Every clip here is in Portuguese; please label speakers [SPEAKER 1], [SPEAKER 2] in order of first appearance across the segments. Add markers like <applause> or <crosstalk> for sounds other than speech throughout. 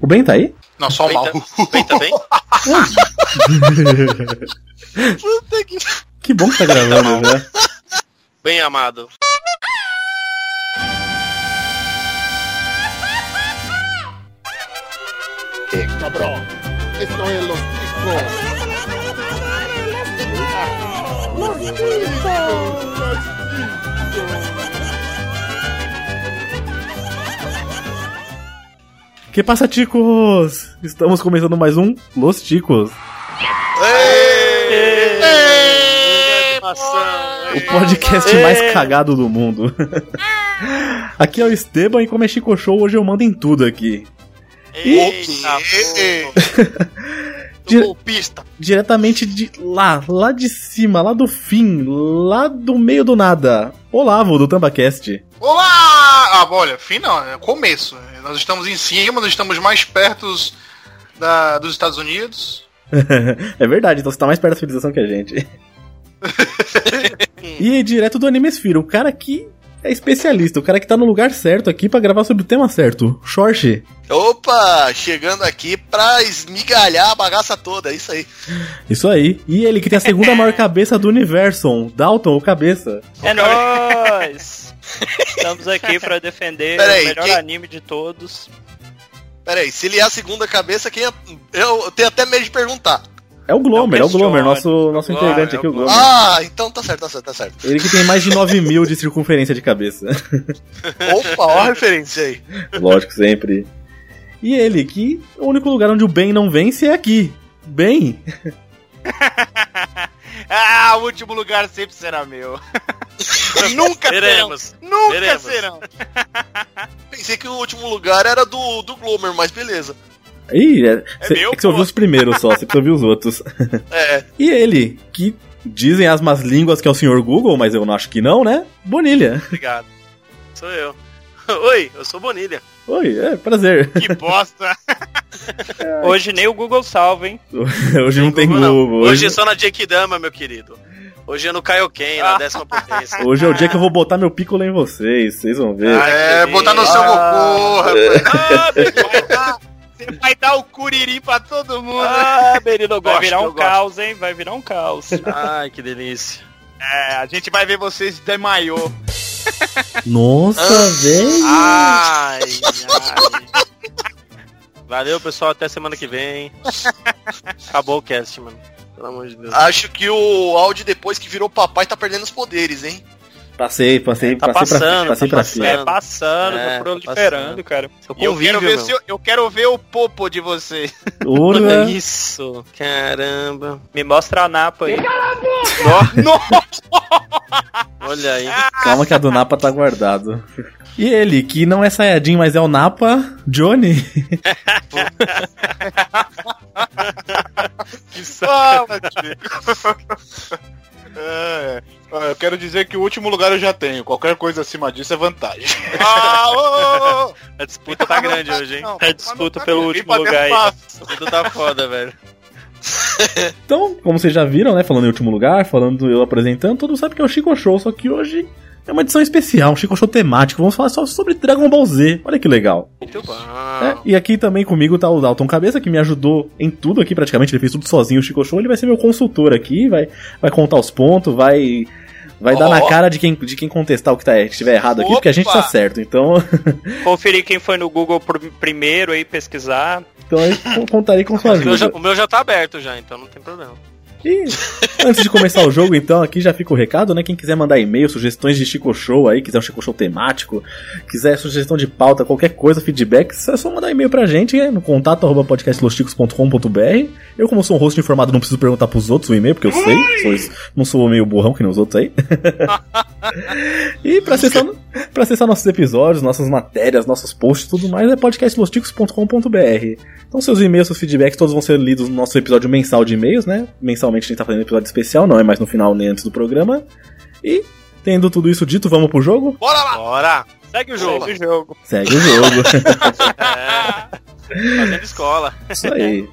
[SPEAKER 1] O Ben tá aí?
[SPEAKER 2] Não, só o
[SPEAKER 3] Bem
[SPEAKER 2] mal.
[SPEAKER 3] tá- Bem também?
[SPEAKER 2] Puta que-
[SPEAKER 1] Que bom que tá gravando, né?
[SPEAKER 3] Bem amado.
[SPEAKER 4] cabrón. Esto es los chicos.
[SPEAKER 5] Los Beatles.
[SPEAKER 1] Que passa, ticos? Estamos começando mais um Los Ticos,
[SPEAKER 3] Maçã.
[SPEAKER 1] o podcast mais cagado do mundo. <laughs> aqui é o Esteban e como é Chico Show, hoje eu mando em tudo aqui.
[SPEAKER 3] Eita,
[SPEAKER 2] Ei.
[SPEAKER 3] porra.
[SPEAKER 2] Do golpista.
[SPEAKER 1] Diretamente de lá, lá de cima, lá do fim, lá do meio do nada. Olavo, do TambaCast.
[SPEAKER 2] Olá! Ah, olha, fim não, é começo. Nós estamos em cima, nós estamos mais perto da, dos Estados Unidos.
[SPEAKER 1] <laughs> é verdade, então você tá mais perto da civilização que
[SPEAKER 2] <laughs>
[SPEAKER 1] a gente. e é direto do Anime Sphere, o cara que é especialista, o cara que tá no lugar certo aqui pra gravar sobre o tema certo. Short.
[SPEAKER 6] Opa, chegando aqui pra esmigalhar a bagaça toda, é isso aí.
[SPEAKER 1] Isso aí. E ele que tem a
[SPEAKER 2] <laughs>
[SPEAKER 1] segunda maior cabeça do universo, um Dalton, ou cabeça.
[SPEAKER 7] É nóis! Estamos aqui pra defender
[SPEAKER 6] Pera aí,
[SPEAKER 7] o melhor
[SPEAKER 6] quem-
[SPEAKER 7] anime de todos.
[SPEAKER 6] Pera aí, se ele é a segunda cabeça, quem é... Eu tenho até medo de perguntar.
[SPEAKER 1] É o Glomer, é
[SPEAKER 7] Não
[SPEAKER 1] o Glomer,
[SPEAKER 7] questione.
[SPEAKER 1] nosso, nosso
[SPEAKER 2] Glomer,
[SPEAKER 1] integrante
[SPEAKER 2] é o
[SPEAKER 1] aqui, o Glomer.
[SPEAKER 6] Ah, então tá certo, tá certo, tá certo.
[SPEAKER 1] Ele que tem mais de 9 mil de circunferência de cabeça.
[SPEAKER 6] Opa, ó a referência aí. <laughs>
[SPEAKER 1] <laughs> Lógico, sempre. E ele que o único lugar onde o Ben não vence é aqui. Ben,
[SPEAKER 8] Ah, o último lugar sempre será meu. Nunca serão.
[SPEAKER 3] Veremos.
[SPEAKER 8] Nunca
[SPEAKER 3] Veremos.
[SPEAKER 8] serão.
[SPEAKER 6] Pensei que o último lugar era do, do Glomer, mas beleza.
[SPEAKER 1] Ih, é, cê-
[SPEAKER 8] meu,
[SPEAKER 1] é que você ouviu
[SPEAKER 8] pô.
[SPEAKER 1] os primeiros só, você precisa ouvir
[SPEAKER 3] <laughs>
[SPEAKER 1] os outros.
[SPEAKER 6] É,
[SPEAKER 1] E ele, que dizem as más línguas que é o senhor Google, mas eu não acho que não, né? Bonilha.
[SPEAKER 3] Obrigado. Sou eu. <laughs> Oi, eu sou Bonilha.
[SPEAKER 1] Oi, é prazer. <laughs>
[SPEAKER 8] Que bosta.
[SPEAKER 7] Hoje nem o Google salva, hein?
[SPEAKER 1] Hoje não tem
[SPEAKER 3] Google não.
[SPEAKER 1] Globo.
[SPEAKER 3] Hoje
[SPEAKER 1] Hoje,
[SPEAKER 3] é só na Jequidama, meu querido. Hoje é no Kaioken, na décima potência.
[SPEAKER 1] hoje é o dia que eu vou botar meu piccolo em vocês, vocês vão ver.
[SPEAKER 3] Ai,
[SPEAKER 2] é,
[SPEAKER 3] que
[SPEAKER 2] botar no
[SPEAKER 3] delícia.
[SPEAKER 2] seu
[SPEAKER 6] Ah.
[SPEAKER 2] Goku, rapaz.
[SPEAKER 8] Ah, Berilo, vai dar- Você vai dar o curirim pra todo mundo.
[SPEAKER 7] Ah, Berilo, vai
[SPEAKER 8] gosto,
[SPEAKER 7] virar
[SPEAKER 8] eu
[SPEAKER 7] um
[SPEAKER 8] gosto.
[SPEAKER 7] caos, hein? Vai virar um caos.
[SPEAKER 3] Ai, que delícia.
[SPEAKER 8] É, a gente vai ver vocês de maiô.
[SPEAKER 1] Nossa, velho.
[SPEAKER 3] Ai, ai. Valeu, pessoal. Até semana que vem. Acabou o cast, mano. Pelo amor de Deus.
[SPEAKER 6] acho que o Audi, depois que virou papai, tá perdendo os poderes, hein?
[SPEAKER 1] Passei, passei,
[SPEAKER 3] Tá
[SPEAKER 1] passei
[SPEAKER 3] passando,
[SPEAKER 1] pra passei
[SPEAKER 3] tá
[SPEAKER 1] pra
[SPEAKER 3] passando.
[SPEAKER 1] cima.
[SPEAKER 7] É passando,
[SPEAKER 3] É,
[SPEAKER 7] tá
[SPEAKER 3] tá
[SPEAKER 7] proliferando, cara.
[SPEAKER 3] Seu
[SPEAKER 8] E eu quero
[SPEAKER 3] convívio,
[SPEAKER 8] ver
[SPEAKER 3] meu.
[SPEAKER 8] se eu, eu quero ver o popo de vocês.
[SPEAKER 1] Urla.
[SPEAKER 3] Olha isso. Caramba.
[SPEAKER 7] Me mostra a Napa aí.
[SPEAKER 3] <laughs> Olha aí.
[SPEAKER 1] Calma que a do Napa tá guardado. E ele, que não é Sayajin, mas é o Napa, Johnny.
[SPEAKER 8] Fala, Chico. É, ó, eu quero dizer que o último lugar eu já tenho. Qualquer coisa acima disso é vantagem. Ah, ô, ô, ô.
[SPEAKER 3] A disputa tá grande hoje, hein?
[SPEAKER 8] Não,
[SPEAKER 7] É disputa
[SPEAKER 8] mas não
[SPEAKER 7] pelo
[SPEAKER 8] tá
[SPEAKER 7] último
[SPEAKER 8] pra dentro
[SPEAKER 7] lugar aí.
[SPEAKER 8] fácil.
[SPEAKER 3] A disputa tá foda, velho.
[SPEAKER 1] Então, como vocês já viram, né? Falando em último lugar, falando eu apresentando, todo mundo sabe que é o Chico Show, só que hoje é uma edição especial, um Chico Show temático. Vamos falar só sobre Dragon Ball Z. Olha que legal.
[SPEAKER 3] Muito bom.
[SPEAKER 7] Ah.
[SPEAKER 1] né? E aqui também comigo tá o Dalton Cabeça, que me ajudou em tudo aqui praticamente. Ele fez tudo sozinho o Chico Show. Ele vai ser meu consultor aqui, vai, vai contar os pontos, vai. Vai dar
[SPEAKER 6] Ó.
[SPEAKER 1] na cara de quem, de quem contestar o que, tá, que estiver errado aqui, porque a gente tá
[SPEAKER 8] Opa!
[SPEAKER 1] certo. Então,
[SPEAKER 7] Conferir quem foi no Google pr- primeiro aí, pesquisar.
[SPEAKER 1] então eu con- contarei com sua
[SPEAKER 3] O meu, já,
[SPEAKER 1] ajuda.
[SPEAKER 3] o meu já tá aberto já, então não tem problema.
[SPEAKER 1] E antes de começar o jogo, então, aqui já fica o recado, né? Quem quiser mandar e-mail, sugestões de Chico Show aí, quiser um Chico Show temático, quiser sugestão de pauta, qualquer coisa, feedback, é só mandar e-mail pra gente é, no contato arroba podcastlosticos.com.br. Eu, como sou um host informado, não preciso perguntar pros outros o e-mail, porque eu sei, sou isso- não sou meio burrão que nem os outros aí. <laughs> e pra acessar, pra acessar nossos episódios, nossas matérias, nossos posts e tudo mais, é podcastlosticos.com.br. Então, seus e-mails, seus feedbacks, todos vão ser lidos no nosso episódio mensal de e-mails, né? Mensalmente a gente tá fazendo episódio especial, não é mais no final nem antes do programa. E, tendo tudo isso dito, vamos pro jogo?
[SPEAKER 6] Bora lá!
[SPEAKER 3] Bora! Segue o jogo.
[SPEAKER 7] Segue o jogo.
[SPEAKER 1] Segue o jogo.
[SPEAKER 3] <laughs> É. Fazendo escola.
[SPEAKER 1] isso aí.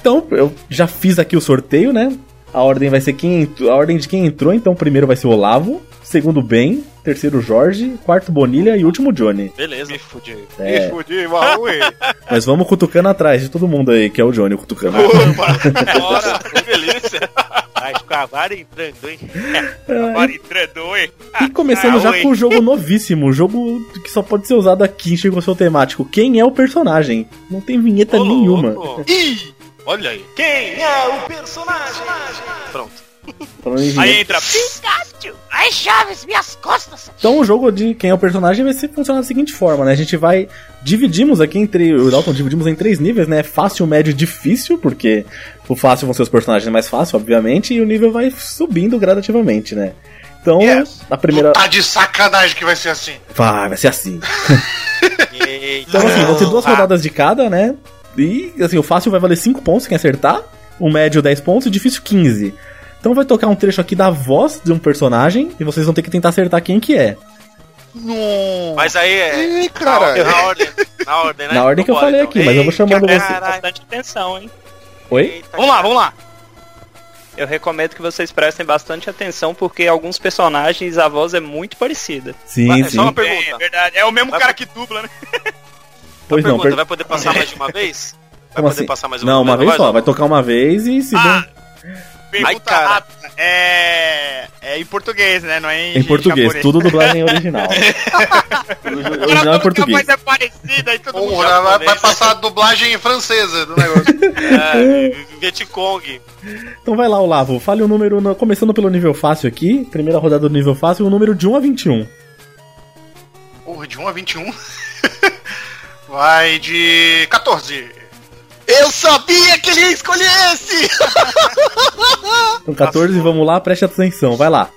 [SPEAKER 1] Então, eu já fiz aqui o sorteio, né? A ordem vai ser quem ent- a ordem de quem entrou, então primeiro vai ser o Olavo, segundo Ben, terceiro Jorge, quarto Bonilha e último Johnny.
[SPEAKER 3] Beleza.
[SPEAKER 8] Me fudi.
[SPEAKER 1] É.
[SPEAKER 8] Me fudi, Maui.
[SPEAKER 1] Mas vamos cutucando atrás de todo mundo aí, que é o Johnny cutucando.
[SPEAKER 9] Bora, É que delícia.
[SPEAKER 3] Vai ficar vara entrando, hein?
[SPEAKER 9] Agora entrando, hein?
[SPEAKER 1] <laughs> E começando
[SPEAKER 9] Ah,
[SPEAKER 1] já
[SPEAKER 9] oi.
[SPEAKER 1] com
[SPEAKER 9] <laughs>
[SPEAKER 1] o jogo novíssimo, um jogo que só pode ser usado aqui em Chegou Seu Temático. Quem é o personagem? Não tem vinheta
[SPEAKER 3] Ô,
[SPEAKER 1] nenhuma.
[SPEAKER 3] louco.
[SPEAKER 8] Ih, olha aí.
[SPEAKER 9] Quem é o personagem?
[SPEAKER 1] Falando em vinheta.
[SPEAKER 9] Aí entra.
[SPEAKER 5] Ai, Chaves, minhas costas!
[SPEAKER 1] Então o jogo de quem é o personagem vai ser funcionar da seguinte forma, né? A gente vai. Dividimos aqui entre. O Dalton dividimos em três níveis, né? Fácil, médio e difícil, porque o fácil vão ser os personagens mais fáceis, obviamente, e o nível vai subindo gradativamente, né? Então,
[SPEAKER 8] Yes.
[SPEAKER 1] a primeira.
[SPEAKER 2] Tá de sacanagem que vai ser assim.
[SPEAKER 1] Vai, vai ser assim.
[SPEAKER 3] Eita.
[SPEAKER 1] Então, assim, vão ser duas rodadas de cada, né? E, assim, o fácil vai valer 5 pontos quem acertar, o médio 10 pontos e o difícil 15. Então vai tocar um trecho aqui da voz de um personagem e vocês vão ter que tentar acertar quem que é.
[SPEAKER 2] Não.
[SPEAKER 3] Mas aí é.
[SPEAKER 2] Ih,
[SPEAKER 3] Na ordem,
[SPEAKER 2] caralho.
[SPEAKER 3] na ordem, na ordem, né?
[SPEAKER 1] Na ordem que eu
[SPEAKER 3] Vambora,
[SPEAKER 1] falei aqui, mas eu vou chamando
[SPEAKER 3] Eita,
[SPEAKER 1] você.
[SPEAKER 3] caralho.
[SPEAKER 9] Bastante atenção, hein?
[SPEAKER 1] Oi?
[SPEAKER 9] Vamos lá, vamos lá. Eu recomendo que vocês prestem bastante atenção, porque alguns personagens a voz é muito parecida.
[SPEAKER 1] Sim,
[SPEAKER 3] Vai,
[SPEAKER 1] sim.
[SPEAKER 3] só uma
[SPEAKER 9] É
[SPEAKER 3] pergunta.
[SPEAKER 9] verdade. É o mesmo
[SPEAKER 3] Vai
[SPEAKER 9] cara que dubla, né?
[SPEAKER 1] Pois não,
[SPEAKER 3] pergunta,
[SPEAKER 1] per...
[SPEAKER 3] vai poder passar mais de uma vez? Vai
[SPEAKER 1] Como
[SPEAKER 3] poder
[SPEAKER 1] assim?
[SPEAKER 3] passar mais uma
[SPEAKER 1] não, uma vez só,
[SPEAKER 3] João?
[SPEAKER 1] vai tocar uma vez e se
[SPEAKER 9] Ah,
[SPEAKER 1] der-
[SPEAKER 3] Ai,
[SPEAKER 9] Pergunta
[SPEAKER 3] cara.
[SPEAKER 9] rápida. É... é em português, né? Não é em,
[SPEAKER 1] em português,
[SPEAKER 9] japonês.
[SPEAKER 1] tudo dublagem original. O original é português.
[SPEAKER 9] Mas é parecida aí todo mundo.
[SPEAKER 2] Porra, vai, vai passar a dublagem francesa do negócio.
[SPEAKER 3] É, Vietcong.
[SPEAKER 1] Então vai lá, Olavo, fale o número, na- começando pelo nível fácil aqui, primeira rodada do nível fácil, o número de 1 a 21.
[SPEAKER 2] Porra, de 1 a 21. Vai de 14.
[SPEAKER 10] Eu sabia que ele ia escolher esse!
[SPEAKER 1] Então 14, vamos lá, preste atenção, vai lá.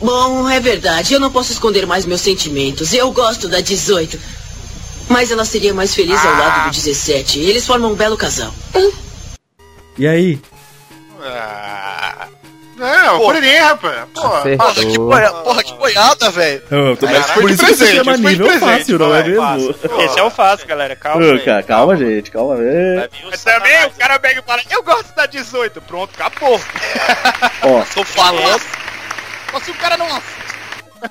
[SPEAKER 11] Bom, é verdade. Eu não posso esconder mais meus sentimentos. Eu gosto da 18. Mas ela seria mais feliz ao lado do 17. Eles formam um belo casal.
[SPEAKER 1] E aí?
[SPEAKER 8] Ah,
[SPEAKER 2] É, eu
[SPEAKER 10] Pô.
[SPEAKER 2] colheria, rapaz. Porra,
[SPEAKER 10] Porra, que boia- porra, que boiada, velho.
[SPEAKER 1] Eu,
[SPEAKER 2] mas é foi de presente,
[SPEAKER 1] chama
[SPEAKER 2] foi de
[SPEAKER 1] nível
[SPEAKER 2] presente,
[SPEAKER 1] fácil, não é
[SPEAKER 2] vai,
[SPEAKER 1] mesmo?
[SPEAKER 9] Esse é o fácil, galera. Calma
[SPEAKER 1] Ô,
[SPEAKER 9] aí.
[SPEAKER 1] cara, calma, gente, calma. É.
[SPEAKER 3] Vai vir o
[SPEAKER 9] Mas também
[SPEAKER 3] Satanás.
[SPEAKER 9] o cara pega e fala, eu gosto da 18. Pronto, acabou.
[SPEAKER 1] Ó,
[SPEAKER 10] Tô falando.
[SPEAKER 8] mas se o cara não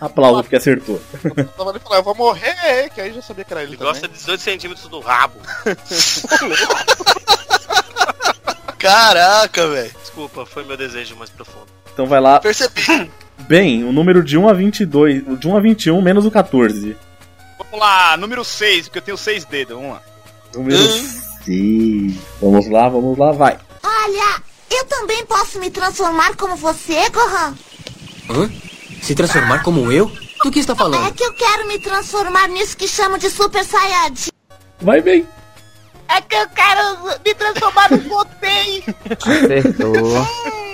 [SPEAKER 1] aplauso porque acertou.
[SPEAKER 8] tava nem falando, eu vou morrer, que aí já sabia que era ele
[SPEAKER 3] Ele
[SPEAKER 8] também.
[SPEAKER 3] gosta de 18 centímetros do rabo.
[SPEAKER 10] Caraca, velho.
[SPEAKER 3] Desculpa, foi meu desejo mais profundo.
[SPEAKER 1] Então vai lá.
[SPEAKER 10] Percebi.
[SPEAKER 1] Bem, o número de 1 a 22, de 1 a 21 menos o 14.
[SPEAKER 9] Vamos lá, número 6, porque eu tenho 6 dedos. Vamos lá.
[SPEAKER 1] Número 6. Vamos lá, vamos lá, vai.
[SPEAKER 5] Olha, eu também posso me transformar como você, Gohan.
[SPEAKER 11] Se transformar como eu? Do que está
[SPEAKER 5] É
[SPEAKER 11] falando?
[SPEAKER 5] que eu quero me transformar nisso que chamam de Super Saiyajin.
[SPEAKER 1] Vai bem.
[SPEAKER 5] É que eu quero me transformar <laughs> no Goten.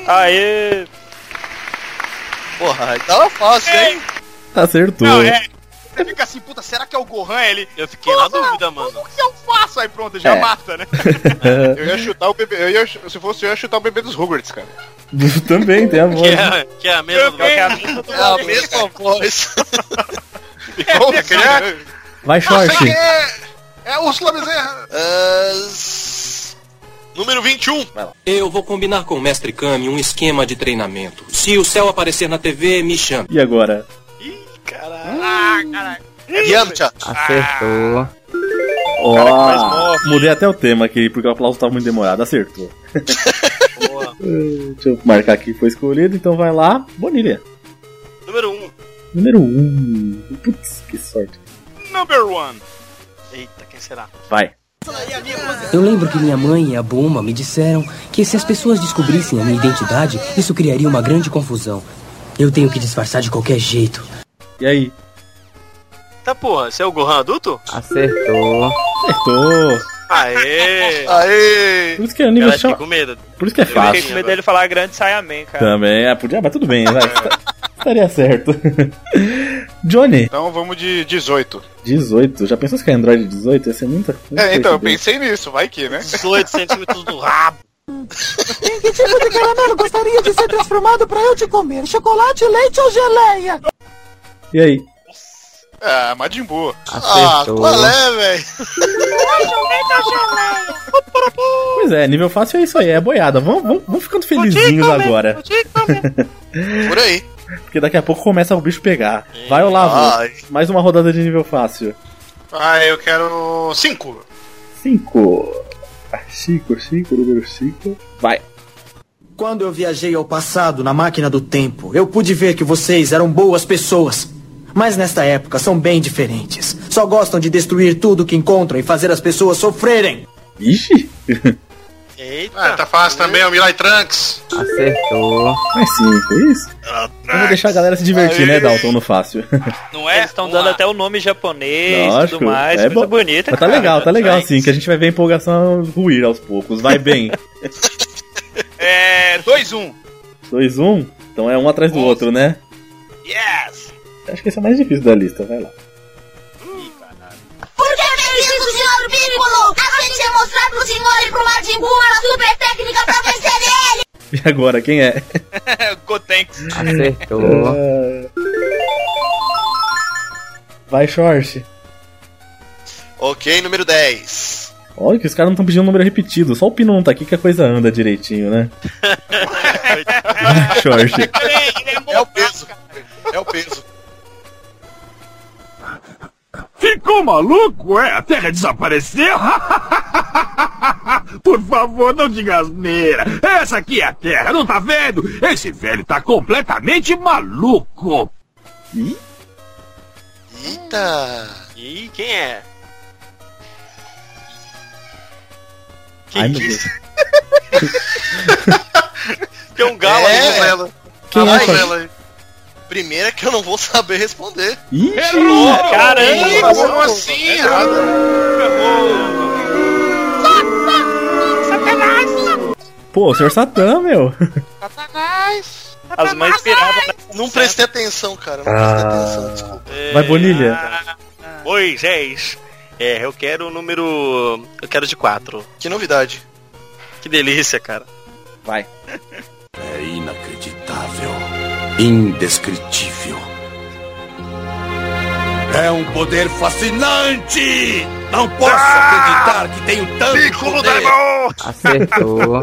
[SPEAKER 9] Aê!
[SPEAKER 10] Porra, aí tava fácil, hein?
[SPEAKER 1] Acertou.
[SPEAKER 9] Não, é. Você fica assim, puta, será que é o Gohan? Ele,
[SPEAKER 3] Eu fiquei na dúvida, mano.
[SPEAKER 9] o que eu faço? Aí pronto, já
[SPEAKER 1] É.
[SPEAKER 9] mata, né?
[SPEAKER 8] Eu ia chutar o bebê. Eu ia, ch- se fosse eu, ia chutar o bebê dos Hogwarts, cara.
[SPEAKER 1] <laughs> Também
[SPEAKER 9] <laughs>
[SPEAKER 1] tem a voz.
[SPEAKER 3] Que é, <laughs> que é a mesma do
[SPEAKER 10] É a mesma voz.
[SPEAKER 8] Igual
[SPEAKER 2] é,
[SPEAKER 8] criança.
[SPEAKER 1] Vai, short.
[SPEAKER 2] Sei que é, é Ursula Bezerra.
[SPEAKER 10] Ah, s-
[SPEAKER 6] Ah,
[SPEAKER 10] Número 21.
[SPEAKER 6] Eu vou combinar com o mestre Kami um esquema de treinamento. Se o céu aparecer na TV, me chame.
[SPEAKER 1] E agora?
[SPEAKER 3] Ah, É
[SPEAKER 1] É
[SPEAKER 10] Yamcha.
[SPEAKER 1] Ó, mudei até o tema aqui, porque o aplauso tava muito demorado. Acertou.
[SPEAKER 3] Boa.
[SPEAKER 1] Deixa eu marcar aqui que foi escolhido, então vai lá. Bonilha.
[SPEAKER 3] Número 1.
[SPEAKER 1] Número 1. Putz, que sorte.
[SPEAKER 9] Number one.
[SPEAKER 3] Eita, quem será?
[SPEAKER 1] Vai.
[SPEAKER 11] Eu lembro que minha mãe e a Buma me disseram que se as pessoas descobrissem a minha identidade, isso criaria uma grande confusão. Eu tenho que disfarçar de qualquer jeito.
[SPEAKER 1] E aí?
[SPEAKER 3] Tá porra, esse é o Gohan adulto?
[SPEAKER 1] Acertou.
[SPEAKER 3] Aê!
[SPEAKER 10] Aê.
[SPEAKER 1] Por isso que é nível
[SPEAKER 3] Galera, fiquei
[SPEAKER 1] chama-
[SPEAKER 3] com medo.
[SPEAKER 1] Por isso que é
[SPEAKER 3] Eu
[SPEAKER 9] Fiquei
[SPEAKER 1] fácil.
[SPEAKER 9] com medo dele falar grande Saiyaman, cara.
[SPEAKER 1] Também, é, podia, mas tudo
[SPEAKER 9] <laughs>
[SPEAKER 1] bem, vai. Estaria certo. Johnny,
[SPEAKER 8] Então vamos de 18.
[SPEAKER 1] 18. Já pensou se que é Android 18? Ia ser muita muita
[SPEAKER 8] É, então eu
[SPEAKER 1] coincidência.
[SPEAKER 8] pensei nisso, vai que, né?
[SPEAKER 3] 18 centímetros do rabo.
[SPEAKER 5] Que tipo de caramelo gostaria de ser transformado pra eu te comer? Chocolate, leite ou geleia?
[SPEAKER 1] E aí?
[SPEAKER 8] Ah, Majin Buu.
[SPEAKER 6] Acertou.
[SPEAKER 8] qual é, velho?
[SPEAKER 1] Pois é, nível fácil é isso aí, é boiada. Vamos, vamos, vamos ficando felizinhos agora.
[SPEAKER 6] Por aí.
[SPEAKER 1] Porque daqui a pouco começa o bicho pegar.
[SPEAKER 8] É.
[SPEAKER 1] Vai,
[SPEAKER 8] Ah.
[SPEAKER 1] Olavo.
[SPEAKER 6] Ai.
[SPEAKER 1] Mais uma rodada de nível fácil.
[SPEAKER 2] Ah, eu quero. cinco.
[SPEAKER 1] 5. 5, 5, número 5. Vai.
[SPEAKER 11] Quando eu viajei ao passado na máquina do tempo, eu pude ver que vocês eram boas pessoas. Mas nesta época são bem diferentes. Só gostam de destruir tudo que encontram e fazer as pessoas sofrerem.
[SPEAKER 1] Ixi!
[SPEAKER 3] Eita.
[SPEAKER 2] Ah, tá fácil também, o Mirai Trunks.
[SPEAKER 9] Acertou.
[SPEAKER 1] Mais 5, isso?
[SPEAKER 8] Ah,
[SPEAKER 1] Eu vou deixar a galera se divertir, né, Dalton, no fácil.
[SPEAKER 7] Não é? Eles estão dando até o nome japonês e
[SPEAKER 1] Lógico.
[SPEAKER 7] tudo mais.
[SPEAKER 1] é
[SPEAKER 7] coisa
[SPEAKER 1] bo-
[SPEAKER 7] bonita.
[SPEAKER 1] Mas tá
[SPEAKER 7] cara.
[SPEAKER 1] legal, tá legal
[SPEAKER 7] Aí,
[SPEAKER 1] sim, que a gente vai ver a empolgação ruir aos poucos.
[SPEAKER 8] <laughs>
[SPEAKER 1] Vai bem.
[SPEAKER 9] É. 2-1.
[SPEAKER 1] 2, 1. Um. Então é um atrás do outro, né?
[SPEAKER 9] Yes!
[SPEAKER 1] Acho que esse é o mais difícil da lista, vai lá.
[SPEAKER 5] Por que preciso, senhor Piccolo? A gente ia mostrar pro senhor e pro Majin Buu a super técnica pra vencer ele!
[SPEAKER 1] E agora, quem é?
[SPEAKER 9] Gotenks. Acertou.
[SPEAKER 1] Vai, Short.
[SPEAKER 6] Ok, número 10.
[SPEAKER 1] Olha que os caras não estão pedindo um número repetido, só o Pino não tá aqui que a coisa anda direitinho, né? Vai, Short.
[SPEAKER 6] É o peso. É o peso.
[SPEAKER 12] Ficou maluco, é? A Terra desapareceu? <laughs> Por favor, não diga asneira. Essa aqui é a Terra, não tá vendo? Esse velho tá completamente maluco.
[SPEAKER 6] Eita.
[SPEAKER 3] Ih, quem é?
[SPEAKER 1] Ai, meu Deus.
[SPEAKER 3] Tem um galo
[SPEAKER 6] é.
[SPEAKER 3] aí, novela.
[SPEAKER 1] Quem é,
[SPEAKER 6] Ai,
[SPEAKER 1] Short?
[SPEAKER 6] velho. Primeiro é que eu não vou saber responder.
[SPEAKER 1] Ixi!
[SPEAKER 6] Ih,
[SPEAKER 3] Caramba!
[SPEAKER 6] como assim? errado?
[SPEAKER 1] Pô, o senhor Satã, meu.
[SPEAKER 7] As mães viravam né?
[SPEAKER 6] Não prestei atenção, cara.
[SPEAKER 1] Ah.
[SPEAKER 7] É.
[SPEAKER 1] Vai, Bonilha.
[SPEAKER 3] Moisés. É, eu quero o número. Eu quero de 4.
[SPEAKER 6] Que novidade.
[SPEAKER 3] Que delícia, cara.
[SPEAKER 1] Vai.
[SPEAKER 13] É inacreditável. Indescritível. É um poder fascinante! Não posso
[SPEAKER 12] Ah!
[SPEAKER 13] acreditar que tenho tanto poder!
[SPEAKER 9] Acertou.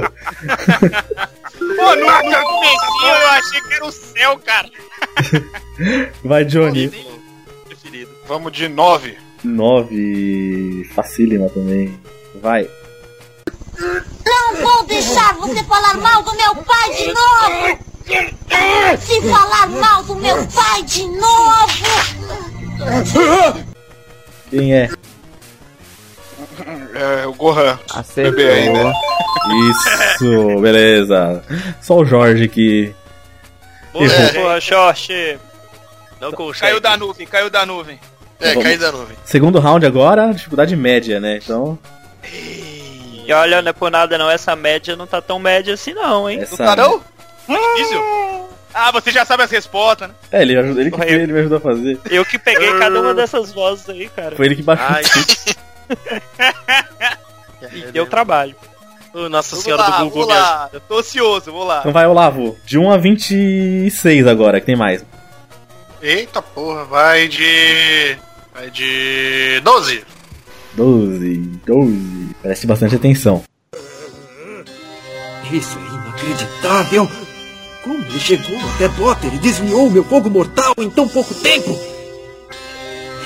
[SPEAKER 12] Pô, nunca começou, eu achei que era o céu, cara.
[SPEAKER 1] Vai, Johnny.
[SPEAKER 8] Vamos de 9.
[SPEAKER 1] 9. Facílima também. Vai.
[SPEAKER 5] Não vou deixar você falar mal do meu pai de novo! Se falar mal do meu pai de novo!
[SPEAKER 1] Quem é?
[SPEAKER 8] É, o Gohan.
[SPEAKER 9] Acertou.
[SPEAKER 8] Bebê
[SPEAKER 2] né?
[SPEAKER 8] ainda.
[SPEAKER 1] Isso, beleza. Só o Jorge que.
[SPEAKER 7] Boa,
[SPEAKER 1] errou.
[SPEAKER 7] boa, Short. Não
[SPEAKER 9] Caiu da nuvem, caiu da nuvem.
[SPEAKER 1] É, Vamos. caiu
[SPEAKER 6] da nuvem.
[SPEAKER 1] Segundo round agora, dificuldade média, né? Então.
[SPEAKER 7] E olha, não é por nada não, essa média não tá tão média assim não, hein?
[SPEAKER 1] Essa- Não tá, não?
[SPEAKER 9] Difícil? Ah, você já sabe as respostas, né?
[SPEAKER 1] É, ele, ajuda, ele, que, ele me ajudou a fazer.
[SPEAKER 7] Eu que peguei cada uma dessas vozes aí, cara.
[SPEAKER 1] Foi ele que baixou. <laughs>
[SPEAKER 7] Ai,
[SPEAKER 3] E
[SPEAKER 7] deu trabalho.
[SPEAKER 3] Nossa
[SPEAKER 9] Vamos
[SPEAKER 3] senhora
[SPEAKER 9] lá,
[SPEAKER 3] do Google
[SPEAKER 9] vou lá. Tô ansioso, vou lá.
[SPEAKER 1] Então vai, Olavo. De 1 a 26 agora, que tem mais.
[SPEAKER 2] Eita porra, vai de. Vai de. 12.
[SPEAKER 1] 12, 12. Preste bastante atenção.
[SPEAKER 14] Isso é inacreditável! Como ele chegou até Potter e desviou meu fogo mortal em tão pouco tempo?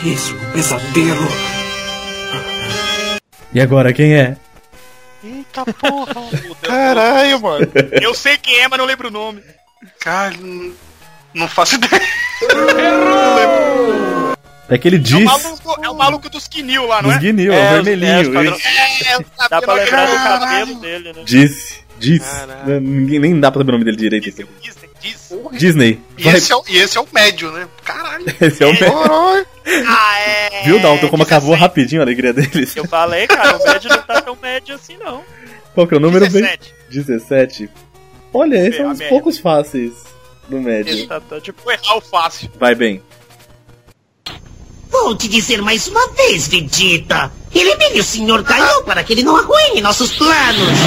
[SPEAKER 14] Isso é um pesadelo!
[SPEAKER 1] E agora, quem é?
[SPEAKER 9] Eita porra.
[SPEAKER 8] Caralho, mano.
[SPEAKER 9] Eu sei quem é, mas não lembro o nome.
[SPEAKER 2] Cara, não faço ideia.
[SPEAKER 1] É aquele
[SPEAKER 9] É o
[SPEAKER 1] diz
[SPEAKER 9] maluco, é o maluco dos Kinil lá, não
[SPEAKER 1] Dos
[SPEAKER 9] é?
[SPEAKER 1] Guinil, é o vermelhinho. ele
[SPEAKER 9] É, eu sabia,
[SPEAKER 7] Dá pra
[SPEAKER 9] não
[SPEAKER 7] lembrar do
[SPEAKER 9] acredito.
[SPEAKER 7] cabelo dele, né?
[SPEAKER 1] Diz, diz. Ninguém nem dá pra saber o nome dele direito. Disney. <laughs>
[SPEAKER 2] E
[SPEAKER 1] Vai-
[SPEAKER 2] esse, é o, e esse é o médio, né? Caralho.
[SPEAKER 1] Esse é o melhor.
[SPEAKER 2] <laughs> Caralho.
[SPEAKER 9] Ah, é.
[SPEAKER 1] Viu, Dalton, como acabou rapidinho a alegria deles?
[SPEAKER 7] Eu falei, cara, o médio não tá tão médio assim
[SPEAKER 1] <laughs>
[SPEAKER 7] não.
[SPEAKER 1] Qual que é o número? bem?
[SPEAKER 7] 17.
[SPEAKER 1] 17. Olha, esse é
[SPEAKER 9] É,
[SPEAKER 1] um
[SPEAKER 9] a
[SPEAKER 1] dos
[SPEAKER 9] média.
[SPEAKER 1] poucos fáceis do médio.
[SPEAKER 7] Tá, tá tipo...
[SPEAKER 9] Vou errar o fácil.
[SPEAKER 1] Vai bem.
[SPEAKER 15] Vou te dizer mais uma vez, Vegeta. Elimine o Sr. Kaiô para que ele não arruine nossos planos.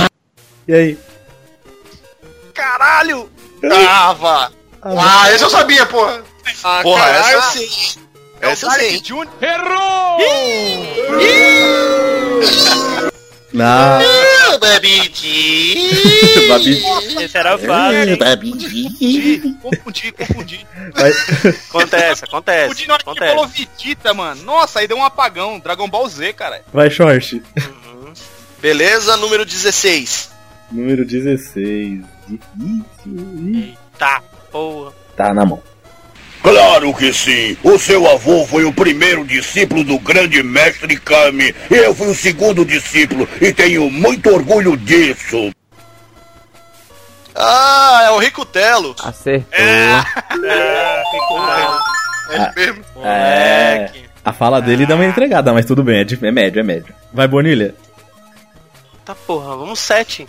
[SPEAKER 1] E aí?
[SPEAKER 9] Caralho!
[SPEAKER 2] Ah, vá. Ah, esse eu sabia, porra.
[SPEAKER 6] Ah,
[SPEAKER 2] Porra,
[SPEAKER 6] caralho,
[SPEAKER 2] essa-
[SPEAKER 6] sim. É Essa eu sei.
[SPEAKER 9] Jun... Errou! Ih!
[SPEAKER 1] Não. <laughs>
[SPEAKER 6] Babidi!
[SPEAKER 1] Babidi.
[SPEAKER 7] Esse era fácil.
[SPEAKER 1] É,
[SPEAKER 7] hein?
[SPEAKER 1] Babidi.
[SPEAKER 9] Confundi,
[SPEAKER 7] <laughs>
[SPEAKER 9] confundi.
[SPEAKER 1] Mas-
[SPEAKER 3] Acontece,
[SPEAKER 7] É,
[SPEAKER 9] Confundi na hora
[SPEAKER 3] acontece.
[SPEAKER 9] que falou
[SPEAKER 3] acontece.
[SPEAKER 9] Vegeta, mano. Nossa, aí deu um apagão. Dragon Ball Z, cara.
[SPEAKER 1] Vai, short.
[SPEAKER 6] Beleza, número 16.
[SPEAKER 1] Número 16. Difícil.
[SPEAKER 3] Tá, porra.
[SPEAKER 1] Tá na mão.
[SPEAKER 16] Claro que sim! O seu avô foi o primeiro discípulo do grande mestre Kami. Eu fui o segundo discípulo e tenho muito orgulho disso.
[SPEAKER 6] Ah, é o Rico Telo.
[SPEAKER 17] Acertou.
[SPEAKER 7] É,
[SPEAKER 1] Ah,
[SPEAKER 6] mesmo.
[SPEAKER 1] É. A fala dele
[SPEAKER 3] Ah.
[SPEAKER 1] dá uma entregada, mas tudo bem, é, de- é médio, é médio. Vai, Bonilha.
[SPEAKER 3] Tá porra, vamos sete.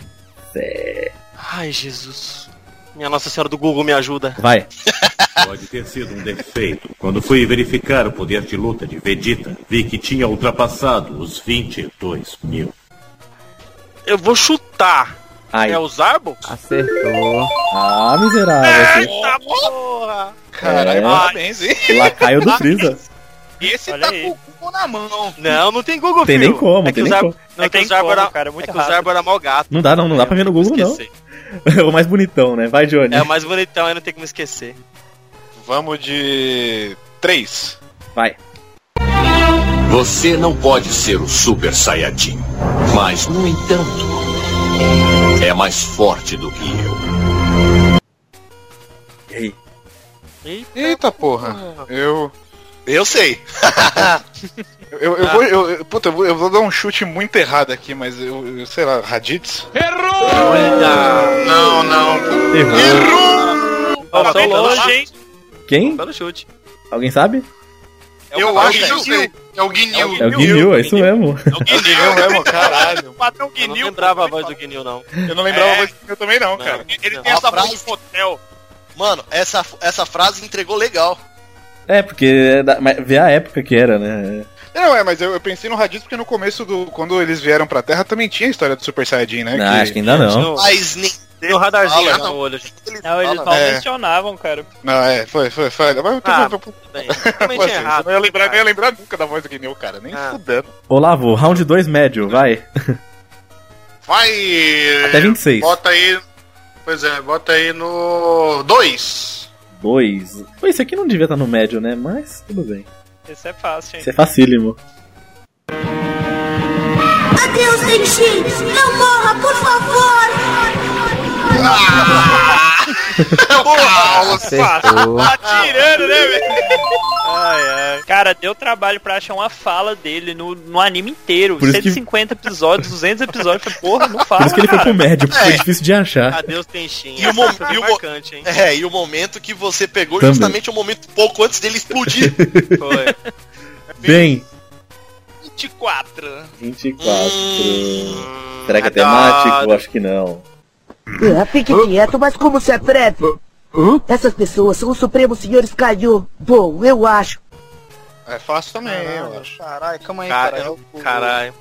[SPEAKER 1] Cê-
[SPEAKER 3] Ai, Jesus. Minha Nossa Senhora do Google me ajuda.
[SPEAKER 1] Vai.
[SPEAKER 18] Pode ter sido um defeito. Quando fui verificar o poder de luta de Vegeta, vi que tinha ultrapassado os 22 mil.
[SPEAKER 3] Eu vou chutar.
[SPEAKER 1] Ai.
[SPEAKER 3] É o Zarbo?
[SPEAKER 17] Acertou.
[SPEAKER 1] Ah, miserável.
[SPEAKER 3] Eita porra!
[SPEAKER 1] Caralho,
[SPEAKER 9] parabéns, hein?
[SPEAKER 1] Lacaio do Freeza.
[SPEAKER 9] Esse tá com o Google na mão.
[SPEAKER 3] Não, <laughs> não tem Google,
[SPEAKER 1] Tem
[SPEAKER 3] filho.
[SPEAKER 1] nem como,
[SPEAKER 3] é que
[SPEAKER 1] tem
[SPEAKER 3] o
[SPEAKER 1] nem
[SPEAKER 3] Zarbo,
[SPEAKER 1] como.
[SPEAKER 3] Não é que o Zarbo era, é que o Zarbo era mó gato.
[SPEAKER 1] Não dá não, não dá pra ver no Google não. É <laughs> o mais bonitão, né? Vai, Johnny.
[SPEAKER 3] É o mais bonitão, aí não tem como esquecer.
[SPEAKER 8] Vamos de. 3.
[SPEAKER 1] Vai.
[SPEAKER 13] Você não pode ser o Super Saiyajin. Mas, no entanto, é mais forte do que eu.
[SPEAKER 1] Ei.
[SPEAKER 8] Eita porra. Eu.
[SPEAKER 6] Eu sei.
[SPEAKER 8] Eu, eu vou, eu, eu- puta, eu vou, eu vou dar um chute muito errado aqui, mas eu, eu sei lá, Raditz?
[SPEAKER 9] Olha!
[SPEAKER 6] Não, não.
[SPEAKER 3] Passou
[SPEAKER 9] bem,
[SPEAKER 3] longe,
[SPEAKER 9] tá
[SPEAKER 3] hein?
[SPEAKER 1] Quem?
[SPEAKER 3] Pelo chute.
[SPEAKER 1] Alguém sabe?
[SPEAKER 2] Eu acho que eu sei. É o Guinil.
[SPEAKER 1] É o Guinil, é isso mesmo. <laughs>
[SPEAKER 8] Eu mesmo, caralho.
[SPEAKER 9] Patrão
[SPEAKER 3] Eu não lembrava a voz do Guinil, não.
[SPEAKER 8] Eu não lembrava
[SPEAKER 6] É.
[SPEAKER 8] mais do que eu também, não, cara.
[SPEAKER 6] Ele
[SPEAKER 9] tem essa voz
[SPEAKER 6] de hotel. Mano, essa, essa frase entregou legal.
[SPEAKER 1] É, porque é da- mas vê a época que era, né?
[SPEAKER 8] Não, é, mas eu, eu pensei no Raditz porque no começo do. Quando eles vieram pra Terra também tinha a história do Super Saiyajin, né?
[SPEAKER 1] Não, acho É que ainda não.
[SPEAKER 6] Mas nem.
[SPEAKER 3] Tem um radarzinho
[SPEAKER 8] Fala,
[SPEAKER 3] no
[SPEAKER 8] não.
[SPEAKER 3] olho.
[SPEAKER 7] Não, eles não
[SPEAKER 3] né?
[SPEAKER 8] É.
[SPEAKER 7] mencionavam, cara.
[SPEAKER 8] Não, é, foi, foi, foi. Mas,
[SPEAKER 7] Ah,
[SPEAKER 8] tudo
[SPEAKER 3] bem.
[SPEAKER 7] totalmente
[SPEAKER 3] é
[SPEAKER 8] Vocês,
[SPEAKER 7] errado,
[SPEAKER 8] assim, eu Não ia lembrar, não ia lembrar nunca da voz do Guineu, cara. Nem
[SPEAKER 6] Ah.
[SPEAKER 2] Ah,
[SPEAKER 8] fudendo.
[SPEAKER 1] Olavo, round 2 médio, vai.
[SPEAKER 2] Vai.
[SPEAKER 3] É.
[SPEAKER 1] Até 26.
[SPEAKER 2] Bota aí. Pois é, bota aí no 2.
[SPEAKER 1] 2. Pô, esse aqui não devia estar no médio, né? Mas tudo bem.
[SPEAKER 7] Esse é fácil, hein?
[SPEAKER 1] Isso é facílimo.
[SPEAKER 5] Adeus, Denji! Não morra, por favor!
[SPEAKER 17] Acertou.
[SPEAKER 7] Tá tirando, né, velho? Ai, ai. Cara, deu trabalho pra achar uma fala dele no, no anime inteiro.
[SPEAKER 1] Por isso que-
[SPEAKER 7] 150 episódios, 200 episódios. Falei, Porra, não fala,
[SPEAKER 1] Por isso que ele foi
[SPEAKER 7] cara.
[SPEAKER 3] Ah,
[SPEAKER 1] pro médio, porque foi difícil de achar.
[SPEAKER 3] Adeus, Tenshin.
[SPEAKER 6] E o, mo-
[SPEAKER 3] Essa foi
[SPEAKER 6] e o mo-
[SPEAKER 3] marcante, hein?
[SPEAKER 6] É, e o momento que você pegou
[SPEAKER 1] Também.
[SPEAKER 6] justamente o momento pouco antes dele explodir.
[SPEAKER 3] É, Foi.
[SPEAKER 1] Bem,
[SPEAKER 9] 24.
[SPEAKER 1] 24. Será que é temático? Acho que não.
[SPEAKER 19] Ah, fique quieto, mas como se atreve? Essas pessoas são os Supremos Senhores Caiu. Bom, eu acho.
[SPEAKER 8] É fácil também, eu acho.
[SPEAKER 9] Caralho, calma aí, cara.
[SPEAKER 3] Caralho. Caralho.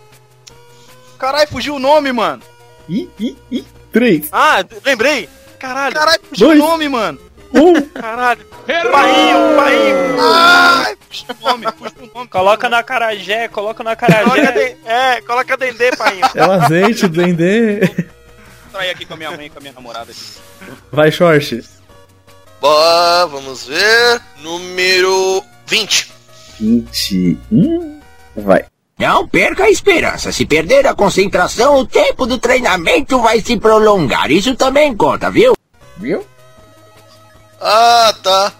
[SPEAKER 9] Caralho, fugiu o nome, mano.
[SPEAKER 1] Ih, ih, ih. 3,
[SPEAKER 3] Ah, lembrei. Caralho.
[SPEAKER 9] Caralho, fugiu
[SPEAKER 1] Dois.
[SPEAKER 9] o nome, mano.
[SPEAKER 1] 1.
[SPEAKER 3] Caralho.
[SPEAKER 9] Barril, barril. Ai, fugiu o nome, fugiu o nome.
[SPEAKER 7] Coloca na carajé, coloca na carajé.
[SPEAKER 3] É, coloca Dendê, pai.
[SPEAKER 1] É o azeite, o Dendê.
[SPEAKER 9] Traí aqui com a minha mãe e com a minha namorada.
[SPEAKER 1] Vai, short.
[SPEAKER 6] Bó, vamos ver. Número 20.
[SPEAKER 1] 21. Vai.
[SPEAKER 20] Não perca a esperança. Se perder a concentração, o tempo do treinamento vai se prolongar. Isso também conta, viu?
[SPEAKER 1] Viu?
[SPEAKER 6] Ah, tá.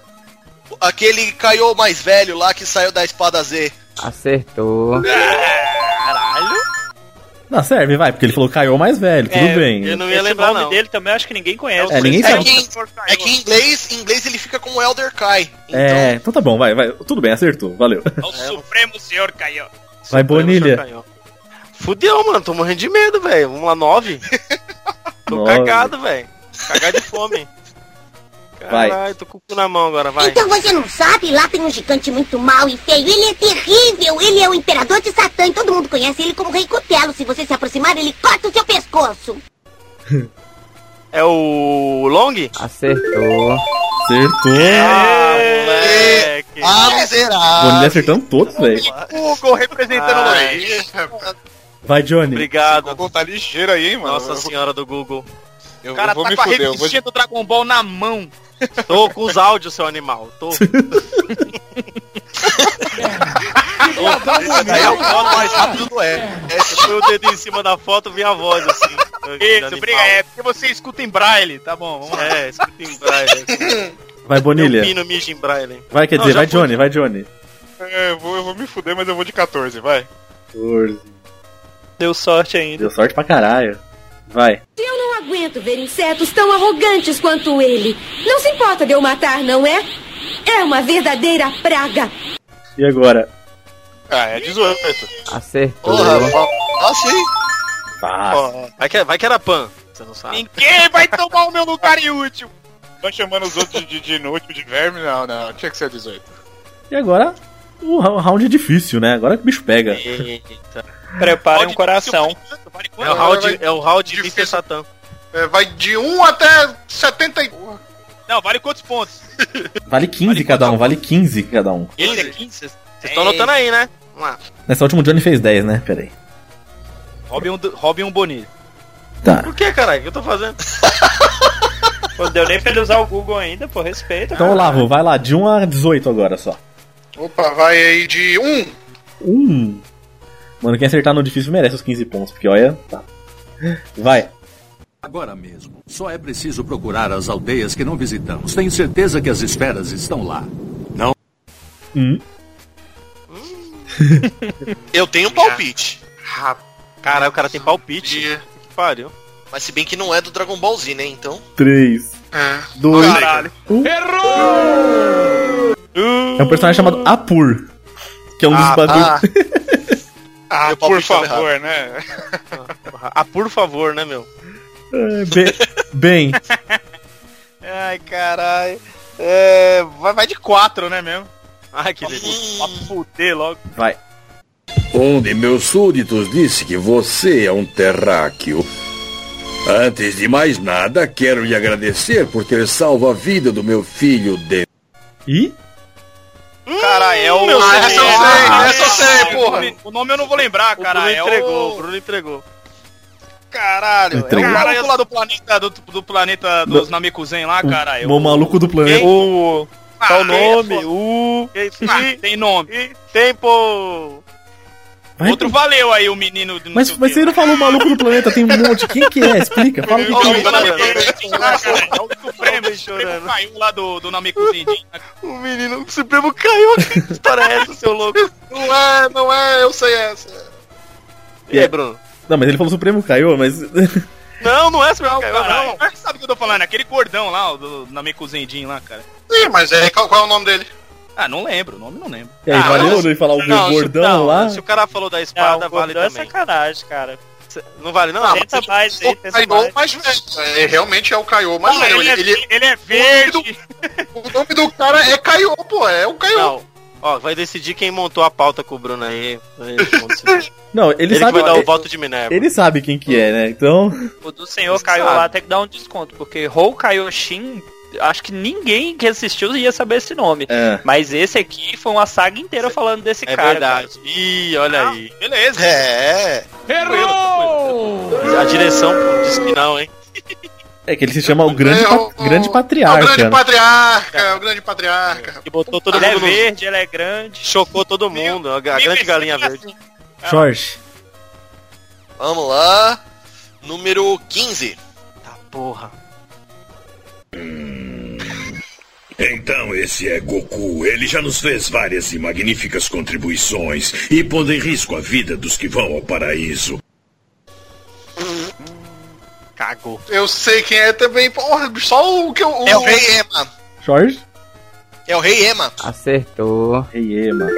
[SPEAKER 6] Aquele caiu mais velho lá que saiu da espada Z.
[SPEAKER 17] Acertou.
[SPEAKER 6] Caralho.
[SPEAKER 1] Não, serve, vai, porque ele falou caiu mais velho, tudo bem.
[SPEAKER 7] Esse nome dele também eu acho que ninguém conhece.
[SPEAKER 1] É, ninguém
[SPEAKER 6] É
[SPEAKER 1] sabe.
[SPEAKER 6] que, em, é que em inglês, em inglês ele fica como Elder Kai.
[SPEAKER 1] É, então tá bom, vai, vai. Tudo bem, acertou, valeu.
[SPEAKER 9] O Supremo Senhor caiu.
[SPEAKER 1] Vai, Bonilha.
[SPEAKER 3] Fudeu, mano. Tô morrendo de medo, velho. Vamos lá, nove. Tô
[SPEAKER 1] Nove.
[SPEAKER 3] cagado, velho. Cagar de fome.
[SPEAKER 1] Vai.
[SPEAKER 3] Caralho, tô com o cu na mão agora, vai.
[SPEAKER 5] Então você não sabe? Lá tem um gigante muito mau e feio. Ele é terrível. Ele é o imperador de Satã e todo mundo conhece ele como Rei Cutelo. Se você se aproximar, ele corta o seu pescoço.
[SPEAKER 3] É o Long?
[SPEAKER 17] Acertou.
[SPEAKER 1] Acertou.
[SPEAKER 3] Ah, moleque.
[SPEAKER 6] Ah, miserável.
[SPEAKER 1] Bonilha acertando todos, velho.
[SPEAKER 9] Ah, Google representando
[SPEAKER 3] Ai,
[SPEAKER 1] Vai, Johnny.
[SPEAKER 3] Ah, Obrigado.
[SPEAKER 8] Google tá ligeiro aí, hein, mano.
[SPEAKER 3] Nossa senhora do Google.
[SPEAKER 8] Eu
[SPEAKER 9] O cara
[SPEAKER 8] vou
[SPEAKER 9] tá
[SPEAKER 8] me
[SPEAKER 9] com a
[SPEAKER 8] fuder, eu vou-
[SPEAKER 9] revistinha do Dragon Ball na mão.
[SPEAKER 3] Tô com os áudios, seu animal.
[SPEAKER 9] <laughs>
[SPEAKER 3] Tô. Esse daí é o foto mais rápido do é. Esse foi o dedo em cima da foto, vi a voz assim.
[SPEAKER 9] Isso, briga, é porque você escuta em braille, tá bom, vamos lá.
[SPEAKER 3] É, escuta em
[SPEAKER 9] <laughs>
[SPEAKER 3] braille.
[SPEAKER 1] Vai,
[SPEAKER 3] Meu
[SPEAKER 1] Bonilha.
[SPEAKER 3] pino mija em braille.
[SPEAKER 1] Vai, quer
[SPEAKER 8] Não,
[SPEAKER 1] dizer,
[SPEAKER 8] já
[SPEAKER 1] vai,
[SPEAKER 8] foi.
[SPEAKER 1] Johnny, vai, Johnny.
[SPEAKER 8] É, eu vou, eu vou me fuder, mas eu vou de 14, vai.
[SPEAKER 1] 14.
[SPEAKER 7] Deu sorte ainda.
[SPEAKER 1] Deu sorte pra caralho. Vai.
[SPEAKER 21] Eu não aguento ver insetos tão arrogantes quanto ele. Não se importa de eu matar, não é? É uma verdadeira praga.
[SPEAKER 1] E agora?
[SPEAKER 8] Ah, é 18.
[SPEAKER 17] Acertou.
[SPEAKER 6] Ah, sim.
[SPEAKER 3] Ó, Vai que, vai que era pan. Você não sabe.
[SPEAKER 9] Ninguém vai tomar o meu lugar inútil.
[SPEAKER 8] Tá chamando os outros de, de inútil, de verme? Não, não. Tinha que ser 18.
[SPEAKER 1] E agora? O ra- o round é difícil, né? Agora que o bicho pega.
[SPEAKER 3] Eita.
[SPEAKER 7] Preparem um coração.
[SPEAKER 3] É o round, é o round de Mr. Satan.
[SPEAKER 2] É, vai de 1 até 70 e...
[SPEAKER 9] Não, vale quantos pontos?
[SPEAKER 1] Vale 15 cada um, vale 15 cada um.
[SPEAKER 3] Esse é 15. Vocês estão anotando aí, né? Vamos lá.
[SPEAKER 1] Nessa última o Johnny fez 10, né? Peraí.
[SPEAKER 9] Robin, um do- Robin um Bonilha.
[SPEAKER 1] Tá.
[SPEAKER 3] Por que, caralho? O que eu tô <laughs> fazendo?
[SPEAKER 7] Pô, deu nem pra ele usar o Google ainda, pô, respeita.
[SPEAKER 8] Ah.
[SPEAKER 1] Então, Olavo, vai lá, de 1 a 18 agora só.
[SPEAKER 2] Opa, vai aí de 1.
[SPEAKER 1] Um. Mano, quem acertar no difícil merece os 15 pontos, porque olha. Tá. Vai.
[SPEAKER 22] Agora mesmo. Só é preciso procurar as aldeias que não visitamos. Tenho certeza que as esferas estão lá. Não?
[SPEAKER 1] Hum.
[SPEAKER 6] Eu tenho um palpite.
[SPEAKER 3] Caralho, o cara tem palpite.
[SPEAKER 6] Que
[SPEAKER 3] pariu.
[SPEAKER 6] Mas se bem que não é do Dragon Ball Z, né, então...
[SPEAKER 1] 3, 2,
[SPEAKER 8] Uh.
[SPEAKER 1] É um personagem chamado Apur. Que é um dos
[SPEAKER 8] Ah,
[SPEAKER 1] bagulhos.
[SPEAKER 8] Ah,
[SPEAKER 3] Meu
[SPEAKER 8] por
[SPEAKER 3] palpite tava
[SPEAKER 8] favor, né?
[SPEAKER 3] Ah, por favor, né, meu?
[SPEAKER 1] <laughs> É, bem, bem,
[SPEAKER 9] Ai, caralho. É, vai, vai de 4, né, mesmo?
[SPEAKER 3] Ai, que
[SPEAKER 9] delícia. Pra fuder logo.
[SPEAKER 1] Vai.
[SPEAKER 23] Um de meus súditos disse que você é um terráqueo. Antes de mais nada, quero lhe agradecer por ter salvo a vida do meu filho de.
[SPEAKER 1] E?
[SPEAKER 9] Caralho, é o.
[SPEAKER 6] meu
[SPEAKER 9] Ah,
[SPEAKER 6] Deus. Ah,
[SPEAKER 9] sei, porra. O nome eu não vou lembrar, cara.
[SPEAKER 3] Bruno
[SPEAKER 9] É
[SPEAKER 3] entregou,
[SPEAKER 9] o.
[SPEAKER 3] Bruno entregou.
[SPEAKER 9] Caralho, é
[SPEAKER 1] Entregou.
[SPEAKER 9] o maluco lá do planeta, do, do planeta dos
[SPEAKER 1] Do-
[SPEAKER 9] Namekuzen lá,
[SPEAKER 1] o-
[SPEAKER 3] Ah,
[SPEAKER 9] cara.
[SPEAKER 1] o maluco do planeta.
[SPEAKER 9] O.
[SPEAKER 3] Qual o nome? O.
[SPEAKER 9] Ah, tem nome.
[SPEAKER 3] Tempo.
[SPEAKER 9] Outro valeu aí, o menino. do-
[SPEAKER 1] Mas, mas você não falou o maluco do planeta, tem um monte. Quem que é? Explica, fala que
[SPEAKER 9] Olha o
[SPEAKER 1] tem.
[SPEAKER 9] Namekuzen lá, cara. É o Supremo, o Supremo caiu lá do, do Namekuzen.
[SPEAKER 3] O menino o Supremo caiu. Que história é essa, seu louco?
[SPEAKER 2] Não é, não é, eu sei essa.
[SPEAKER 1] E aí, Bruno? Não, mas ele falou Supremo Caiu, mas. <laughs>
[SPEAKER 3] Não, não é esse
[SPEAKER 9] meu caralho. Mas sabe o que eu tô falando? Aquele gordão lá, o do Namekusendin lá, cara.
[SPEAKER 2] Sim, mas é, qual, qual é o nome dele?
[SPEAKER 9] Ah, não lembro, o nome não lembro.
[SPEAKER 1] E aí,
[SPEAKER 9] Ah,
[SPEAKER 1] valeu não ir falar o meu
[SPEAKER 3] Não, se-
[SPEAKER 1] gordão
[SPEAKER 3] não,
[SPEAKER 1] lá?
[SPEAKER 3] Se o cara falou da espada,
[SPEAKER 7] o
[SPEAKER 3] vale
[SPEAKER 7] gordão é
[SPEAKER 3] também.
[SPEAKER 7] sacanagem, cara.
[SPEAKER 3] Não vale, não?
[SPEAKER 7] Ah,
[SPEAKER 3] mas
[SPEAKER 7] Tenta
[SPEAKER 3] você-
[SPEAKER 7] mais aí,
[SPEAKER 2] tá O
[SPEAKER 7] tenta
[SPEAKER 2] Kaiô
[SPEAKER 7] mais.
[SPEAKER 2] mais velho. É, realmente é o Kaiô mais
[SPEAKER 8] Ah,
[SPEAKER 9] Não,
[SPEAKER 2] velho.
[SPEAKER 9] ele é- é
[SPEAKER 2] verde. O nome do, o nome do cara é Kaiô, pô. É o Kaiô.
[SPEAKER 3] Não. Ó, vai decidir quem montou a pauta com o Bruno aí. Ele que monta isso. Ele
[SPEAKER 1] Não, ele,
[SPEAKER 3] que
[SPEAKER 1] sabe.
[SPEAKER 3] vai dar o
[SPEAKER 1] ele-
[SPEAKER 3] voto de Minerva.
[SPEAKER 1] Ele sabe quem que é, né? Então.
[SPEAKER 7] O do senhor caiu lá, tem que dar um desconto, porque Hou Kaioshin, acho que ninguém que assistiu ia saber esse nome.
[SPEAKER 1] É.
[SPEAKER 7] Mas esse aqui foi uma saga inteira falando desse
[SPEAKER 3] É
[SPEAKER 7] cara.
[SPEAKER 3] verdade. Ih, olha aí.
[SPEAKER 9] Beleza.
[SPEAKER 3] É. A direção disse que não, hein?
[SPEAKER 1] É que ele se chama o Grande, pa- grande
[SPEAKER 2] É o
[SPEAKER 1] Patriarca. né?
[SPEAKER 2] grande patriarca, é o grande patriarca.
[SPEAKER 3] Que botou todo
[SPEAKER 7] Ele é
[SPEAKER 3] mundo no-
[SPEAKER 7] verde, ele é grande.
[SPEAKER 3] Chocou todo mundo. A a grande galinha verde.
[SPEAKER 1] Jorge.
[SPEAKER 6] Vamos lá. Número 15.
[SPEAKER 3] Tá porra.
[SPEAKER 16] Então esse é Goku. Ele já nos fez várias e magníficas contribuições e pondo em risco a vida dos que vão ao paraíso.
[SPEAKER 3] Cagou.
[SPEAKER 2] Eu sei quem é também. Porra, só o que eu.
[SPEAKER 6] É o Rei Ema.
[SPEAKER 1] Jorge?
[SPEAKER 6] É o Rei Ema.
[SPEAKER 17] Acertou.
[SPEAKER 1] Rei Ema.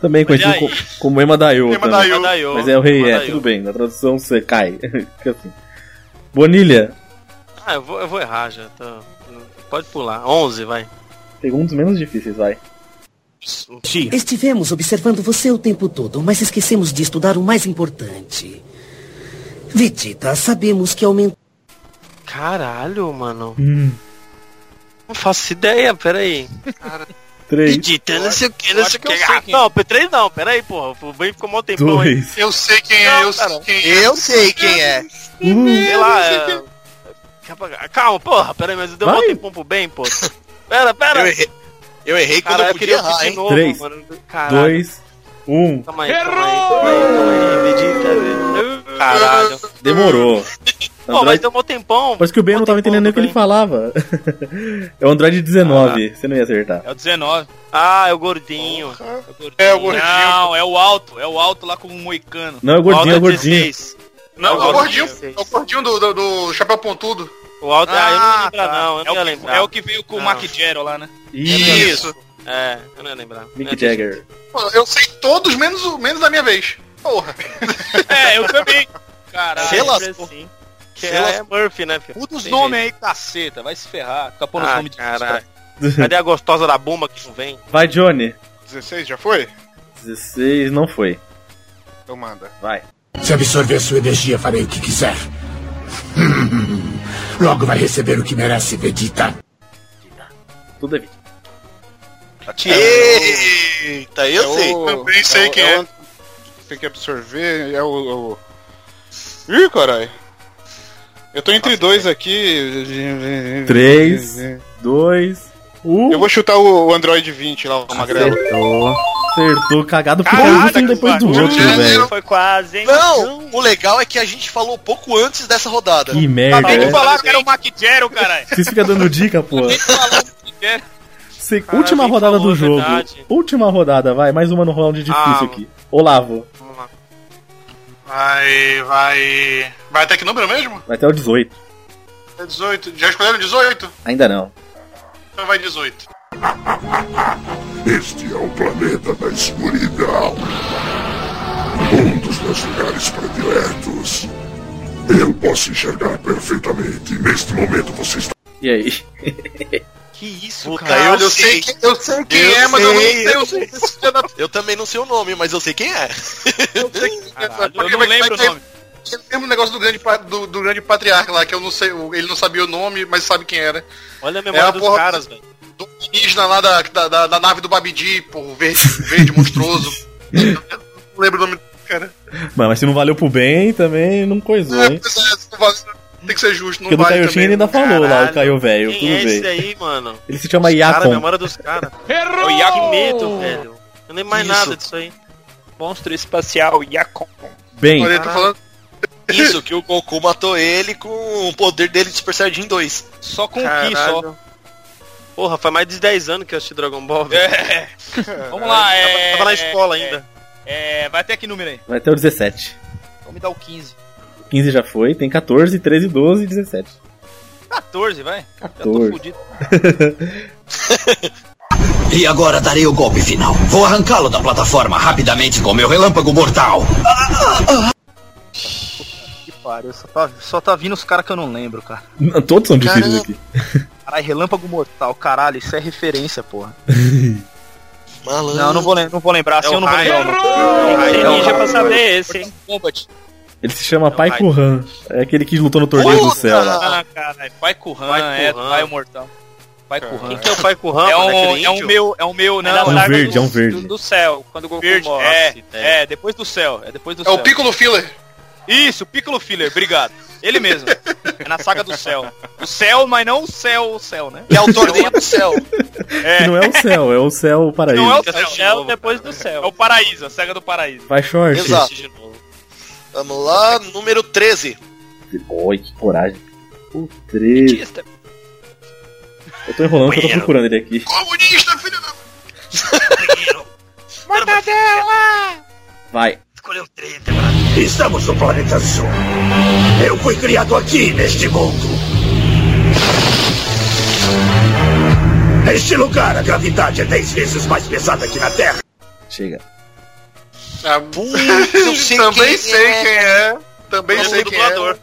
[SPEAKER 1] Também conhecido
[SPEAKER 6] aí.
[SPEAKER 1] co- como Ema Dayo.
[SPEAKER 6] Ema
[SPEAKER 1] também.
[SPEAKER 6] Dayo. Ema Dayo.
[SPEAKER 1] Mas é o Rei
[SPEAKER 6] Ema
[SPEAKER 1] É,
[SPEAKER 6] Dayo.
[SPEAKER 1] tudo bem. Na tradução você cai. <laughs> Fica assim. Bonilha.
[SPEAKER 3] Ah, eu vou, eu vou errar já. tá. Pode pular. 11, vai.
[SPEAKER 1] Pegou um dos menos difíceis, vai.
[SPEAKER 24] Estivemos observando você o tempo todo, mas esquecemos de estudar o mais importante. Vegeta, sabemos que aumentou.
[SPEAKER 3] Caralho, mano. Não faço ideia, peraí.
[SPEAKER 1] Três.
[SPEAKER 3] Vegeta, não sei o que, não sei o que.
[SPEAKER 2] eu sei quem é.
[SPEAKER 3] Não, P3 não, peraí, porra. O Ben ficou mó tempão aí.
[SPEAKER 1] Dois.
[SPEAKER 2] Eu sei quem é, eu sei quem é.
[SPEAKER 6] Eu sei quem é.
[SPEAKER 1] um,
[SPEAKER 3] Sei lá, é... Calma, porra, peraí, mas deu mó tempão pro Ben, pô. Pera, pera.
[SPEAKER 6] Eu errei, eu errei quando
[SPEAKER 3] Caralho,
[SPEAKER 6] eu podia
[SPEAKER 3] queria
[SPEAKER 6] errar,
[SPEAKER 3] pedir
[SPEAKER 6] hein?
[SPEAKER 3] novo,
[SPEAKER 1] Três,
[SPEAKER 3] mano. Caralho.
[SPEAKER 1] dois, um.
[SPEAKER 3] Calma aí, calma aí, calma aí, calma aí, Vegeta. velho. Caralho.
[SPEAKER 1] Demorou.
[SPEAKER 3] <laughs> Pô, mas deu mó tempão.
[SPEAKER 1] Parece que o Ben não tava entendendo nem o que ele falava. <laughs> é o Android 19, você não ia acertar.
[SPEAKER 9] É o 19.
[SPEAKER 3] Ah, é o gordinho.
[SPEAKER 9] É o gordinho. Não, é o alto. É o alto lá com o moicano.
[SPEAKER 1] Não, é o gordinho, é o
[SPEAKER 3] Aldo é
[SPEAKER 1] gordinho.
[SPEAKER 3] 16.
[SPEAKER 2] Não,
[SPEAKER 3] É o
[SPEAKER 2] é o gordinho.
[SPEAKER 3] gordinho.
[SPEAKER 2] É o gordinho do, do, do chapéu pontudo.
[SPEAKER 3] O Aldo, ah, eu não ia lembrar,
[SPEAKER 9] tá.
[SPEAKER 3] não. Eu não
[SPEAKER 9] é,
[SPEAKER 3] ia
[SPEAKER 9] o que,
[SPEAKER 3] lembrar.
[SPEAKER 9] é o que veio com o
[SPEAKER 3] Não.
[SPEAKER 9] Mac Jero lá, né?
[SPEAKER 2] Isso.
[SPEAKER 3] É, eu não ia lembrar.
[SPEAKER 1] Mick Jagger.
[SPEAKER 2] Mano, eu sei todos, menos, o- menos a minha vez. Porra.
[SPEAKER 9] É, eu também. Caralho.
[SPEAKER 6] Sei lá,
[SPEAKER 3] Assim. Que
[SPEAKER 9] Sei lá.
[SPEAKER 3] é Murphy, né, filho?
[SPEAKER 9] Muda os
[SPEAKER 3] Tem
[SPEAKER 9] nomes aí, caceta. Vai se ferrar. Fica pondo os
[SPEAKER 3] Ah,
[SPEAKER 9] nomes de
[SPEAKER 3] caralho. Cadê a gostosa da bomba que não vem?
[SPEAKER 1] Vai, Johnny.
[SPEAKER 2] 16, já foi?
[SPEAKER 1] 16 não foi.
[SPEAKER 2] Então manda.
[SPEAKER 1] Vai.
[SPEAKER 4] Se absorver sua energia, farei o que quiser. <laughs> Logo vai receber o que merece, Vegeta.
[SPEAKER 1] Tudo é vídeo.
[SPEAKER 9] Tá
[SPEAKER 6] Eita,
[SPEAKER 8] É
[SPEAKER 6] eu sei.
[SPEAKER 2] Também sei quem é.
[SPEAKER 8] Tem que absorver, é o. o... Ih, caralho. Eu tô entre dois aqui.
[SPEAKER 1] 3, 2, 1.
[SPEAKER 8] Eu vou chutar o Android 20 lá, o Magrelo.
[SPEAKER 1] Acertou. Acertou, cagado. Ficou
[SPEAKER 8] Caraca,
[SPEAKER 1] justo um
[SPEAKER 8] que
[SPEAKER 1] depois do
[SPEAKER 8] bagulho,
[SPEAKER 1] outro,
[SPEAKER 8] né?
[SPEAKER 1] velho.
[SPEAKER 3] Foi quase, hein?
[SPEAKER 6] Não, o legal é que a gente falou pouco antes dessa rodada.
[SPEAKER 3] Tá
[SPEAKER 1] Que merda,
[SPEAKER 9] Tem que
[SPEAKER 1] é?
[SPEAKER 9] falar que era o Mac Jero, caralho.
[SPEAKER 1] Vocês ficam dando dica, pô. Se-
[SPEAKER 3] Caralho,
[SPEAKER 1] última
[SPEAKER 3] bem
[SPEAKER 1] rodada
[SPEAKER 3] falou,
[SPEAKER 1] do jogo.
[SPEAKER 3] verdade.
[SPEAKER 1] Última rodada, vai. Mais uma no round difícil
[SPEAKER 3] Ah,
[SPEAKER 1] aqui. Olavo,
[SPEAKER 3] Vamos lá.
[SPEAKER 2] Vai, vai. Vai até que número mesmo?
[SPEAKER 1] vai até o 18.
[SPEAKER 2] É 18. Já escolheram 18?
[SPEAKER 1] Ainda não.
[SPEAKER 2] Então vai 18.
[SPEAKER 16] Este é o planeta da escuridão. Um dos meus lugares prediletos. Eu posso enxergar perfeitamente. Neste momento você está.
[SPEAKER 1] E aí?
[SPEAKER 3] Que isso,
[SPEAKER 6] Puta,
[SPEAKER 3] cara?
[SPEAKER 6] eu, sei.
[SPEAKER 2] quem, eu sei quem
[SPEAKER 6] eu
[SPEAKER 2] é, mas eu não sei
[SPEAKER 6] eu
[SPEAKER 2] o
[SPEAKER 6] sei. Eu também não sei o nome, mas eu sei quem é.
[SPEAKER 9] Eu não lembro o nome.
[SPEAKER 2] É o mesmo negócio do grande, pa- do, do grande patriarca lá, que eu não sei, o- ele não sabia o nome, mas sabe quem era.
[SPEAKER 3] Olha a
[SPEAKER 2] É
[SPEAKER 3] memória
[SPEAKER 2] a
[SPEAKER 3] dos
[SPEAKER 2] porra-
[SPEAKER 3] caras, velho.
[SPEAKER 2] Do indígena lá da, da, da, da nave do Babidi, pô, verde, verde monstruoso. Eu não lembro o nome do cara.
[SPEAKER 1] Mano, mas se não valeu pro bem, também não coisou,
[SPEAKER 2] É,
[SPEAKER 1] hein?
[SPEAKER 2] pois é, <laughs> não vale, tem que ser justo, não
[SPEAKER 1] Porque do
[SPEAKER 2] vale
[SPEAKER 1] Caio Shin ele
[SPEAKER 2] também.
[SPEAKER 1] ainda falou lá, o Caio velho.
[SPEAKER 3] Quem
[SPEAKER 1] Tudo
[SPEAKER 3] é
[SPEAKER 1] bem.
[SPEAKER 3] esse aí, mano?
[SPEAKER 1] Ele se chama
[SPEAKER 3] Cara, a
[SPEAKER 1] Iacon.
[SPEAKER 3] memória dos caras.
[SPEAKER 9] Errou!
[SPEAKER 3] É o Iacon. Que medo, velho. Eu não lembro mais
[SPEAKER 9] Isso.
[SPEAKER 3] nada disso aí.
[SPEAKER 9] Monstro espacial Yakon.
[SPEAKER 1] Bem,
[SPEAKER 2] Olha, ele tá falando.
[SPEAKER 6] Isso, que o Goku matou ele com o poder dele de Super Saiyajin 2.
[SPEAKER 9] Só com o Ki, só.
[SPEAKER 3] Caralho. Porra, faz mais de 10 anos que eu assisti Dragon Ball, velho.
[SPEAKER 9] <laughs> É. Vamos lá, é.
[SPEAKER 3] Tava na escola
[SPEAKER 9] é,
[SPEAKER 3] ainda.
[SPEAKER 9] É, vai até que número aí?
[SPEAKER 1] vai até o 17.
[SPEAKER 9] Vou me dar o 15.
[SPEAKER 1] 15 já foi, tem 14, 13, 12 e 17.
[SPEAKER 9] 14, vai. Já tô
[SPEAKER 1] 14.
[SPEAKER 9] fudido.
[SPEAKER 15] E agora darei o golpe final. Vou arrancá-lo da plataforma rapidamente com meu relâmpago mortal.
[SPEAKER 9] Que pariu, só tá, só tá vindo os caras que eu não lembro, cara.
[SPEAKER 1] Não, Todos são difíceis
[SPEAKER 9] Caramba.
[SPEAKER 1] aqui.
[SPEAKER 9] Caralho, Relâmpago Mortal, caralho, isso é referência, porra.
[SPEAKER 6] Malandro.
[SPEAKER 9] Não, eu não vou, lem- não vou lembrar, assim
[SPEAKER 3] É o
[SPEAKER 9] eu não vou
[SPEAKER 3] Raio.
[SPEAKER 9] lembrar. o nome.
[SPEAKER 3] Tem que ser
[SPEAKER 9] É o
[SPEAKER 3] ninja
[SPEAKER 9] Raio.
[SPEAKER 3] pra saber esse, hein?
[SPEAKER 9] Kombat.
[SPEAKER 1] Ele se chama Pai Kuhan. É aquele que lutou no torneio do céu né? lá.
[SPEAKER 9] Ah, caralho, Pai Curran,
[SPEAKER 3] Pai
[SPEAKER 9] é,
[SPEAKER 3] Curran.
[SPEAKER 9] Pai Mortal. Pai Curran.
[SPEAKER 3] Quem que é o Pai Curran?
[SPEAKER 9] É
[SPEAKER 3] mano?
[SPEAKER 9] um,
[SPEAKER 3] Aquele
[SPEAKER 9] é um
[SPEAKER 3] índio?
[SPEAKER 9] meu, é um meu, não.
[SPEAKER 3] da
[SPEAKER 1] É um
[SPEAKER 3] saga
[SPEAKER 1] verde,
[SPEAKER 3] do-
[SPEAKER 1] é um
[SPEAKER 7] Do,
[SPEAKER 1] verde.
[SPEAKER 7] do céu, quando o Goku
[SPEAKER 9] Verde,
[SPEAKER 7] morre.
[SPEAKER 9] é,
[SPEAKER 3] é.
[SPEAKER 9] é, depois do céu, é depois do
[SPEAKER 2] É
[SPEAKER 9] céu.
[SPEAKER 2] o Piccolo Filler.
[SPEAKER 9] Isso, Piccolo Filler, obrigado. Ele mesmo. É na saga do céu. O céu, mas não o céu, o céu, né?
[SPEAKER 6] Que é o torneio do céu.
[SPEAKER 1] Que não é o céu, é o céu paraíso.
[SPEAKER 9] Não é o
[SPEAKER 3] É o
[SPEAKER 9] céu,
[SPEAKER 3] céu depois do
[SPEAKER 9] é
[SPEAKER 3] céu.
[SPEAKER 9] o paraíso, a saga do paraíso.
[SPEAKER 1] Vai short.
[SPEAKER 6] Exato.
[SPEAKER 3] De novo.
[SPEAKER 6] Vamos lá, número
[SPEAKER 2] <laughs>
[SPEAKER 6] 13.
[SPEAKER 1] Oi, que coragem. O 13. Eu tô enrolando porque eu tô
[SPEAKER 3] Banheiro.
[SPEAKER 1] procurando ele aqui.
[SPEAKER 2] Comunista, filho da.
[SPEAKER 1] Vai.
[SPEAKER 15] Escolheu treta. Estamos no planeta Azul. Eu fui criado aqui neste mundo. Neste lugar, a gravidade é 10 vezes mais pesada que na Terra.
[SPEAKER 1] Chega.
[SPEAKER 2] Ah,
[SPEAKER 6] sei
[SPEAKER 2] também
[SPEAKER 6] quem
[SPEAKER 2] sei
[SPEAKER 6] é.
[SPEAKER 2] quem é. Também
[SPEAKER 6] Eu
[SPEAKER 2] sei
[SPEAKER 6] sou
[SPEAKER 2] quem é.
[SPEAKER 6] dublador.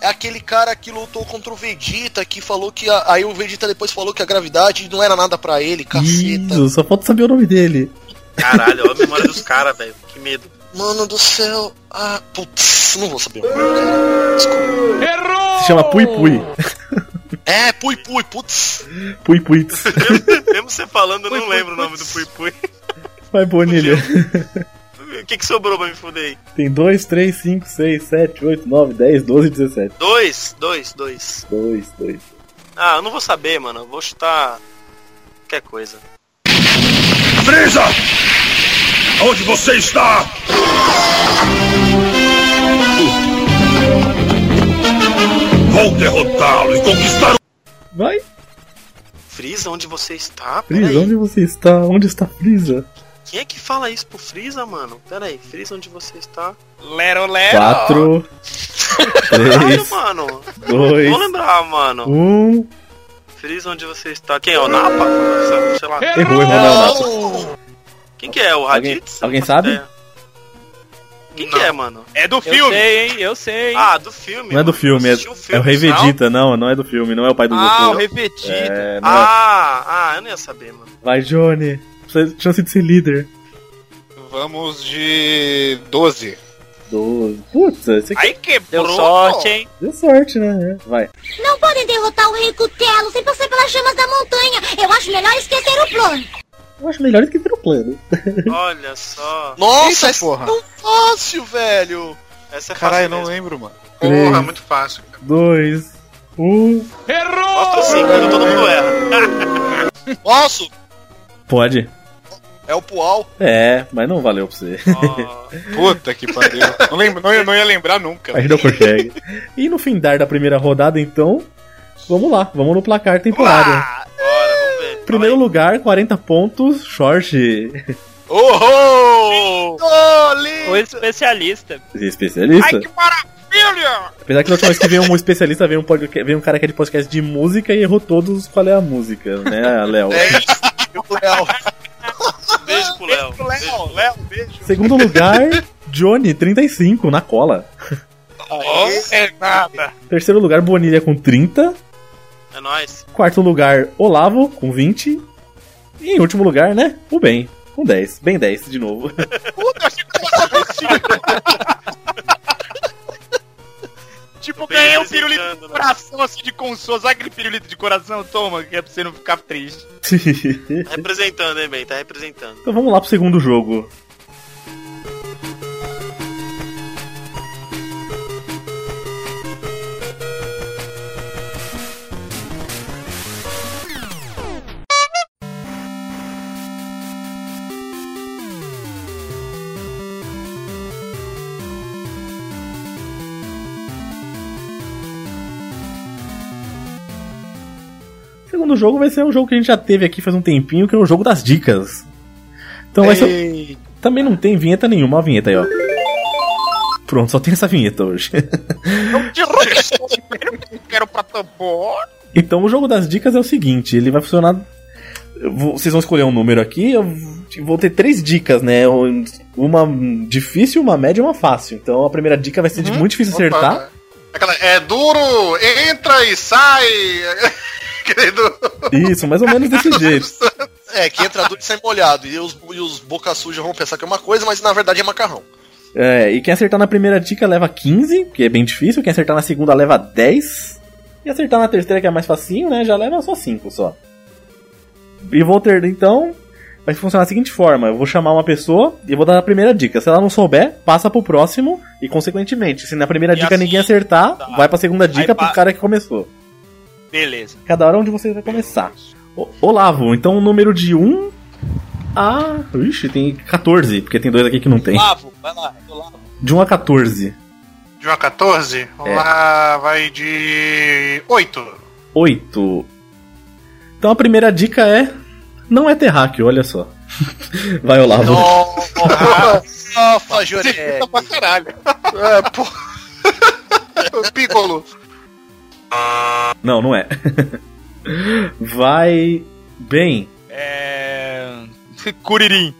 [SPEAKER 6] É aquele cara que lutou contra o Vegeta, que falou que. a- Aí o Vegeta depois falou que a gravidade não era nada pra ele, caceta.
[SPEAKER 1] Isso, só falta saber o nome dele.
[SPEAKER 3] Caralho, olha a memória dos caras, velho. Que medo.
[SPEAKER 6] Mano do céu. Ah, putz, não vou saber o nome.
[SPEAKER 1] Se chama Pui Pui.
[SPEAKER 3] Oh.
[SPEAKER 6] É, Pui Pui, putz.
[SPEAKER 1] Pui Pui.
[SPEAKER 3] Mesmo, mesmo Você falando, eu não lembro o nome do Pui Pui.
[SPEAKER 1] Vai, Bonilha.
[SPEAKER 3] O que, que sobrou pra me fuder aí?
[SPEAKER 1] Tem 2, 3, 5, 6, 7, 8, 9, 10, 12, 17.
[SPEAKER 3] Dois, dois, dois.
[SPEAKER 1] 2, 2.
[SPEAKER 3] Ah, eu não vou saber, mano. Eu vou chutar. qualquer coisa.
[SPEAKER 23] Frieza! Onde você está? Vou derrotá-lo e conquistar o.
[SPEAKER 1] Vai,
[SPEAKER 3] Freeza, onde você está? Peraí.
[SPEAKER 1] Frieza, onde você está? Onde está Frieza?
[SPEAKER 3] Quem é que fala isso pro Freeza, mano? Pera aí, Freeza, onde você está?
[SPEAKER 9] Lero, lero.
[SPEAKER 1] <laughs> 4,
[SPEAKER 3] É Caralho,
[SPEAKER 1] 3,
[SPEAKER 3] mano.
[SPEAKER 1] dois,
[SPEAKER 3] Vou lembrar, mano.
[SPEAKER 1] 1.
[SPEAKER 3] Freeza, onde você está? Quem é o Napa? Sei- Sei lá.
[SPEAKER 1] Errou, errou, não, não.
[SPEAKER 3] Quem que é? O
[SPEAKER 1] Alguém,
[SPEAKER 3] Raditz?
[SPEAKER 1] alguém sabe?
[SPEAKER 3] Quem que é, mano?
[SPEAKER 9] É do
[SPEAKER 3] filme.
[SPEAKER 9] Eu sei, hein? Eu sei.
[SPEAKER 3] Ah, do filme.
[SPEAKER 1] Não é do filme, é, é o Rei Vegeta, não, não é do filme, não é o pai do Goku.
[SPEAKER 9] Ah, o Rei Vegeta.
[SPEAKER 1] É, não é-
[SPEAKER 3] Ah, ah, eu não ia saber, mano.
[SPEAKER 1] Vai, Johnny. Você- Chance de ser líder.
[SPEAKER 8] Vamos de 12.
[SPEAKER 1] 12. Putz, esse aqui
[SPEAKER 8] Aí quebrou.
[SPEAKER 9] Deu sorte, hein? <laughs>
[SPEAKER 1] deu sorte, né? É, Vai.
[SPEAKER 5] Não podem derrotar o Rei Cutelo sem passar pelas chamas da montanha. Eu acho melhor esquecer o plano.
[SPEAKER 1] Eu acho melhor do que ter o plano.
[SPEAKER 3] Olha só.
[SPEAKER 6] Nossa,
[SPEAKER 8] Eita,
[SPEAKER 6] é
[SPEAKER 8] porra.
[SPEAKER 6] tão fácil, velho.
[SPEAKER 3] Essa é
[SPEAKER 8] Caralho,
[SPEAKER 3] fácil
[SPEAKER 8] eu não
[SPEAKER 3] mesmo.
[SPEAKER 8] lembro, mano.
[SPEAKER 1] Três.
[SPEAKER 2] Porra, muito fácil.
[SPEAKER 1] 2, 1.
[SPEAKER 3] Mostra assim, quando todo mundo erra.
[SPEAKER 6] Nossa,
[SPEAKER 1] Pode?
[SPEAKER 6] é o
[SPEAKER 2] <laughs>
[SPEAKER 6] Pual.
[SPEAKER 1] É, mas não valeu pra você.
[SPEAKER 9] <laughs>
[SPEAKER 8] Puta que pariu. não, lembro, não, ia- não ia lembrar nunca.
[SPEAKER 1] A gente não consegue. E no fim da primeira rodada, então, vamos lá, vamos no placar temporário.
[SPEAKER 3] Bora, vamos ver.
[SPEAKER 1] Primeiro lugar, 40 pontos, Jorge.
[SPEAKER 6] Oh,
[SPEAKER 7] O especialista.
[SPEAKER 1] Especialista.
[SPEAKER 9] Maravilha!
[SPEAKER 1] Apesar que na última vez que veio um especialista, veio um, podcast, veio um cara que é de podcast de música e errou todos qual é a música, né, Léo?
[SPEAKER 3] É
[SPEAKER 2] É
[SPEAKER 6] <laughs>
[SPEAKER 3] Beijo pro Léo.
[SPEAKER 9] Léo, Léo, beijo.
[SPEAKER 1] Segundo lugar, Johnny, 35, na cola.
[SPEAKER 9] Oh, é nada.
[SPEAKER 1] Terceiro lugar, Bonilha com 30.
[SPEAKER 3] É nóis.
[SPEAKER 1] Quarto lugar, Olavo, com 20. E em último lugar, né, o Ben, com 10. Bem 10, de novo. <laughs>
[SPEAKER 9] Puta, achei que Tipo, ganhei um pirulito de coração, assim, de consolo. Sabe aquele pirulito de coração? Toma, que é pra você não ficar triste.
[SPEAKER 3] <laughs> Representando, hein, Ben? Tá representando.
[SPEAKER 1] Então vamos lá pro segundo jogo. O segundo jogo vai ser um jogo que a gente já teve aqui faz um tempinho, que é o jogo das dicas. Então vai ser. Também não tem vinheta nenhuma, ó a vinheta aí, ó. Pronto, só tem essa vinheta hoje.
[SPEAKER 9] De roxo, que eu quero pra tambor.
[SPEAKER 1] Então o jogo das dicas é o seguinte, ele vai funcionar. eu vou- Vocês vão escolher um número aqui, eu vou ter três dicas, né? Um- Uma difícil, uma média e uma fácil. Então a primeira dica vai ser de muito difícil acertar.
[SPEAKER 2] Aquela, é duro, entra e sai. Querido.
[SPEAKER 1] Isso, mais ou menos desse jeito.
[SPEAKER 6] É, que entra duro e sai molhado. E os, e os boca suja vão pensar que é uma coisa, mas na verdade é macarrão.
[SPEAKER 1] É, e quem acertar na primeira dica leva 15, que é bem difícil. Quem acertar na segunda leva 10. E acertar na terceira, que é mais facinho, né? Já leva só 5 só. E vou ter, então. Vai funcionar da seguinte forma: eu vou chamar uma pessoa e vou dar a primeira dica. Se ela não souber, passa pro próximo. E consequentemente, se na primeira
[SPEAKER 9] E
[SPEAKER 1] dica
[SPEAKER 9] assim,
[SPEAKER 1] ninguém acertar,
[SPEAKER 9] tá.
[SPEAKER 1] vai pra segunda dica pro
[SPEAKER 9] pa-
[SPEAKER 1] cara que começou.
[SPEAKER 9] Beleza.
[SPEAKER 1] Cada hora onde você vai começar. O- Olavo, então o número de 1 a. Ixi, tem 14, porque tem dois aqui que não tem.
[SPEAKER 9] Lavo, vai lá, eu lavo.
[SPEAKER 1] De 1 a 14.
[SPEAKER 2] De uma 14? Vamos
[SPEAKER 1] É.
[SPEAKER 2] lá, vai de 8.
[SPEAKER 1] 8. Então a primeira dica é. Não é terráqueo, olha só. <laughs> Vai, Olavo.
[SPEAKER 2] <laughs>
[SPEAKER 6] Nossa, Joré.
[SPEAKER 2] pra caralho. É, porra. Piccolo.
[SPEAKER 1] Não, não é. <laughs> Vai. Bem.
[SPEAKER 9] É. <laughs>
[SPEAKER 1] <laughs>
[SPEAKER 9] Curirim.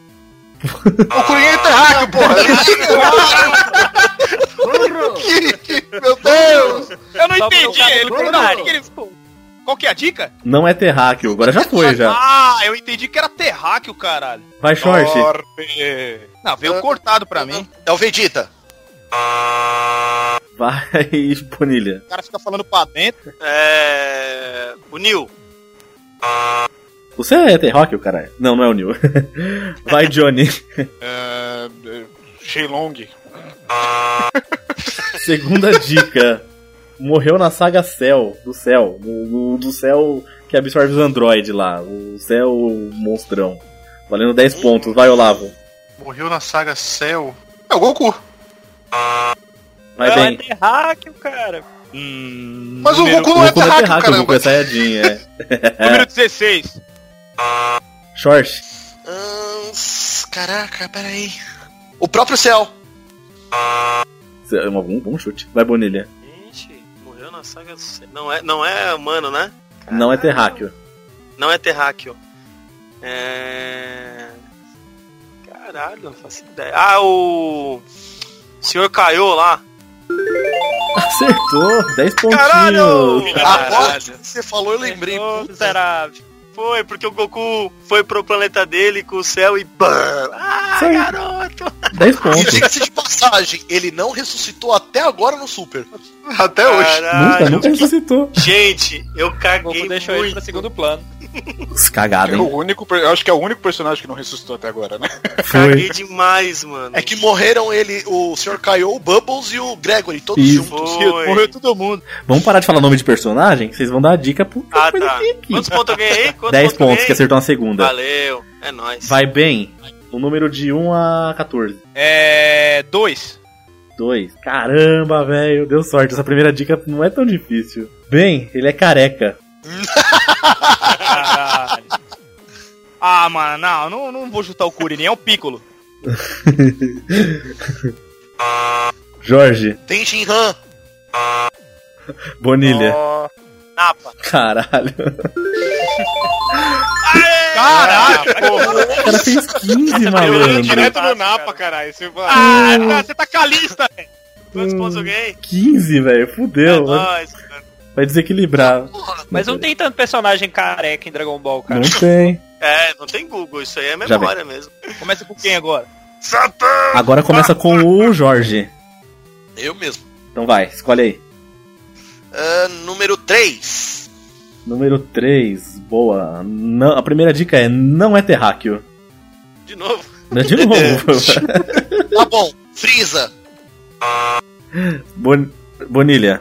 [SPEAKER 2] O Curinha é terráqueo, porra. Que- que- Meu Deus.
[SPEAKER 9] Eu não
[SPEAKER 7] Só
[SPEAKER 9] entendi.
[SPEAKER 7] colocar
[SPEAKER 9] Ele
[SPEAKER 7] tudo
[SPEAKER 9] perguntou
[SPEAKER 7] na
[SPEAKER 9] o que
[SPEAKER 7] água.
[SPEAKER 9] que ele falou. Qual que é a dica?
[SPEAKER 1] Não é terráqueo, agora já foi já.
[SPEAKER 9] Ah, eu entendi que era terráqueo, caralho.
[SPEAKER 1] Vai, short.
[SPEAKER 9] Não, veio cortado pra mim.
[SPEAKER 6] É o Vegeta.
[SPEAKER 1] Vai, <laughs> Bonilha.
[SPEAKER 9] O cara fica falando pra dentro.
[SPEAKER 3] É. O Nil.
[SPEAKER 1] Você é T-Rock, o caralho? Não, não é o Neil. <laughs> Vai, Johnny. <laughs>
[SPEAKER 2] É... Shenlong.
[SPEAKER 1] Segunda dica. Morreu na saga Cell, do céu, do, do- do céu que absorve os androides lá, o céu monstrão. Valendo 10 pontos, vai Olavo.
[SPEAKER 2] Morreu na saga Cell. É o Goku.
[SPEAKER 1] Vai
[SPEAKER 7] Não, é
[SPEAKER 1] bem.
[SPEAKER 7] terráqueo, cara.
[SPEAKER 9] Hum,
[SPEAKER 2] Mas o Goku não é
[SPEAKER 1] Goku não é
[SPEAKER 2] terráqueo,
[SPEAKER 1] terráqueo, o
[SPEAKER 2] caramba.
[SPEAKER 1] Goku é Saiyajin, é. <laughs>
[SPEAKER 9] Número 16.
[SPEAKER 1] Short,
[SPEAKER 6] Caraca, peraí. O próprio céu.
[SPEAKER 1] cê- é um bom chute. Vai Bonilha.
[SPEAKER 3] Gente, morreu na saga do céu. Não é, não é humano, né?
[SPEAKER 1] Não é terráqueo.
[SPEAKER 3] Não é terráqueo. É. Caralho, não faço ideia. Ah, o. Senhor caiu lá.
[SPEAKER 1] Acertou, 10 pontinhos.
[SPEAKER 3] Agora
[SPEAKER 6] que você falou, eu lembrei.
[SPEAKER 3] Será? Foi, porque o Goku foi pro planeta dele com o céu e. BAM! Ah, garoto!
[SPEAKER 1] 10
[SPEAKER 6] E diga-se de passagem, ele não ressuscitou até agora no Super.
[SPEAKER 2] Até
[SPEAKER 6] hoje.
[SPEAKER 1] Nunca, nunca ressuscitou.
[SPEAKER 3] Gente, eu caguei.
[SPEAKER 9] Deixou ele pra segundo plano.
[SPEAKER 1] Os cagados,
[SPEAKER 8] É o
[SPEAKER 1] hein?
[SPEAKER 8] único, per- acho que é o único personagem que não ressuscitou até agora, né?
[SPEAKER 1] Foi.
[SPEAKER 3] demais, mano.
[SPEAKER 6] É que morreram ele, o Sr. Kaiô, o Bubbles e o Gregory, todos
[SPEAKER 1] Isso.
[SPEAKER 6] juntos.
[SPEAKER 1] Foi.
[SPEAKER 6] Morreu todo mundo.
[SPEAKER 1] Vamos parar de falar nome de personagem? que Vocês vão dar a dica pro
[SPEAKER 3] Ah, tá. Quantos pontos eu ganhei?
[SPEAKER 1] 10 pontos, que acertou na segunda.
[SPEAKER 3] Valeu, é nóis.
[SPEAKER 1] Vai bem. O número de 1 a 14.
[SPEAKER 9] É. 2.
[SPEAKER 1] 2. Caramba, velho, deu sorte. Essa primeira dica não é tão difícil. Bem, ele é careca.
[SPEAKER 9] Caralho. Ah, mano, não, não, não vou chutar o Curi, nem é o Piccolo.
[SPEAKER 1] Jorge,
[SPEAKER 6] Tem Shinhan.
[SPEAKER 1] Bonilha.
[SPEAKER 9] Napa.
[SPEAKER 1] Caralho.
[SPEAKER 9] Caralho,
[SPEAKER 1] O cara fez 15, malandro.
[SPEAKER 8] um Direto no Napa, caralho. Você vai- Hum.
[SPEAKER 9] Ah, tá, você tá calista, velho.
[SPEAKER 3] Quantos pontos eu ganhei?
[SPEAKER 1] 15, velho.
[SPEAKER 9] é
[SPEAKER 1] Fudeu.
[SPEAKER 3] É,
[SPEAKER 1] vai- Vai desequilibrar.
[SPEAKER 7] Mas não tem tanto personagem careca em Dragon Ball, cara.
[SPEAKER 1] Não tem.
[SPEAKER 3] É, não tem Google, isso aí é
[SPEAKER 1] Já
[SPEAKER 3] memória mesmo.
[SPEAKER 9] Começa com quem agora?
[SPEAKER 1] Agora começa com o Jorge.
[SPEAKER 6] Eu mesmo.
[SPEAKER 1] Então vai, escolhe aí.
[SPEAKER 6] Ah, número 3.
[SPEAKER 1] Número 3, boa. Não- a primeira dica é não é terráqueo.
[SPEAKER 3] De novo.
[SPEAKER 1] Não é de novo. <laughs>
[SPEAKER 6] Tá bom, Frieza.
[SPEAKER 1] Bon- Bonilha.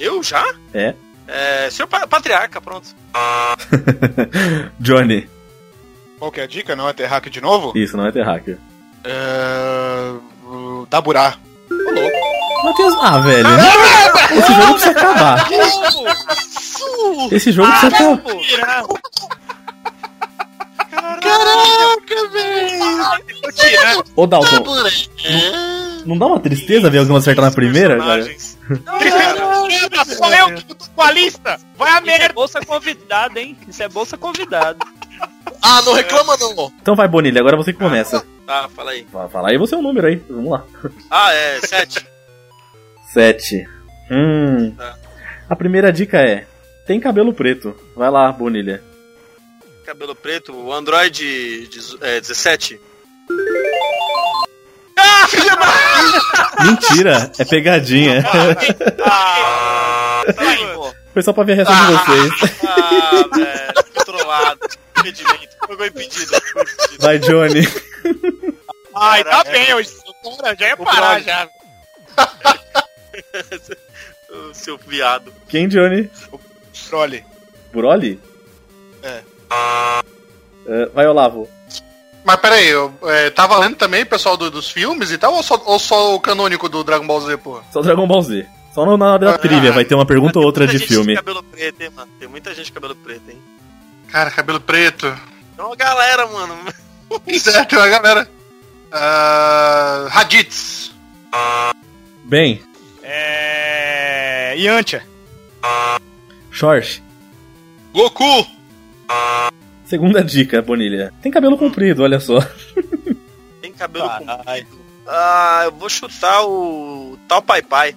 [SPEAKER 3] Eu já?
[SPEAKER 1] É.
[SPEAKER 3] É, senhor pa- patriarca,
[SPEAKER 7] <laughs>
[SPEAKER 3] pronto.
[SPEAKER 1] Johnny.
[SPEAKER 8] Qual que é a dica? Não é terráqueo de novo?
[SPEAKER 1] Isso, não é terráqueo.
[SPEAKER 8] É... o Daburá.
[SPEAKER 1] Matheus. Ah, velho. não- Esse jogo precisa acabar. Esse jogo
[SPEAKER 3] Ah,
[SPEAKER 1] precisa acabar.
[SPEAKER 6] Caraca, velho.
[SPEAKER 1] Ô, Dalton. Não dá uma tristeza ver alguém acertar na primeira, cara?
[SPEAKER 9] Merda, só eu que tô com a lista. Vai a merda.
[SPEAKER 7] Isso é bolsa convidado, hein? Isso é bolsa
[SPEAKER 9] <laughs>
[SPEAKER 7] convidado.
[SPEAKER 6] Ah, não reclama não.
[SPEAKER 1] Então vai, Bonilha, agora você que começa.
[SPEAKER 3] Tá, fala aí.
[SPEAKER 1] Fa- Fala aí você o número aí. Vamos lá.
[SPEAKER 3] Ah, é, sete.
[SPEAKER 1] <laughs> 7. Hum.
[SPEAKER 3] Tá.
[SPEAKER 1] A primeira dica é: tem cabelo preto. Vai lá, Bonilha.
[SPEAKER 3] Cabelo preto, o Android dezo- é, 17.
[SPEAKER 1] Mentira,
[SPEAKER 3] <laughs>
[SPEAKER 1] é pegadinha. Foi só pra ver a reação de vocês.
[SPEAKER 3] Ah, velho, controlado. Impedimento. Pegou impedido.
[SPEAKER 1] Vai, Johnny.
[SPEAKER 9] Ai, tá bem, eu cara, já ia parar já.
[SPEAKER 3] Ô, Seu viado.
[SPEAKER 1] Quem, Johnny?
[SPEAKER 8] Trole.
[SPEAKER 1] Buroli?
[SPEAKER 8] É.
[SPEAKER 1] Eh, vai, Olavo.
[SPEAKER 2] Mas peraí, eu, é, tá valendo também, pessoal, do- dos filmes e tal? Ou só, ou só o canônico do Dragon Ball Z, porra?
[SPEAKER 1] Só Dragon Ball Z. Só no- na hora
[SPEAKER 3] Ah,
[SPEAKER 1] da trivia vai ter uma pergunta ou outra de filme.
[SPEAKER 3] Cabelo preto, hein, mano. Tem muita gente com cabelo preto, hein.
[SPEAKER 2] Cara, cabelo preto.
[SPEAKER 3] Tem uma galera, mano.
[SPEAKER 2] certo, a galera. Ah, Raditz.
[SPEAKER 1] Bem,
[SPEAKER 9] É. Yantia.
[SPEAKER 1] Short.
[SPEAKER 6] Goku.
[SPEAKER 1] Segunda dica, Bonilha. Tem cabelo comprido, olha só.
[SPEAKER 3] Tem cabelo comprido. Ah, eu vou chutar o tal Pai Pai.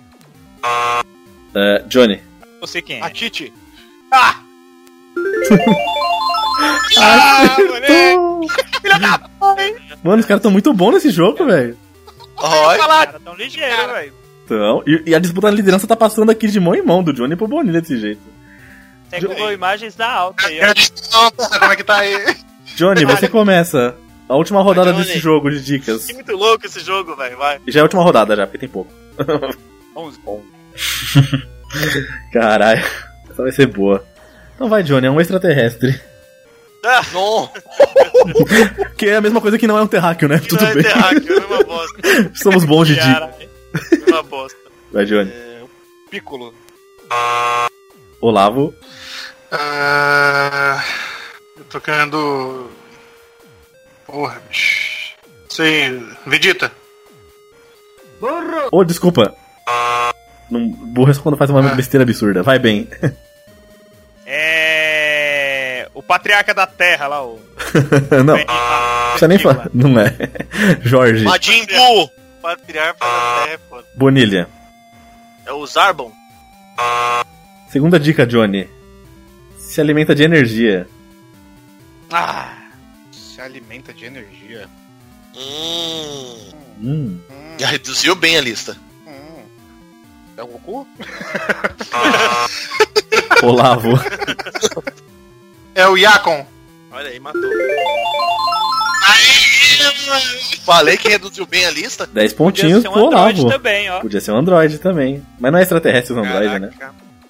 [SPEAKER 1] Eh, Johnny.
[SPEAKER 9] Eu sei quem é.
[SPEAKER 8] A Titi. Ah!
[SPEAKER 1] <laughs>
[SPEAKER 8] Ah,
[SPEAKER 1] Acertou!
[SPEAKER 8] <laughs>
[SPEAKER 1] Mano, os caras estão muito bons nesse jogo, velho.
[SPEAKER 9] Os caras tão ligeiros, velho.
[SPEAKER 1] Então, e, e a disputa na liderança tá passando aqui de mão em mão, do Johnny pro Bonilha desse jeito.
[SPEAKER 7] Tem Google Imagens da alta aí,
[SPEAKER 2] ó. Como é que tá aí?
[SPEAKER 1] Johnny, você começa. A última rodada desse jogo de dicas.
[SPEAKER 3] Que muito louco esse jogo, velho. Vai.
[SPEAKER 1] Já é a última rodada, já, porque
[SPEAKER 6] <laughs>
[SPEAKER 1] tem pouco.
[SPEAKER 3] 11.
[SPEAKER 1] <laughs> Caralho. Essa vai ser boa. Então vai, Johnny, é um extraterrestre.
[SPEAKER 3] Não.
[SPEAKER 1] que é a mesma coisa que não é um terráqueo, né? Tudo
[SPEAKER 3] é
[SPEAKER 1] bem.
[SPEAKER 3] terráqueo, é
[SPEAKER 1] <laughs>
[SPEAKER 3] uma bosta.
[SPEAKER 1] Somos bons de dica.
[SPEAKER 3] Caralho. Uma bosta.
[SPEAKER 1] Vai, Johnny.
[SPEAKER 3] Piccolo.
[SPEAKER 1] Olavo.
[SPEAKER 2] Ah, eu tô querendo. Porra, bicho. Sei, Vegeta.
[SPEAKER 1] Ô, desculpa. Não, burro é só quando faz
[SPEAKER 6] Ah.
[SPEAKER 1] uma besteira absurda. Vai bem. <laughs>
[SPEAKER 9] É. O patriarca da terra lá, o.
[SPEAKER 1] não. Você nem fala. Não é. <laughs> Jorge.
[SPEAKER 3] Majin Buu. Patriarca da Terra, pô.
[SPEAKER 1] Bonilha.
[SPEAKER 3] É o Zarbon.
[SPEAKER 1] Segunda dica, Johnny. Se alimenta de energia.
[SPEAKER 2] Ah! Se alimenta de energia.
[SPEAKER 6] Hum.
[SPEAKER 1] Hum.
[SPEAKER 6] Já reduziu bem a lista.
[SPEAKER 2] É o Goku?
[SPEAKER 6] <laughs>
[SPEAKER 1] Olavo.
[SPEAKER 2] É o Yakon.
[SPEAKER 3] Olha aí, matou.
[SPEAKER 6] Falei que reduziu bem a lista.
[SPEAKER 1] 10 pontinhos
[SPEAKER 6] ser um
[SPEAKER 1] pro
[SPEAKER 6] androide
[SPEAKER 1] Olavo.
[SPEAKER 6] também, ó.
[SPEAKER 1] Podia ser um Android também. Mas não é extraterrestre os Android, né?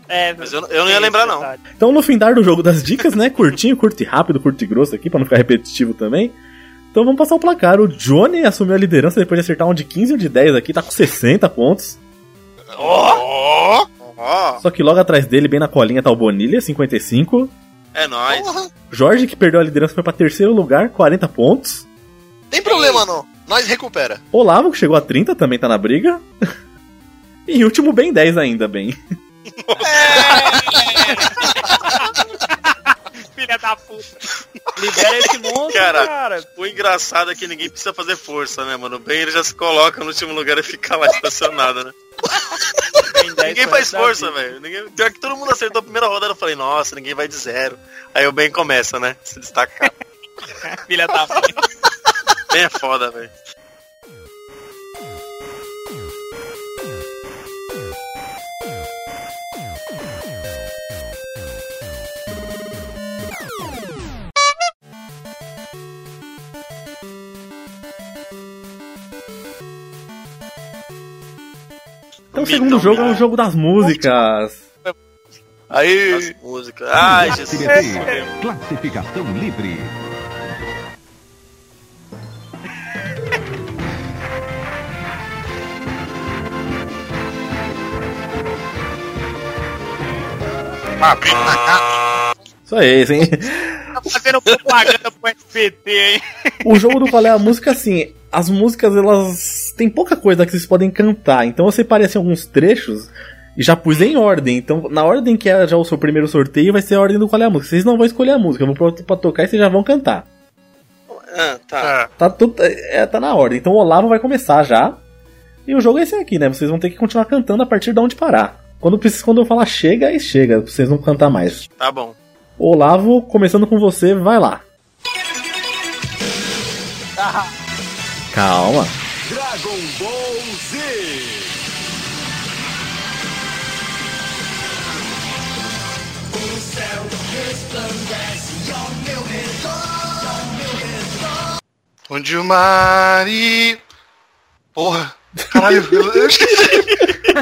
[SPEAKER 7] É,
[SPEAKER 3] mas eu, eu não ia lembrar, não.
[SPEAKER 1] Então, no fim do jogo das dicas, né? Curtinho, curto e rápido, curto e grosso aqui, pra não ficar repetitivo também. Então vamos passar o placar. O Johnny assumiu a liderança depois de acertar um de 15 e um de 10 aqui, tá com 60 pontos.
[SPEAKER 3] Ó!
[SPEAKER 1] Só que logo atrás dele, bem na colinha, tá o Bonilha, 55.
[SPEAKER 3] É nóis.
[SPEAKER 1] Jorge, que perdeu a liderança, foi pra terceiro lugar, 40 pontos.
[SPEAKER 6] Tem problema não. Nós recupera.
[SPEAKER 1] Olavo, que chegou a 30, também tá na briga. <laughs> E em último, bem 10 ainda, bem.
[SPEAKER 7] Filha da puta. Libera esse monstro,
[SPEAKER 3] Cara,
[SPEAKER 7] cara.
[SPEAKER 3] o engraçado é que ninguém precisa fazer força, né, mano? O Ben ele já se coloca no último lugar e fica lá estacionado, né? ninguém faz força, velho. Ninguém... Pior que todo mundo acertou a primeira rodada, eu falei, nossa, ninguém vai de zero. Aí o Ben começa, né? Se destacar.
[SPEAKER 7] Filha da puta.
[SPEAKER 3] Ben é foda, velho.
[SPEAKER 1] Então o segundo jogo é o jogo das músicas.
[SPEAKER 3] Aí. As músicas. Ai, Jesus.
[SPEAKER 9] É,
[SPEAKER 14] Classificação livre.
[SPEAKER 1] Isso aí, sim.
[SPEAKER 9] Tá fazendo propaganda pro SBT, hein?
[SPEAKER 1] O jogo do qual é a música, assim, as músicas elas tem pouca coisa que vocês podem cantar, então eu separei assim, alguns trechos e já pus em ordem. Então, na ordem que é já o seu primeiro sorteio, vai ser a ordem do qual é a música. Vocês não vão escolher a música, eu vou pôr pra tocar e vocês já vão cantar.
[SPEAKER 3] Ah, tá.
[SPEAKER 1] Tá, tudo, é, tá na ordem. Então o Olavo vai começar já. E o jogo é esse aqui, né? Vocês vão ter que continuar cantando a partir de onde parar. Quando, precis- quando eu falar chega, aí chega, vocês não cantar mais.
[SPEAKER 3] Tá bom.
[SPEAKER 1] Olavo, começando com você, vai lá. Calma.
[SPEAKER 14] Dragon Ball Z.
[SPEAKER 4] O céu resplandece ao meu redor, ao meu redor.
[SPEAKER 2] Onde o Mari. Porra. Caralho, eu eu esqueci.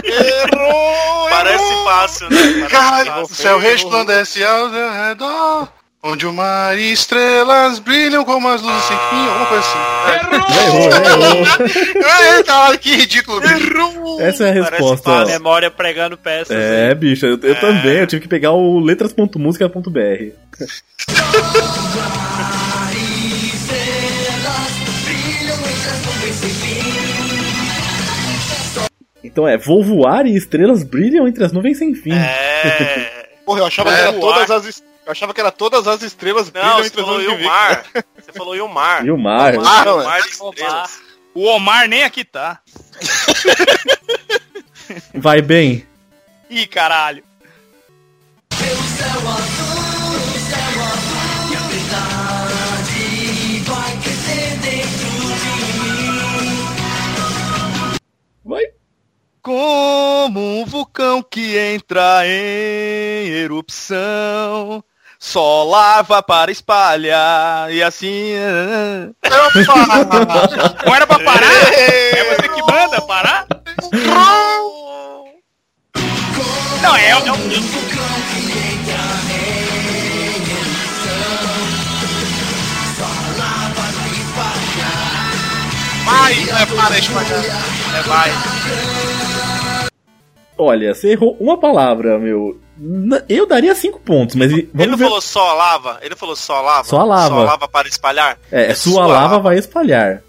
[SPEAKER 2] Errou!
[SPEAKER 3] Parece fácil, né? Parece
[SPEAKER 2] Caralho, o
[SPEAKER 3] fácil.
[SPEAKER 9] é
[SPEAKER 2] céu resplandece ao meu redor. Onde o mar e estrelas brilham como as luzes sem fim, alguma coisa assim. Errou! Caralho, é, tá, que ridículo, bicho.
[SPEAKER 1] Essa é a resposta.
[SPEAKER 3] né,
[SPEAKER 7] fácil.
[SPEAKER 1] ó.
[SPEAKER 7] Memória pregando peças.
[SPEAKER 1] É, bicho, eu, eu também. Eu tive que pegar o letras.música.br.
[SPEAKER 4] Estrelas brilham entre as nuvens sem fim.
[SPEAKER 1] Então é, vou voar e estrelas brilham entre as nuvens sem fim.
[SPEAKER 3] É.
[SPEAKER 8] Porra, eu achava, que era todas as, es- eu achava que era todas as estrelas
[SPEAKER 3] Não,
[SPEAKER 8] brilham
[SPEAKER 3] você
[SPEAKER 8] entre as
[SPEAKER 3] falou
[SPEAKER 8] nuvens de
[SPEAKER 3] Ilmar. Você falou Ilmar.
[SPEAKER 1] E o mar.
[SPEAKER 3] Omar,
[SPEAKER 8] <laughs> não, é.
[SPEAKER 3] Omar de estrelas.
[SPEAKER 9] O Omar nem aqui tá.
[SPEAKER 1] Vai bem.
[SPEAKER 9] Ih, caralho.
[SPEAKER 4] O céu azul, o céu azul. E a verdade vai crescer dentro de mim.
[SPEAKER 1] Vai.
[SPEAKER 9] Como um vulcão que entra em
[SPEAKER 8] erupção. Só lava para espalhar e assim. Não era pra parar? É você que manda parar? Não, é, é um
[SPEAKER 2] Vai, não é para espalhar. É vai.
[SPEAKER 1] Olha, você errou uma palavra, meu. Na- Eu daria cinco pontos, mas vamos
[SPEAKER 3] Ele não
[SPEAKER 1] ver.
[SPEAKER 3] falou só lava? Ele não falou só lava?
[SPEAKER 1] Só lava.
[SPEAKER 3] Só lava para espalhar?
[SPEAKER 1] É, sua, lava, vai espalhar.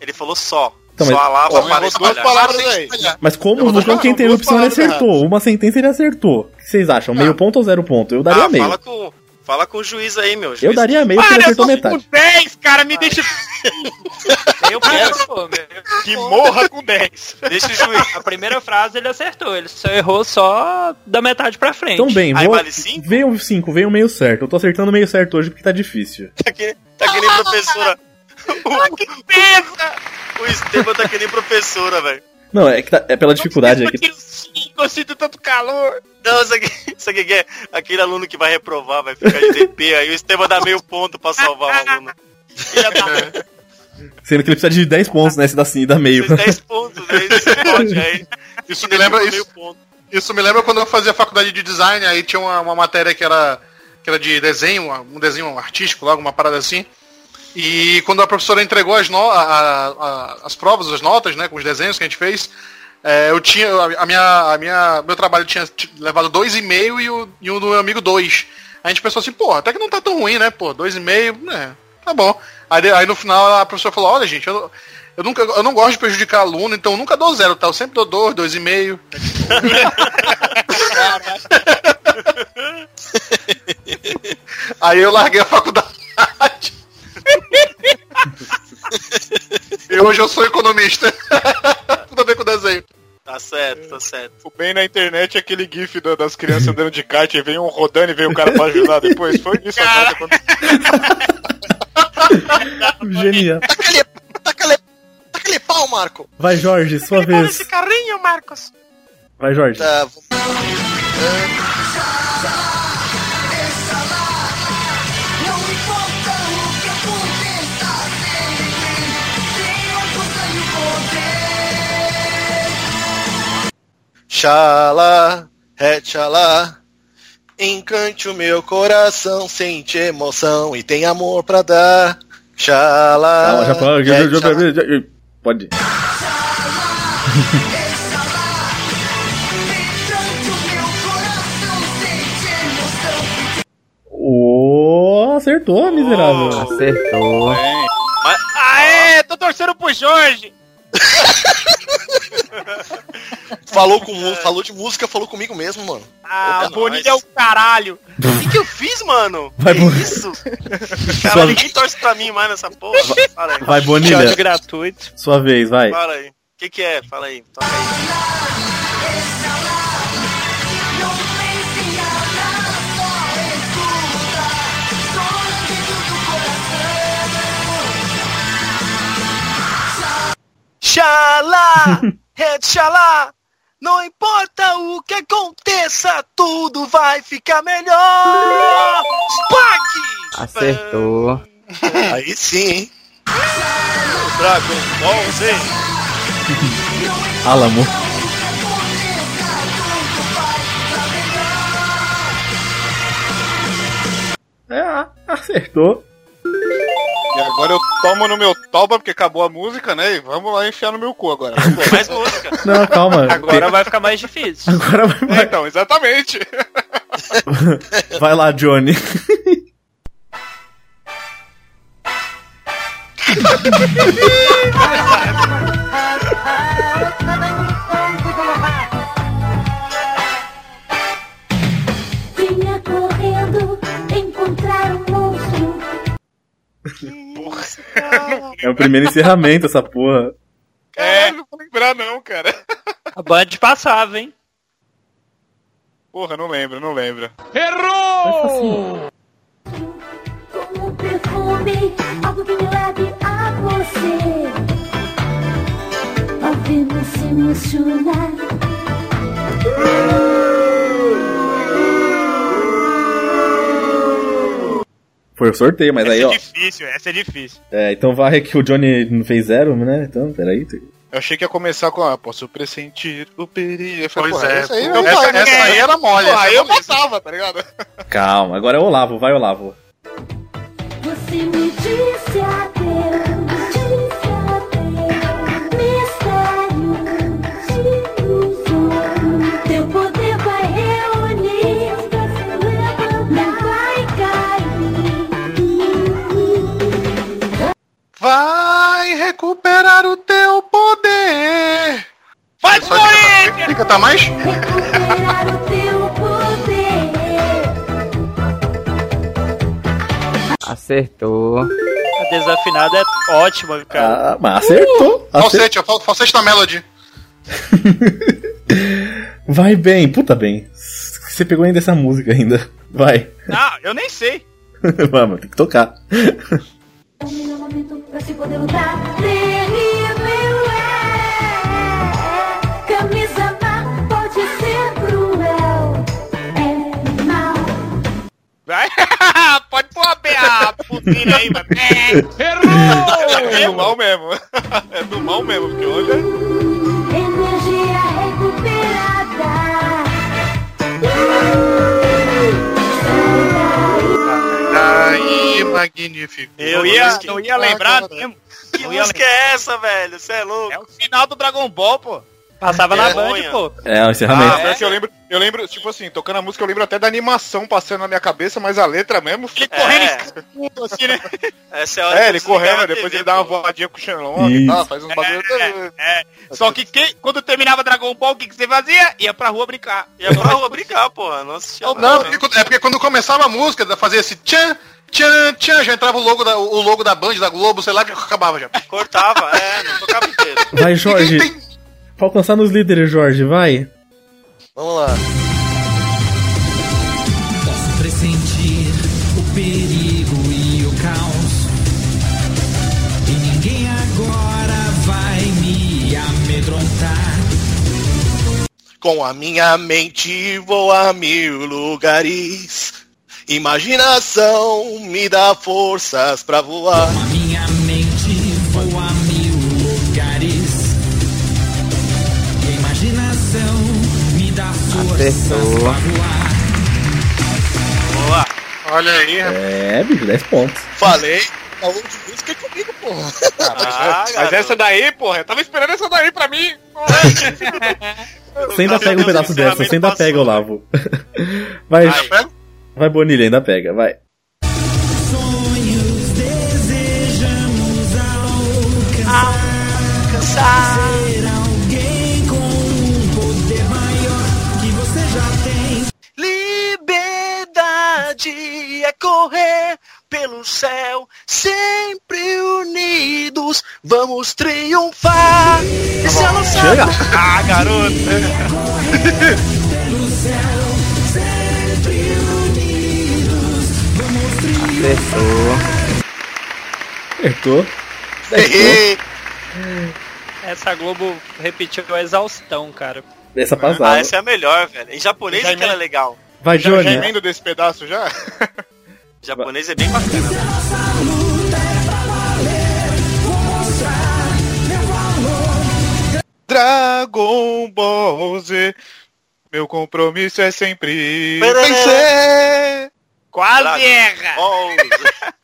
[SPEAKER 3] Ele falou só.
[SPEAKER 1] Então,
[SPEAKER 3] só
[SPEAKER 1] mas-
[SPEAKER 3] lava
[SPEAKER 1] Ó,
[SPEAKER 3] para
[SPEAKER 2] errou duas
[SPEAKER 3] espalhar.
[SPEAKER 2] palavras
[SPEAKER 3] Para
[SPEAKER 2] aí.
[SPEAKER 3] espalhar.
[SPEAKER 1] Mas como o Vulcão quem teve a opção ele acertou. Uma sentença ele acertou. O que vocês acham? Meio ponto ou zero ponto? Eu daria
[SPEAKER 3] Ah,
[SPEAKER 1] meio.
[SPEAKER 3] fala com, fala com o juiz aí, meu.
[SPEAKER 1] Eu
[SPEAKER 3] juiz.
[SPEAKER 1] daria meio porque ele acertou metade.
[SPEAKER 8] 10, cara, me deixa. <laughs> Eu quero, pô, meu. Que morra com 10.
[SPEAKER 9] Deixa o juiz. A primeira frase ele acertou, ele só errou só da metade pra frente.
[SPEAKER 1] Então bem,
[SPEAKER 9] Aí
[SPEAKER 1] vou...
[SPEAKER 9] vale sim?
[SPEAKER 1] veio cinco, veio meio certo. Eu tô acertando meio certo hoje porque tá difícil.
[SPEAKER 3] Tá que, tá que nem
[SPEAKER 8] <laughs>
[SPEAKER 3] professora.
[SPEAKER 8] Ah,
[SPEAKER 3] O, que pesa! O Esteban tá que nem professora, velho.
[SPEAKER 1] Não, é, que tá- é pela dificuldade aqui.
[SPEAKER 3] Eu sinto tanto calor. Não, sabe o que que é? Aquele aluno que vai reprovar, vai ficar de DP, aí o Esteban dá meio ponto pra salvar o aluno. Filha da-
[SPEAKER 1] Sendo que ele precisa de 10 pontos, né? Se dá sim, dá meio.
[SPEAKER 3] 10 pontos, né?
[SPEAKER 1] <laughs>
[SPEAKER 3] Isso pode, aí.
[SPEAKER 2] Isso me lembra
[SPEAKER 3] Meio
[SPEAKER 2] isso. Isso me lembra quando eu fazia faculdade de design, aí tinha uma, uma matéria que era, que era de desenho, um desenho artístico, logo, uma parada assim. E quando a professora entregou as, no- a- a- a- as provas, as notas, né, com os desenhos que a gente fez, é, eu tinha. A a minha, a minha, meu trabalho tinha t- levado 2,5 e o, e o do meu amigo 2. A gente pensou assim, pô, até que não tá tão ruim, né? Pô, 2,5, né? Tá bom. Aí, de- aí no final a professora falou, olha, gente, eu, não- eu, nunca, eu não gosto de prejudicar aluno, então eu nunca dou zero, tá? Eu sempre dou 2, 2,5. Aí eu larguei a faculdade. e hoje eu sou economista. Tudo a ver com desenho.
[SPEAKER 3] Tá certo, tá certo.
[SPEAKER 25] O bem na internet é aquele gif da- das crianças andando de kart, e vem um rodando e vem o cara pra ajudar depois. Foi isso a conta
[SPEAKER 1] <laughs> Genial.
[SPEAKER 6] Aquele pau, Marco.
[SPEAKER 1] Vai, Jorge, sua vez.
[SPEAKER 6] carrinho, Marcos.
[SPEAKER 1] Vai, Jorge.
[SPEAKER 6] Tá, Xalá, é xalá. Encante o meu coração, sente emoção e tem amor pra dar. Xalá. é
[SPEAKER 1] Ah, já falou, já- já- já- já- já- Pode. Ô, acertou, miserável. Acertou.
[SPEAKER 8] Aê, tô torcendo pro Jorge.
[SPEAKER 6] Falou, com, mu- falou de música, falou comigo mesmo, mano.
[SPEAKER 8] Ah,
[SPEAKER 6] Opa,
[SPEAKER 8] o Bonilha é o
[SPEAKER 9] um
[SPEAKER 8] caralho.
[SPEAKER 3] O que, que eu fiz, mano?
[SPEAKER 1] Vai,
[SPEAKER 3] que
[SPEAKER 1] Bo- <laughs>
[SPEAKER 3] isso? Cara, ninguém torce pra mim mais nessa porra. Fala aí.
[SPEAKER 1] Vai, Bonilha.
[SPEAKER 9] gratuito.
[SPEAKER 1] Sua vez, vai.
[SPEAKER 9] Ah.
[SPEAKER 3] Fala aí. O que, que é? Fala aí. Toca
[SPEAKER 1] <laughs>
[SPEAKER 3] aí.
[SPEAKER 1] <laughs>
[SPEAKER 11] Xalá, é xalá, não importa o que aconteça, tudo vai ficar melhor. Spack!
[SPEAKER 26] Acertou.
[SPEAKER 6] Aí sim, hein?
[SPEAKER 3] Dragon Ball Z.
[SPEAKER 1] Alamo. É, acertou.
[SPEAKER 25] E agora eu tomo no meu toba porque acabou a música, né? E vamos lá enfiar no meu cu agora.
[SPEAKER 3] Mais música.
[SPEAKER 1] Não, calma.
[SPEAKER 9] Agora vai ficar mais difícil.
[SPEAKER 1] Agora
[SPEAKER 9] <laughs>
[SPEAKER 1] vai.
[SPEAKER 25] então, exatamente.
[SPEAKER 1] Vai lá, Johnny.
[SPEAKER 11] Vinha correndo encontrar um monstro.
[SPEAKER 1] É o primeiro encerramento, essa porra.
[SPEAKER 25] É, não vou lembrar não, cara.
[SPEAKER 9] A Band passava, hein?
[SPEAKER 25] Porra, não lembro, não lembro.
[SPEAKER 11] Errou! Como um perfume, algo que me leve a você. Ouvindo se emocionar.
[SPEAKER 1] Foi sorteio, mas
[SPEAKER 9] essa
[SPEAKER 1] aí,
[SPEAKER 9] é <laughs>
[SPEAKER 1] ó.
[SPEAKER 9] difícil, essa é difícil.
[SPEAKER 1] É, então varre que o Johnny não fez zero, né? Então, peraí.
[SPEAKER 8] Eu achei que ia começar com ah, posso pressentir o perigo. Eu falei,
[SPEAKER 2] Pois
[SPEAKER 8] "Pô,
[SPEAKER 2] é,
[SPEAKER 8] essa aí,
[SPEAKER 2] pô,
[SPEAKER 8] eu
[SPEAKER 2] essa-
[SPEAKER 8] falei,
[SPEAKER 2] essa
[SPEAKER 8] "Ninguém".
[SPEAKER 2] aí era mole,
[SPEAKER 8] Pô,
[SPEAKER 2] essa
[SPEAKER 8] Aí
[SPEAKER 2] é
[SPEAKER 8] eu
[SPEAKER 2] mole.
[SPEAKER 8] passava, tá ligado?
[SPEAKER 1] Calma, agora é o Olavo, vai Olavo.
[SPEAKER 4] Você me disse adeus, disse adeus, mistério de ilusão. Teu poder vai reunir, não vai cair.
[SPEAKER 2] Vai recuperar o teu poder. Vai, Corinthians! Fica, tá mais?
[SPEAKER 4] Recuperar o teu poder.
[SPEAKER 17] Acertou.
[SPEAKER 7] A desafinada é ótima, cara.
[SPEAKER 1] Ah, mas
[SPEAKER 9] Uh!
[SPEAKER 1] acertou. Acertou.
[SPEAKER 2] Falsete, ó, fal- falsete na Melody.
[SPEAKER 1] Vai bem, puta bem. Você pegou ainda essa música ainda. Vai. <laughs>
[SPEAKER 9] Ah, eu nem sei.
[SPEAKER 1] Vamos, tem que tocar.
[SPEAKER 4] É o melhor momento pra se poder lutar. Terrível é. Camisa má pode ser cruel. É mal.
[SPEAKER 9] Vai. <laughs> Pode pôr a PA, putinha aí,
[SPEAKER 3] <laughs>
[SPEAKER 9] mano. É,
[SPEAKER 8] É do mal mesmo. <laughs> É do mal mesmo, porque olha.
[SPEAKER 4] Energia recuperada.
[SPEAKER 2] Aí, magnífico. Ah,
[SPEAKER 9] Eu ia, não
[SPEAKER 2] tá
[SPEAKER 9] ia lembrar mesmo. Que
[SPEAKER 3] música
[SPEAKER 9] é essa, velho? Você é louco? É o final do Dragon Ball, pô.
[SPEAKER 7] Passava
[SPEAKER 9] na
[SPEAKER 7] Band, pô.
[SPEAKER 1] É, o encerramento.
[SPEAKER 9] Ah,
[SPEAKER 8] é que eu lembro, eu lembro, tipo assim, tocando a música, eu lembro até da animação passando na minha cabeça, mas a letra mesmo. é Ele correndo assim, né?
[SPEAKER 3] É. <laughs> Essa é a hora
[SPEAKER 8] É,
[SPEAKER 3] que
[SPEAKER 8] ele
[SPEAKER 3] você ligar
[SPEAKER 8] correndo,
[SPEAKER 3] na
[SPEAKER 8] depois
[SPEAKER 3] TV,
[SPEAKER 8] ele dá uma voadinha com o
[SPEAKER 2] né,
[SPEAKER 8] Shenlong e tal,
[SPEAKER 1] Isso.
[SPEAKER 8] faz uns bagulho.
[SPEAKER 9] É, é. Só que quem- quando terminava Dragon Ball, o que, que você fazia? Ia pra rua brincar.
[SPEAKER 3] Ia pra rua brincar, porra. Não assistia
[SPEAKER 2] Não,
[SPEAKER 3] nada.
[SPEAKER 2] porque quando- é porque quando começava a música, fazia esse tchan, tchan, tchan, já entrava o logo da, o logo da Band, da Globo, sei lá, que acabava já.
[SPEAKER 3] Cortava, é, não tocava inteiro.
[SPEAKER 1] Vai, Jorge. Pra alcançar nos líderes, Jorge, vai.
[SPEAKER 6] Vamos lá.
[SPEAKER 11] Posso pressentir o perigo e o caos. E ninguém agora vai me amedrontar.
[SPEAKER 6] Com a minha mente vou a mil lugares. Imaginação me dá forças pra voar.
[SPEAKER 11] Minha mente voa a mil lugares. E a imaginação me dá forças pra voar.
[SPEAKER 2] Boa. Olha aí,
[SPEAKER 1] É, bicho, 10 pontos.
[SPEAKER 6] Falei, a última música é comigo, porra.
[SPEAKER 3] Ah,
[SPEAKER 2] é
[SPEAKER 8] mas essa daí, porra, eu tava esperando essa daí pra mim.
[SPEAKER 1] Você ainda pega um pedaço
[SPEAKER 3] é
[SPEAKER 1] dessa, você ainda
[SPEAKER 3] né?
[SPEAKER 1] pega, Olavo. <laughs> Vai, vai Bonilha, ainda pega, vai.
[SPEAKER 11] Sonhos desejamos alcançar. Ser alguém com um poder maior que você já tem.
[SPEAKER 3] Liberdade é correr pelo céu, sempre unidos, vamos triunfar. Esse é o nosso-
[SPEAKER 4] Chega.
[SPEAKER 3] Ah, garoto!
[SPEAKER 1] Acertou.
[SPEAKER 7] Essa Globo repetiu a exaustão, cara.
[SPEAKER 1] Essa passada.
[SPEAKER 3] Ah, essa é a melhor, velho. Em japonês é que ela é legal.
[SPEAKER 1] Vai,
[SPEAKER 8] já,
[SPEAKER 1] Johnny.
[SPEAKER 8] Já emendo desse pedaço já?
[SPEAKER 3] Em japonês
[SPEAKER 8] <laughs>
[SPEAKER 3] é bem bacana.
[SPEAKER 8] Dragon Ball Z. Meu compromisso é sempre
[SPEAKER 3] Pererê.
[SPEAKER 8] vencer.
[SPEAKER 9] Quase erra!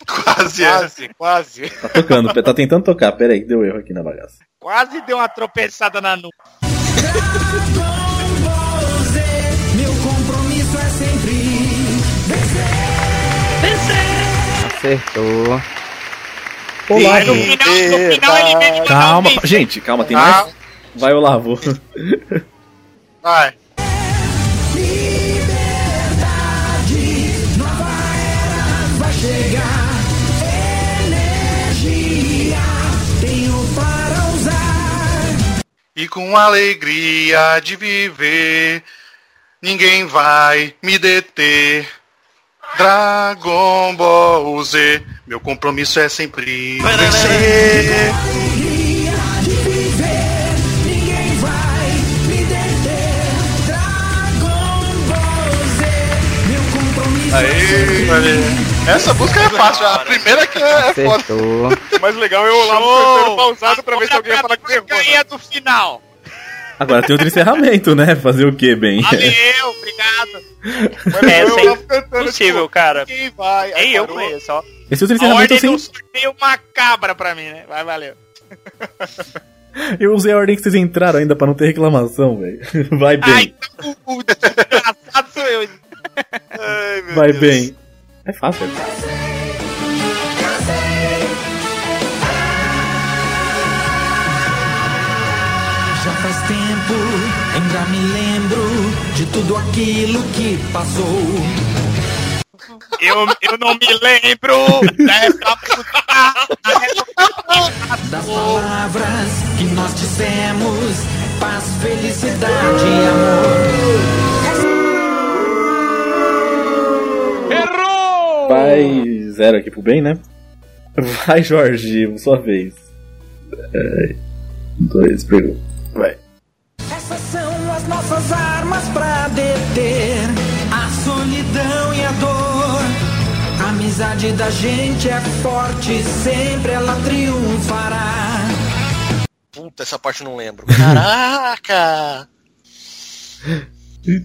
[SPEAKER 2] Quase,
[SPEAKER 8] quase, quase.
[SPEAKER 1] Tá tocando, tá tentando tocar, pera aí, deu erro aqui na bagaça.
[SPEAKER 9] Quase deu uma tropeçada na nuca.
[SPEAKER 11] Meu compromisso é sempre vencer. Vencer!
[SPEAKER 17] Acertou.
[SPEAKER 11] no
[SPEAKER 1] Olavo.
[SPEAKER 11] final- no final ele mesmo
[SPEAKER 9] um
[SPEAKER 1] Calma, gente, calma, tem
[SPEAKER 11] Ah.
[SPEAKER 1] mais? Vai, Olavo.
[SPEAKER 2] Vai.
[SPEAKER 11] Liberdade, nova era vai chegar. Energia tenho para usar.
[SPEAKER 2] E com alegria de viver, ninguém vai me deter. Dragon Ball Z, meu compromisso é sempre vencer.
[SPEAKER 11] Alegria de viver, ninguém vai me deter. Dragon Ball Z, meu compromisso é sempre
[SPEAKER 2] Essa música é fácil, a primeira que é foda.
[SPEAKER 17] Acertou.
[SPEAKER 8] O mais legal é eu lá no terceiro pausado pra ver se alguém ia falar que errou.
[SPEAKER 9] Ganha do
[SPEAKER 8] <laughs>
[SPEAKER 9] final.
[SPEAKER 1] Agora tem o de encerramento, né? Fazer o quê, bem?
[SPEAKER 9] Valeu, obrigado.
[SPEAKER 7] Essa é impossível, cara.
[SPEAKER 9] Quem vai?
[SPEAKER 7] Nem eu conheço, ó.
[SPEAKER 1] Esse
[SPEAKER 9] A
[SPEAKER 1] outro encerramento assim,
[SPEAKER 9] ordem
[SPEAKER 1] eu,
[SPEAKER 9] do
[SPEAKER 1] sem...
[SPEAKER 9] sorteio macabra pra mim, né? Vai, valeu.
[SPEAKER 1] eu usei a ordem que vocês entraram ainda pra não ter reclamação, velho. Vai bem,
[SPEAKER 3] tá
[SPEAKER 9] O desgraçado sou eu. Ai, meu
[SPEAKER 1] vai
[SPEAKER 9] Deus.
[SPEAKER 1] bem. É fácil.
[SPEAKER 11] Já faz tempo, ainda me lembro de tudo aquilo que passou.
[SPEAKER 9] Eu, eu não me lembro dessa
[SPEAKER 11] Das palavras que nós dissemos, paz, felicidade e amor.
[SPEAKER 1] Vai zero aqui pro bem, né? Vai, Jorge, sua vez. É, dois, pegou. Vai.
[SPEAKER 11] Essas são as nossas armas pra deter a solidão e a dor. A amizade da gente é forte, sempre ela triunfará.
[SPEAKER 6] Puta, essa parte eu não lembro. Caraca!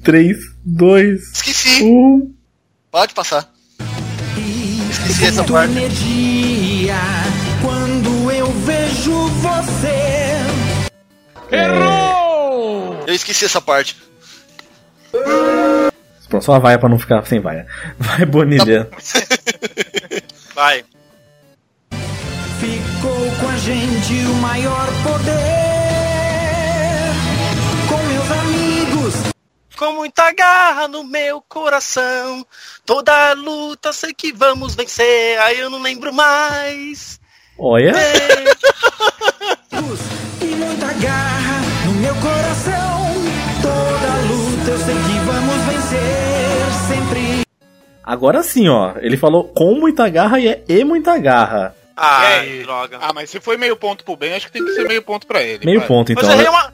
[SPEAKER 1] 3, 2,
[SPEAKER 6] Esqueci.
[SPEAKER 1] 1.
[SPEAKER 6] Pode passar. Esqueci essa
[SPEAKER 11] Sinto
[SPEAKER 6] parte.
[SPEAKER 11] energia quando eu vejo você.
[SPEAKER 6] Eu esqueci essa parte.
[SPEAKER 1] Pronto, só a vaia pra não ficar sem vaia. Vai, Bonilha.
[SPEAKER 9] Vai.
[SPEAKER 11] Ficou com a gente o maior poder. Com meus amigos.
[SPEAKER 9] Com muita garra no meu coração, toda luta sei que vamos vencer, aí eu não lembro mais.
[SPEAKER 1] Olha.
[SPEAKER 11] E muita garra no meu coração. Toda luta eu sei que vamos vencer sempre.
[SPEAKER 1] Agora sim, ó. Ele falou com muita garra e é e muita garra.
[SPEAKER 9] Ah,
[SPEAKER 8] droga. Ah, mas se foi meio ponto pro bem, acho que tem que ser meio ponto pra ele.
[SPEAKER 1] Meio
[SPEAKER 8] vai.
[SPEAKER 1] ponto, então. não, Não importa.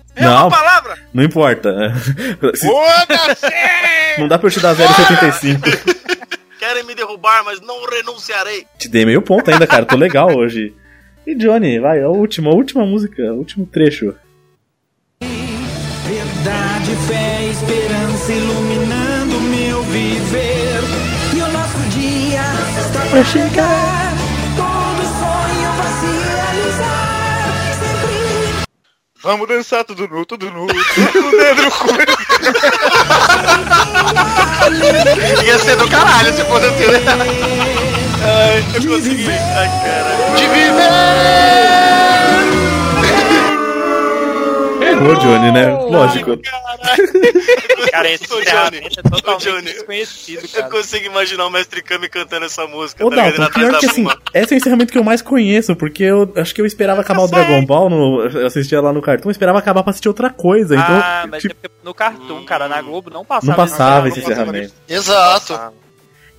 [SPEAKER 1] Se- não dá pra eu te dar 0,75.
[SPEAKER 3] Querem me derrubar, mas não renunciarei.
[SPEAKER 1] te dei meio ponto ainda, cara. Tô legal hoje. E Johnny, vai, a última, a última música, o último trecho.
[SPEAKER 11] Verdade, fé, esperança iluminando meu viver. E o nosso dia está pra chegar. Todo sonho vai se realizar. Sempre
[SPEAKER 8] Vamos dançar tudo nu, tudo nu. Tudo dentro do cu.
[SPEAKER 2] <laughs> Ia ser do caralho se fosse assim, né? Ai, eu consegui. Ai, cara. De viver!
[SPEAKER 1] Errou, Johnny, né? Lógico.
[SPEAKER 7] Cara, esse
[SPEAKER 3] Ô, Johnny,
[SPEAKER 7] encerramento é totalmente
[SPEAKER 3] ô, Johnny, É
[SPEAKER 7] desconhecido,
[SPEAKER 3] Eu
[SPEAKER 7] cara.
[SPEAKER 3] consigo imaginar o Mestre Kami cantando essa música,
[SPEAKER 1] Ô,
[SPEAKER 3] tá ligado? Ele
[SPEAKER 1] Dalton,
[SPEAKER 3] atrás
[SPEAKER 1] pior
[SPEAKER 3] da
[SPEAKER 1] que assim,
[SPEAKER 3] bomba.
[SPEAKER 1] esse é o encerramento que eu mais conheço, porque eu acho que eu esperava acabar o Dragon Ball, no, eu assistia lá no cartoon, eu esperava acabar pra assistir outra coisa, então
[SPEAKER 7] ah, mas é porque no Cartoon, cara, na Globo não
[SPEAKER 9] é
[SPEAKER 7] passava.
[SPEAKER 1] não passava
[SPEAKER 9] né?
[SPEAKER 7] esse
[SPEAKER 1] esse encerramento.
[SPEAKER 6] Exato.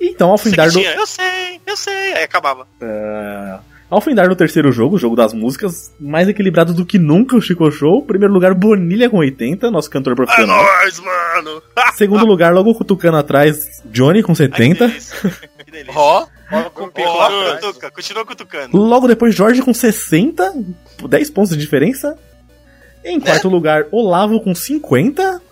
[SPEAKER 1] Então, ao findar do,
[SPEAKER 3] Tinha, eu sei, eu sei. Aí acabava.
[SPEAKER 1] Ah, ao findar do terceiro jogo, o jogo das músicas, mais equilibrado do que nunca o Chico Show. Primeiro lugar, Bonilha com 80, nosso cantor
[SPEAKER 3] É
[SPEAKER 1] profissional.
[SPEAKER 3] nóis, mano.
[SPEAKER 1] Segundo lugar, logo cutucando atrás, Johnny com 70.
[SPEAKER 6] Ó.
[SPEAKER 3] Ó, cutuca, continua cutucando.
[SPEAKER 1] Logo depois, Jorge com 60, 10 pontos de diferença. Em quarto lugar, Olavo com 50.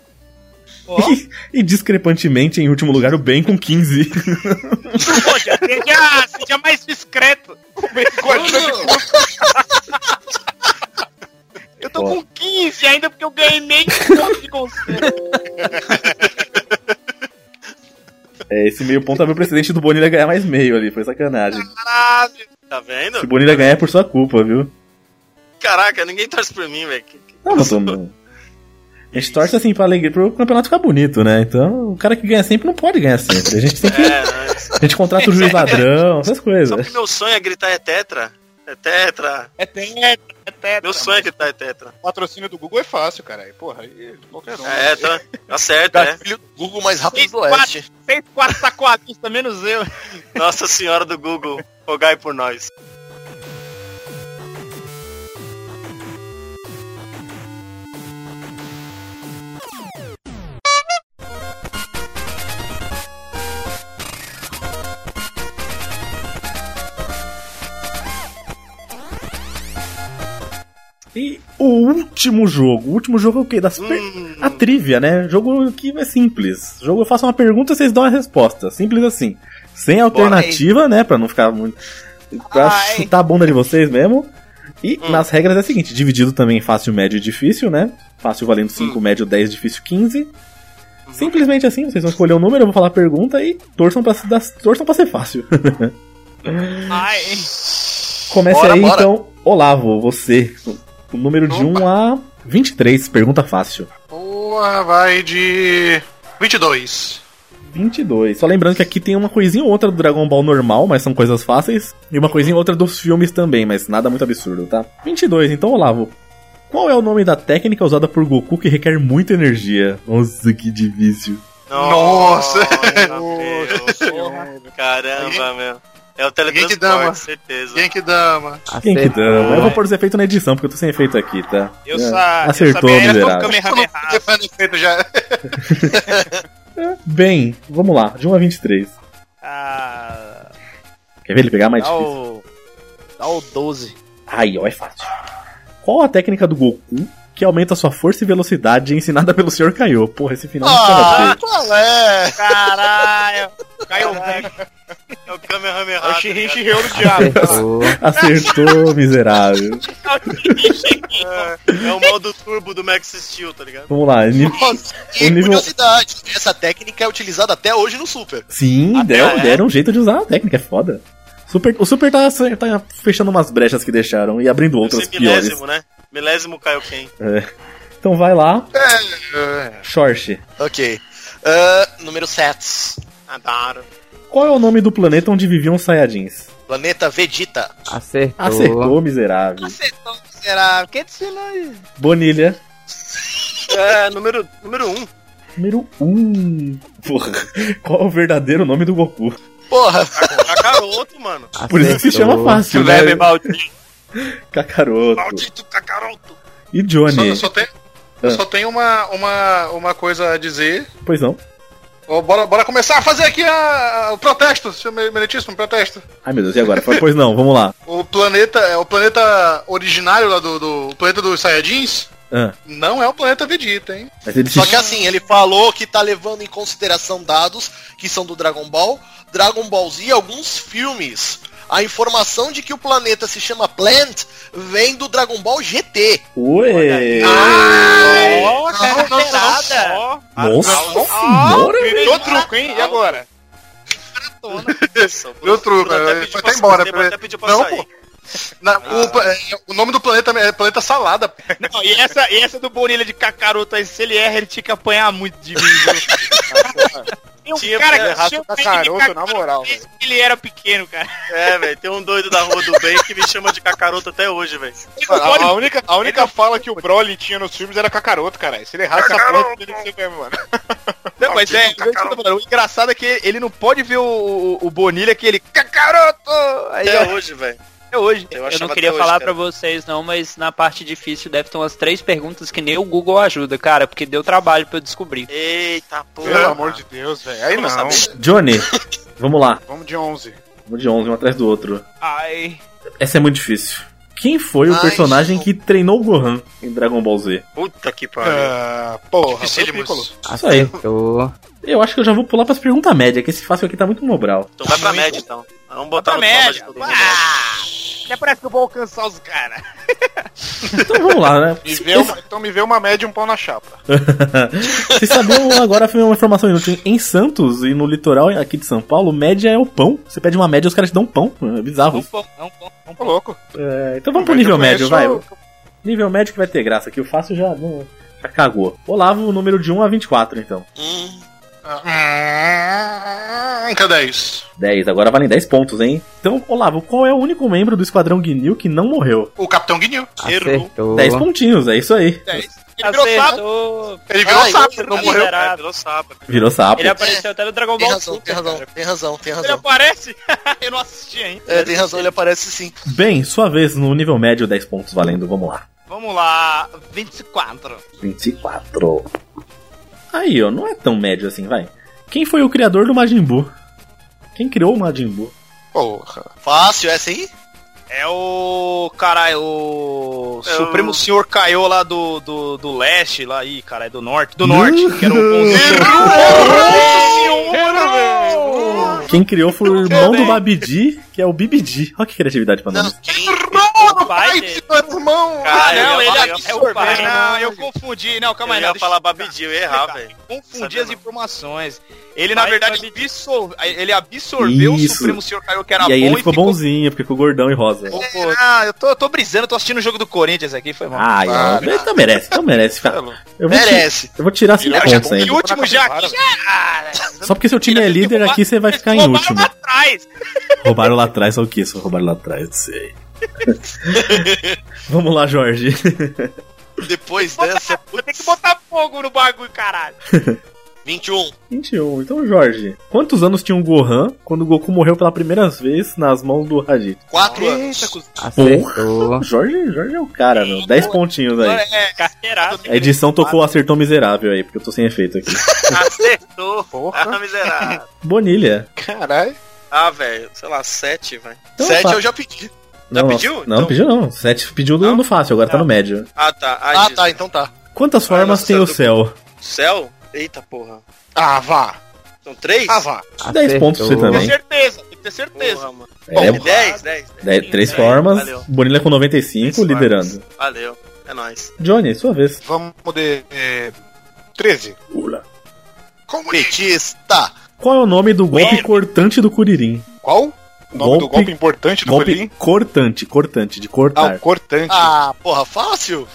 [SPEAKER 1] E, e discrepantemente, em último lugar, o Ben com 15.
[SPEAKER 9] Poxa, seja, seja mais discreto. Eu tô
[SPEAKER 1] Ó.
[SPEAKER 9] com 15 ainda porque eu ganhei meio ponto de
[SPEAKER 3] <laughs>
[SPEAKER 9] conselho.
[SPEAKER 1] É, esse meio ponto abriu o precedente do Bonilha ganhar mais meio ali, foi sacanagem.
[SPEAKER 3] Tá vendo?
[SPEAKER 1] Se Bonilha ganhar é por sua culpa, viu?
[SPEAKER 3] Caraca, ninguém torce por mim, velho.
[SPEAKER 1] Não, não tô. não. Então, A gente torce assim pra alegria, pro campeonato ficar bonito, né? Então, o cara que ganha sempre não pode ganhar sempre. A gente tem que.
[SPEAKER 3] É, né?
[SPEAKER 1] A gente contrata o juiz ladrão, essas coisas.
[SPEAKER 3] Meu sonho é gritar é tetra. É tetra.
[SPEAKER 9] É tetra, é tetra.
[SPEAKER 3] Meu sonho é gritar é tetra.
[SPEAKER 8] Patrocínio do Google é fácil, caralho. Porra, aí qualquer um.
[SPEAKER 3] É, tá, tá certo, né?
[SPEAKER 6] <laughs> Filho do Google é mais rápido do
[SPEAKER 9] Quatro,
[SPEAKER 6] Oeste.
[SPEAKER 9] seis, quatro sacoadistas, menos eu.
[SPEAKER 3] Nossa Senhora do Google, rogai por nós.
[SPEAKER 1] E o último jogo, o último jogo é o quê? Das per- A trivia, né? Jogo que é simples. Jogo eu faço uma pergunta e vocês dão a resposta. Simples assim. Sem alternativa, né? Pra não ficar muito. Pra chutar a bunda de vocês mesmo. E
[SPEAKER 11] Hum.
[SPEAKER 1] nas regras é o seguinte: dividido também em fácil, médio e difícil, né? Fácil valendo 5,
[SPEAKER 11] Hum.
[SPEAKER 1] médio 10, difícil 15.
[SPEAKER 11] Uhum.
[SPEAKER 1] Simplesmente assim, vocês vão escolher o número, eu vou falar a pergunta e torçam pra, se dar- torçam pra ser fácil. <laughs>
[SPEAKER 11] Ai.
[SPEAKER 1] Comece
[SPEAKER 11] Bora,
[SPEAKER 1] aí
[SPEAKER 11] bora.
[SPEAKER 1] então, Olavo, você. O número de 1 a 23, pergunta fácil.
[SPEAKER 2] Boa, vai de 22.
[SPEAKER 1] 22. Só lembrando que aqui tem uma coisinha ou outra do Dragon Ball normal, mas são coisas fáceis. E uma coisinha ou outra dos filmes também, mas nada muito absurdo, tá? 22. Então, Olavo, qual é o nome da técnica usada por Goku que requer muita energia? Nossa, que difícil.
[SPEAKER 2] Nossa!
[SPEAKER 3] Caramba, meu. É o
[SPEAKER 2] Genki Dama.
[SPEAKER 3] teletransporte, certeza.
[SPEAKER 2] Genki Dama.
[SPEAKER 1] Quem que dama? Eu vou pôr os efeitos na edição, porque eu tô sem efeito aqui, tá?
[SPEAKER 2] Eu
[SPEAKER 1] É,
[SPEAKER 2] sa- eu
[SPEAKER 1] Acertou,
[SPEAKER 2] sabia, eu
[SPEAKER 6] é
[SPEAKER 1] miserável.
[SPEAKER 2] é já.
[SPEAKER 1] Bem, vamos lá, de 1 a 23.
[SPEAKER 2] Ah.
[SPEAKER 1] Quer ver ele pegar mais
[SPEAKER 9] dá
[SPEAKER 1] difícil?
[SPEAKER 9] o, dá o 12.
[SPEAKER 1] Aí, ó, é fácil. Qual a técnica do Goku que aumenta sua força e velocidade ensinada pelo Sr. Kaiô? Porra, esse final não
[SPEAKER 9] Ah,
[SPEAKER 1] precisava ter.
[SPEAKER 9] qual é?
[SPEAKER 3] Caralho! Caiu um É o Kamehameha. É o Shirishi Reu do Diabo.
[SPEAKER 1] Acertou, miserável.
[SPEAKER 3] É, é o modo turbo do Max Steel, tá ligado?
[SPEAKER 1] Vamos lá, ni-
[SPEAKER 6] E
[SPEAKER 1] o nível...
[SPEAKER 6] curiosidade, essa técnica é utilizada até hoje no Super.
[SPEAKER 1] Sim, deram, deram um jeito de usar a técnica, é foda. Super, o Super tá, tá fechando umas brechas que deixaram e abrindo outras piores.
[SPEAKER 3] Milésimo, né? Milésimo Kaioken.
[SPEAKER 1] É. Então vai lá, Short.
[SPEAKER 6] Ok. Ah, número 7.
[SPEAKER 3] Ah,
[SPEAKER 6] Adoro.
[SPEAKER 1] Qual é o nome do planeta onde viviam os Saiyajins?
[SPEAKER 6] Planeta Vegeta.
[SPEAKER 17] Acertou.
[SPEAKER 1] Acertou, miserável.
[SPEAKER 9] Será? Quem te ensinou isso?
[SPEAKER 1] Bonilha.
[SPEAKER 9] É, número 1. Número um.
[SPEAKER 1] Número 1. Um. Porra, qual é o verdadeiro nome do Goku?
[SPEAKER 6] <laughs> Porra!
[SPEAKER 3] Kakaroto, mano.
[SPEAKER 1] Por isso que se chama fácil, né?
[SPEAKER 3] Kleber Baldini.
[SPEAKER 1] Kakaroto.
[SPEAKER 2] Maldito
[SPEAKER 1] Kakaroto. E Johnny?
[SPEAKER 2] Só, só tem, eu
[SPEAKER 1] Ah.
[SPEAKER 2] só tenho uma, uma, uma coisa a dizer.
[SPEAKER 1] Pois não.
[SPEAKER 2] Ó, bora, bora começar a fazer aqui a, a- o protesto, seu me- meritíssimo protesto.
[SPEAKER 1] Ai meu Deus, e agora? Pois não, vamos lá.
[SPEAKER 2] O planeta, é o planeta originário lá do, do o planeta dos Saiyajins
[SPEAKER 1] Ah,
[SPEAKER 2] não é o planeta Vegeta, hein?
[SPEAKER 1] mas ele
[SPEAKER 6] Só que assim, ele falou que tá levando em consideração dados que são do Dragon Ball, Dragon Ball Z e alguns filmes. A informação de que o planeta se chama Plant vem do Dragon Ball GT.
[SPEAKER 1] Ué!
[SPEAKER 6] Oh,
[SPEAKER 1] Nossa
[SPEAKER 3] Ah,
[SPEAKER 1] senhora!
[SPEAKER 8] Virou truco, hein? E agora?
[SPEAKER 2] Deu truco, né? foi até embora. Não, pô. <laughs> Na- o, pla- é, o nome do planeta é Planeta Salada.
[SPEAKER 9] Não, e essa, e essa do Bonilha de Kakaroto aí, se ele erra, ele tinha que apanhar muito de mim, viu? Tem um
[SPEAKER 3] Tinha
[SPEAKER 9] cara
[SPEAKER 3] pra
[SPEAKER 9] que
[SPEAKER 3] errar
[SPEAKER 9] chama
[SPEAKER 3] seu
[SPEAKER 9] ele de
[SPEAKER 3] Kakaroto,
[SPEAKER 9] Kakaroto
[SPEAKER 3] na moral,
[SPEAKER 9] desde que Ele era pequeno, cara.
[SPEAKER 3] É, velho, tem um doido da rua do bem que me chama de Kakaroto até hoje, velho.
[SPEAKER 8] A, a única, a única fala que o Broly tinha nos filmes era Kakaroto, caralho. Se ele errasse essa porra, ele ia ser mesmo, mano.
[SPEAKER 9] Não, mas é, o engraçado é que ele não pode ver o, o, o Bonilha que ele. Kakaroto! Aí,
[SPEAKER 3] Até
[SPEAKER 9] ó,
[SPEAKER 3] hoje, velho.
[SPEAKER 9] até hoje.
[SPEAKER 7] Eu, não queria falar pra vocês não, mas na parte difícil deve ter umas três perguntas que nem o Google ajuda, cara, porque deu trabalho pra eu descobrir.
[SPEAKER 3] Eita porra.
[SPEAKER 8] Pelo amor de Deus, velho. Aí não.
[SPEAKER 2] ah.
[SPEAKER 1] Johnny, vamos lá.
[SPEAKER 8] Vamos de 11.
[SPEAKER 1] Vamos de 11, um atrás do outro.
[SPEAKER 9] Ai.
[SPEAKER 1] Essa é muito difícil. Quem foi o
[SPEAKER 8] Ai,
[SPEAKER 1] personagem que treinou o Gohan em Dragon Ball Z?
[SPEAKER 3] Puta que pariu.
[SPEAKER 8] Ah, porra, foi o Piccolo.
[SPEAKER 1] Isso aí. Eu acho que eu já vou pular pras perguntas médias, que esse fácil aqui tá muito mobral.
[SPEAKER 3] Então vai pra média, então. Vamos botar no
[SPEAKER 9] média,
[SPEAKER 3] média.
[SPEAKER 9] Até parece que eu vou alcançar os caras.
[SPEAKER 1] Então vamos lá, né?
[SPEAKER 8] Me vê uma- então me vê uma média e um pau na chapa.
[SPEAKER 1] Vocês sabiam agora foi uma informação inútil. Em Santos e no litoral aqui de São Paulo, média é o pão. Você pede uma média, os caras te dão pão. É bizarro. isso.
[SPEAKER 8] Não tô louco.
[SPEAKER 1] É, então vamos pro nível médio, vai. Nível médio que vai ter graça aqui. O fácil já, não- já cagou. Olavo, o número de 1 a 24, então.
[SPEAKER 2] Ah, hum, Cadê 10?
[SPEAKER 1] 10, agora valem 10 pontos, hein? Então, Olavo, qual é o único membro do Esquadrão Guinil que não morreu?
[SPEAKER 2] O Capitão Guinil.
[SPEAKER 1] Acertou. 10 pontinhos, é isso aí.
[SPEAKER 7] Ele virou sapo.
[SPEAKER 2] Ele virou sapo, ele não morreu.
[SPEAKER 9] É,
[SPEAKER 7] miserável.
[SPEAKER 3] Virou sapo.
[SPEAKER 1] Virou sapo.
[SPEAKER 7] Ele apareceu até no Dragon
[SPEAKER 6] Tem
[SPEAKER 7] Ball
[SPEAKER 6] razão, tem
[SPEAKER 7] Super.
[SPEAKER 6] razão, tem razão, tem
[SPEAKER 9] Ele
[SPEAKER 6] razão.
[SPEAKER 9] aparece? eu não assisti ainda.
[SPEAKER 6] É, tem razão, ele aparece sim.
[SPEAKER 1] Bem, sua vez no nível médio, 10 pontos valendo. Vamos lá.
[SPEAKER 9] Vamos lá, 24.
[SPEAKER 1] 24. Aí, ó, não é tão médio assim, vai. Quem foi o criador do Majin Buu? Quem criou o Majin Buu?
[SPEAKER 6] Porra. Fácil essa aí?
[SPEAKER 9] É o. Caralho, o.
[SPEAKER 7] É
[SPEAKER 9] Supremo Senhor caiu lá do, do, do leste, lá aí, caralho, do norte. Do norte, que era o
[SPEAKER 1] Uhum.
[SPEAKER 9] bonzinho.
[SPEAKER 1] Quem criou foi o irmão
[SPEAKER 9] né?
[SPEAKER 1] do Babidi, que é o Bibidi. Olha que criatividade pra nós.
[SPEAKER 2] Irmão do pai, irmão.
[SPEAKER 9] Ah, não, ele
[SPEAKER 2] é
[SPEAKER 9] é o pai. Não, eu confundi. Não, calma aí.
[SPEAKER 3] Eu
[SPEAKER 9] não,
[SPEAKER 3] ia
[SPEAKER 9] deixa
[SPEAKER 3] falar Babidi, eu ia errar,
[SPEAKER 9] explicar.
[SPEAKER 3] velho.
[SPEAKER 9] Confundi
[SPEAKER 3] Sabia
[SPEAKER 9] as
[SPEAKER 3] não.
[SPEAKER 9] informações. Ele, na verdade, é absor- ele absorveu o
[SPEAKER 1] Isso.
[SPEAKER 9] Supremo Senhor Caiu, que era
[SPEAKER 1] e aí
[SPEAKER 9] bom
[SPEAKER 1] ele ficou bonzinho, porque ficou gordão e rosa.
[SPEAKER 9] ficou- Ah, eu tô, eu tô brisando, eu tô assistindo o jogo do Corinthians aqui, foi mal.
[SPEAKER 1] Ai, ó, então merece, então merece, cara. Eu vou ti-
[SPEAKER 9] Merece.
[SPEAKER 1] eu vou tirar cinco
[SPEAKER 9] Virou
[SPEAKER 1] pontos
[SPEAKER 9] Japão.
[SPEAKER 1] ainda.
[SPEAKER 9] E o último já aqui.
[SPEAKER 1] Só porque seu time é líder aqui, você vai ficar em último.
[SPEAKER 9] Atrás.
[SPEAKER 1] Roubaram lá atrás, só o que? Só roubaram lá atrás,
[SPEAKER 9] <laughs>
[SPEAKER 1] não sei. Vamos lá, Jorge.
[SPEAKER 6] Depois dessa.
[SPEAKER 9] Vou ter que botar fogo no bagulho, caralho.
[SPEAKER 6] 21.
[SPEAKER 1] 21. Então, Jorge, quantos anos tinha o Gohan quando o Goku morreu pela primeira vez nas mãos do Raditz?
[SPEAKER 6] 4 anos.
[SPEAKER 1] Porra! Jorge, Jorge é o cara, meu. 10 pontinhos aí.
[SPEAKER 9] É, carteirado.
[SPEAKER 1] A edição tocou acertou miserável aí, porque eu tô sem efeito aqui.
[SPEAKER 3] Acertou. Ah, miserável.
[SPEAKER 1] Bonilha.
[SPEAKER 6] Caralho.
[SPEAKER 3] Ah, velho, sei lá, sete, vai.
[SPEAKER 1] Então, pá.
[SPEAKER 6] pedi.
[SPEAKER 1] Já não,
[SPEAKER 3] pediu?
[SPEAKER 1] Não, não pediu não. 7 pediu no, no fácil, agora tá no médio.
[SPEAKER 3] Ah, tá. Ai,
[SPEAKER 6] Ah,
[SPEAKER 3] Jesus.
[SPEAKER 6] tá, então tá.
[SPEAKER 1] Quantas formas tem o céu?
[SPEAKER 3] Céu? Eita porra.
[SPEAKER 6] Ah, vá.
[SPEAKER 3] São três?
[SPEAKER 6] Ah, vá.
[SPEAKER 1] 10 pontos você
[SPEAKER 9] Tem que ter
[SPEAKER 1] também.
[SPEAKER 9] certeza, tem que ter certeza.
[SPEAKER 1] É,
[SPEAKER 3] Bom, dez, dez.
[SPEAKER 1] 10, 3 formas.
[SPEAKER 3] Valeu.
[SPEAKER 1] Bonilha com 95, liderando.
[SPEAKER 3] Valeu. É nóis.
[SPEAKER 1] Johnny, sua vez.
[SPEAKER 6] Vamos poder.
[SPEAKER 8] eh,
[SPEAKER 6] 13.
[SPEAKER 1] Pula.
[SPEAKER 6] Comunista.
[SPEAKER 1] Qual é o nome do golpe cortante do Curirim?
[SPEAKER 8] Qual? O nome do golpe importante do
[SPEAKER 1] golpe
[SPEAKER 8] Colim?
[SPEAKER 1] cortante, cortante, de cortar.
[SPEAKER 8] Ah, o cortante.
[SPEAKER 6] Ah, porra, fácil?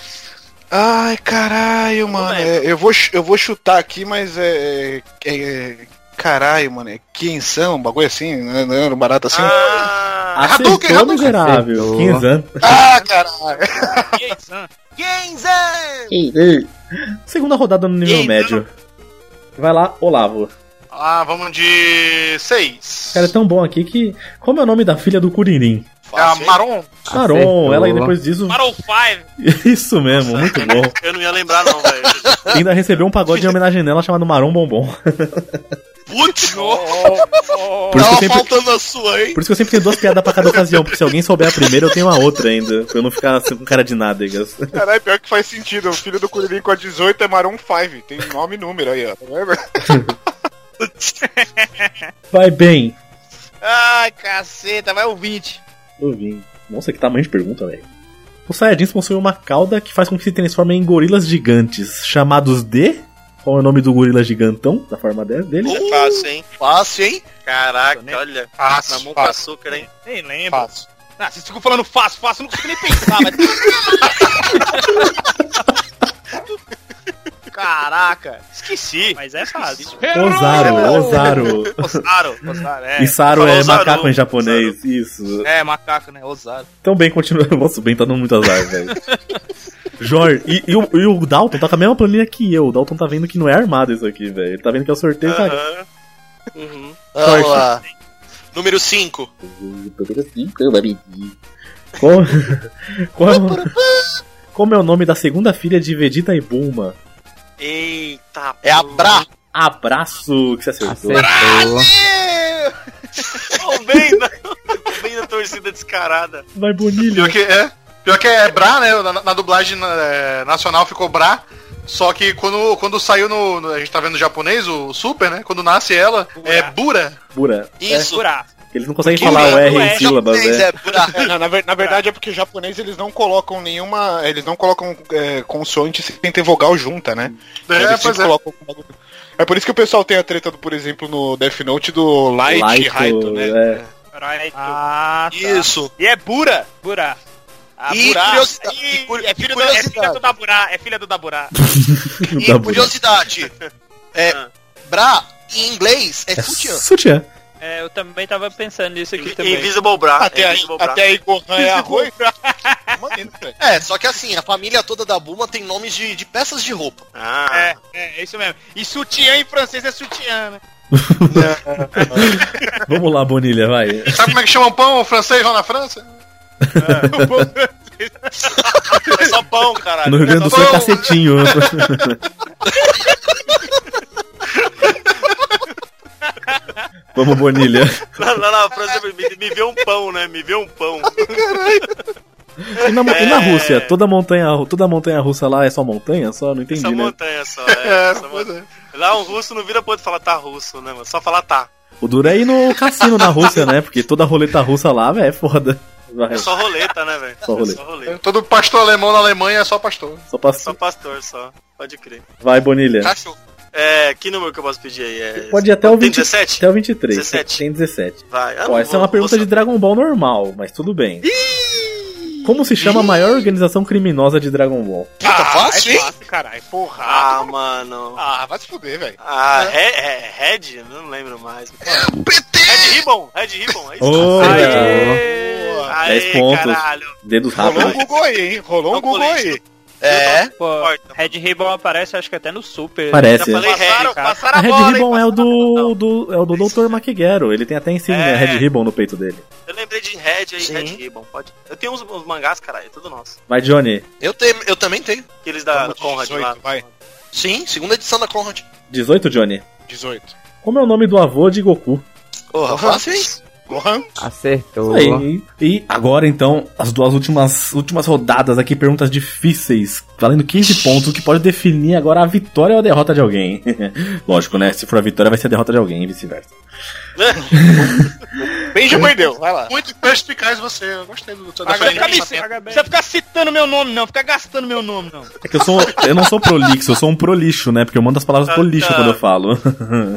[SPEAKER 8] Ai, caralho, mano. é, eu, vou, ch- eu vou chutar aqui, mas é. é, é caralho, mano. É Quinzão, um bagulho assim, né, né, um barato assim.
[SPEAKER 2] Ah,
[SPEAKER 1] Acertou,
[SPEAKER 8] Hadouken, Hadouken.
[SPEAKER 1] miserável.
[SPEAKER 8] Acertou.
[SPEAKER 1] 15 anos.
[SPEAKER 8] Ah, caralho.
[SPEAKER 1] Segunda rodada no nível médio. Vai lá, Olavo.
[SPEAKER 2] Ah, vamos de seis.
[SPEAKER 1] Cara, é tão bom aqui que. Como é o nome da filha do Curirim?
[SPEAKER 2] É a Maron.
[SPEAKER 1] Ah, Maron, ela aí depois disso.
[SPEAKER 9] Maron 5.
[SPEAKER 1] <laughs> Isso mesmo, muito bom.
[SPEAKER 3] Eu não ia lembrar, não, velho. <laughs>
[SPEAKER 1] Ainda recebeu um pagode em homenagem nela chamado Marom Bombom.
[SPEAKER 6] Putz!
[SPEAKER 9] Oh,
[SPEAKER 1] Por
[SPEAKER 6] Tava
[SPEAKER 1] isso que eu sempre-
[SPEAKER 6] faltando a sua, hein?
[SPEAKER 1] Por isso que eu sempre tenho duas piadas pra cada ocasião, porque se alguém souber a primeira, eu tenho a outra ainda. Pra eu não ficar assim, com cara de nádegas.
[SPEAKER 8] Caralho, pior que faz sentido. O filho do Curirim com a 18 é Maroon 5. Tem nome e número aí, ó. Tá vendo?
[SPEAKER 1] Vai bem.
[SPEAKER 9] Ai, caceta, vai o 20.
[SPEAKER 1] Eu vim. Nossa, que tamanho de pergunta, velho. Os Saiyajins possuem uma cauda que faz com que se transformem em gorilas gigantes, chamados de. Qual é o nome do gorila gigantão? Da forma de- dele?
[SPEAKER 3] Isso é fácil, hein?
[SPEAKER 6] Fácil, hein?
[SPEAKER 3] Caraca, olha.
[SPEAKER 2] Fácil,
[SPEAKER 3] Na mão com
[SPEAKER 2] fácil.
[SPEAKER 3] açúcar, hein?
[SPEAKER 9] Nem lembro. Ah, vocês ficam falando fácil, fácil, eu não consigo nem pensar, mas... Caraca, esqueci. Mas é fácil.
[SPEAKER 1] Osaru, Osaru.
[SPEAKER 9] Osaru, Osaru, é.
[SPEAKER 1] e Saru
[SPEAKER 9] Falou
[SPEAKER 1] é
[SPEAKER 9] Osaru.
[SPEAKER 1] macaco em japonês. Isso.
[SPEAKER 9] É, macaco, né? Osaru.
[SPEAKER 1] Então bem, continua. <laughs> Nossa, o Ben tá dando muito azar, velho. Jorge, e, e o, e o Dalton tá com a mesma planilha que eu. O Dalton tá vendo que não é armado isso aqui, velho. Ele tá vendo que é o sorteio. sabe?
[SPEAKER 3] Uhum.
[SPEAKER 1] Sorte.
[SPEAKER 6] Vamos lá. Número 5.
[SPEAKER 1] Qual, <laughs> qual é o- como é o nome da segunda filha de Vegeta e Bulma?
[SPEAKER 3] Eita.
[SPEAKER 6] É a Bra.
[SPEAKER 1] Abraço que você acertou.
[SPEAKER 3] Tô <laughs> bem, né? Tô bem na torcida descarada.
[SPEAKER 1] Vai bonilha.
[SPEAKER 2] Pior que é, pior que é Bra, né? Na, na dublagem eh, nacional ficou Bra. Só que quando, quando saiu no, no- A gente tá vendo no japonês, o Super, né? Quando nasce ela, é Bura.
[SPEAKER 1] Bura. É,
[SPEAKER 6] Isso.
[SPEAKER 9] É Bura.
[SPEAKER 1] Eles não conseguem
[SPEAKER 8] Porque
[SPEAKER 1] falar
[SPEAKER 8] o
[SPEAKER 1] o R
[SPEAKER 8] é
[SPEAKER 1] em sílabas, né?
[SPEAKER 8] É, não, na, ver- na verdade é porque o japonês eles não colocam nenhuma. Eles não colocam é, consoante sem ter vogal junta, né?
[SPEAKER 2] É,
[SPEAKER 8] eles
[SPEAKER 2] pois
[SPEAKER 8] sempre
[SPEAKER 2] é.
[SPEAKER 8] colocam um bagulho. É por isso que o pessoal tem a treta, do, por exemplo, no Death Note do Light,
[SPEAKER 1] Light,
[SPEAKER 8] Raito, né?
[SPEAKER 1] é.
[SPEAKER 9] Ah, tá.
[SPEAKER 6] Isso.
[SPEAKER 9] E é Bura. Bura. Ah,
[SPEAKER 6] E
[SPEAKER 9] Burá.
[SPEAKER 6] curiosidade-
[SPEAKER 9] Ih,
[SPEAKER 6] e cu-
[SPEAKER 9] é,
[SPEAKER 6] e
[SPEAKER 9] filho do, é
[SPEAKER 6] curiosidade.
[SPEAKER 9] filha do Daburá. É filha do Daburá.
[SPEAKER 1] Filho da
[SPEAKER 6] E
[SPEAKER 1] puta.
[SPEAKER 6] <laughs> curiosidade. É, Bra em inglês é sutiã.
[SPEAKER 1] Sutiã.
[SPEAKER 7] É, eu também tava pensando nisso aqui também.
[SPEAKER 3] Invisible Bra.
[SPEAKER 9] Ah,
[SPEAKER 8] Até aí,
[SPEAKER 3] Invisible Bra.
[SPEAKER 8] até aí Gohan é arroz.
[SPEAKER 6] É, só que assim, a família toda da Buma tem nomes de, de peças de roupa.
[SPEAKER 3] Ah.
[SPEAKER 9] É, é, é isso mesmo. E sutiã em francês é sutiã, né?
[SPEAKER 1] <laughs> Vamos lá, Bonilha, vai.
[SPEAKER 2] Sabe como é que chama o pão francês lá na França?
[SPEAKER 3] É só pão, caralho.
[SPEAKER 1] No Rio Grande do Sul é
[SPEAKER 3] Pão.
[SPEAKER 1] cacetinho. <laughs> Vamos, Bonilha.
[SPEAKER 3] Lá, lá na França, me, me vê um pão, né? Me vê um pão.
[SPEAKER 1] E na, e na Rússia? Toda montanha, toda montanha russa lá é só montanha? Só não entendi,
[SPEAKER 3] Essa
[SPEAKER 1] né?
[SPEAKER 3] montanha só, <laughs> é. essa montanha. Lá um russo não vira pra outro falar tá russo, né, mano? Só falar tá.
[SPEAKER 1] O duro é ir no cassino na Rússia, né? Porque toda roleta russa lá, velho, é foda. Vai,
[SPEAKER 3] É só roleta, né, velho?
[SPEAKER 1] Só roleta.
[SPEAKER 2] Todo pastor alemão na Alemanha é só pastor.
[SPEAKER 1] Só pastor.
[SPEAKER 3] Só pastor, só. Pode crer.
[SPEAKER 1] Vai, Bonilha.
[SPEAKER 3] Cachorro. É, que número que eu posso pedir aí? É...
[SPEAKER 1] Pode ir até o, 20,
[SPEAKER 3] 17?
[SPEAKER 1] até o 23.
[SPEAKER 3] 17.
[SPEAKER 1] Tem 17.
[SPEAKER 3] Vai. Ah,
[SPEAKER 1] Ó,
[SPEAKER 3] não
[SPEAKER 1] essa
[SPEAKER 3] vou-
[SPEAKER 1] é uma pergunta
[SPEAKER 3] vou
[SPEAKER 1] de Dragon Ball normal, mas tudo bem. Como se chama a maior organização criminosa de Dragon Ball?
[SPEAKER 6] Puta, fácil,
[SPEAKER 9] é
[SPEAKER 6] hein?
[SPEAKER 9] fácil, caralho. Porra.
[SPEAKER 3] Ah, mano.
[SPEAKER 9] Ah, vai se fuder, velho.
[SPEAKER 3] Ah, Re- é, Red? Não lembro mais. PT! Red Ribbon, Red Ribbon, é isso.
[SPEAKER 1] Ô,
[SPEAKER 3] Aê,
[SPEAKER 1] 10 pontos.
[SPEAKER 3] caralho.
[SPEAKER 1] Dedos
[SPEAKER 8] Rolou um
[SPEAKER 1] rápidos.
[SPEAKER 8] Google aí, hein? Rolou um Google aí.
[SPEAKER 6] É.
[SPEAKER 7] Red Ribbon aparece, acho que até no Super.
[SPEAKER 1] Parece.
[SPEAKER 7] Eu falei
[SPEAKER 3] Passaram-
[SPEAKER 7] Red, cara.
[SPEAKER 1] A Red Ribbon é o do, do, é o do Dr. Maquiguero. Ele tem até ensino
[SPEAKER 3] É.
[SPEAKER 1] Red Ribbon no peito dele.
[SPEAKER 3] Eu lembrei de Red aí, Red Ribbon. Pode... Eu tenho uns, uns mangás, caralho, é tudo nosso.
[SPEAKER 1] Vai, Johnny.
[SPEAKER 6] Eu, tenho, eu também tenho.
[SPEAKER 3] Aqueles da Conrad lá. Tá
[SPEAKER 6] Sim, segunda edição da Conrad.
[SPEAKER 1] 18, Johnny.
[SPEAKER 6] 18.
[SPEAKER 1] Como é o nome do avô de Goku?
[SPEAKER 6] Porra, fácil, hein? Gohan.
[SPEAKER 17] Acertou.
[SPEAKER 1] Isso aí. E agora então, as duas últimas, últimas rodadas aqui, perguntas difíceis, valendo 15 pontos, o que pode definir agora a vitória ou a derrota de alguém. <laughs> Lógico, né? Se for a vitória, vai ser a derrota de alguém e vice-versa.
[SPEAKER 8] Beijo, perdeu. Vai lá.
[SPEAKER 2] Muito perspicaz você, eu gostei do da
[SPEAKER 9] Agora fica me-
[SPEAKER 3] Tá
[SPEAKER 2] sua
[SPEAKER 9] Não precisa ficar citando meu nome, não. Fica gastando meu nome, não.
[SPEAKER 1] É que eu sou. Eu não sou prolixo, eu sou um prolixo, né? Porque eu mando as palavras pro lixo quando eu falo. <laughs>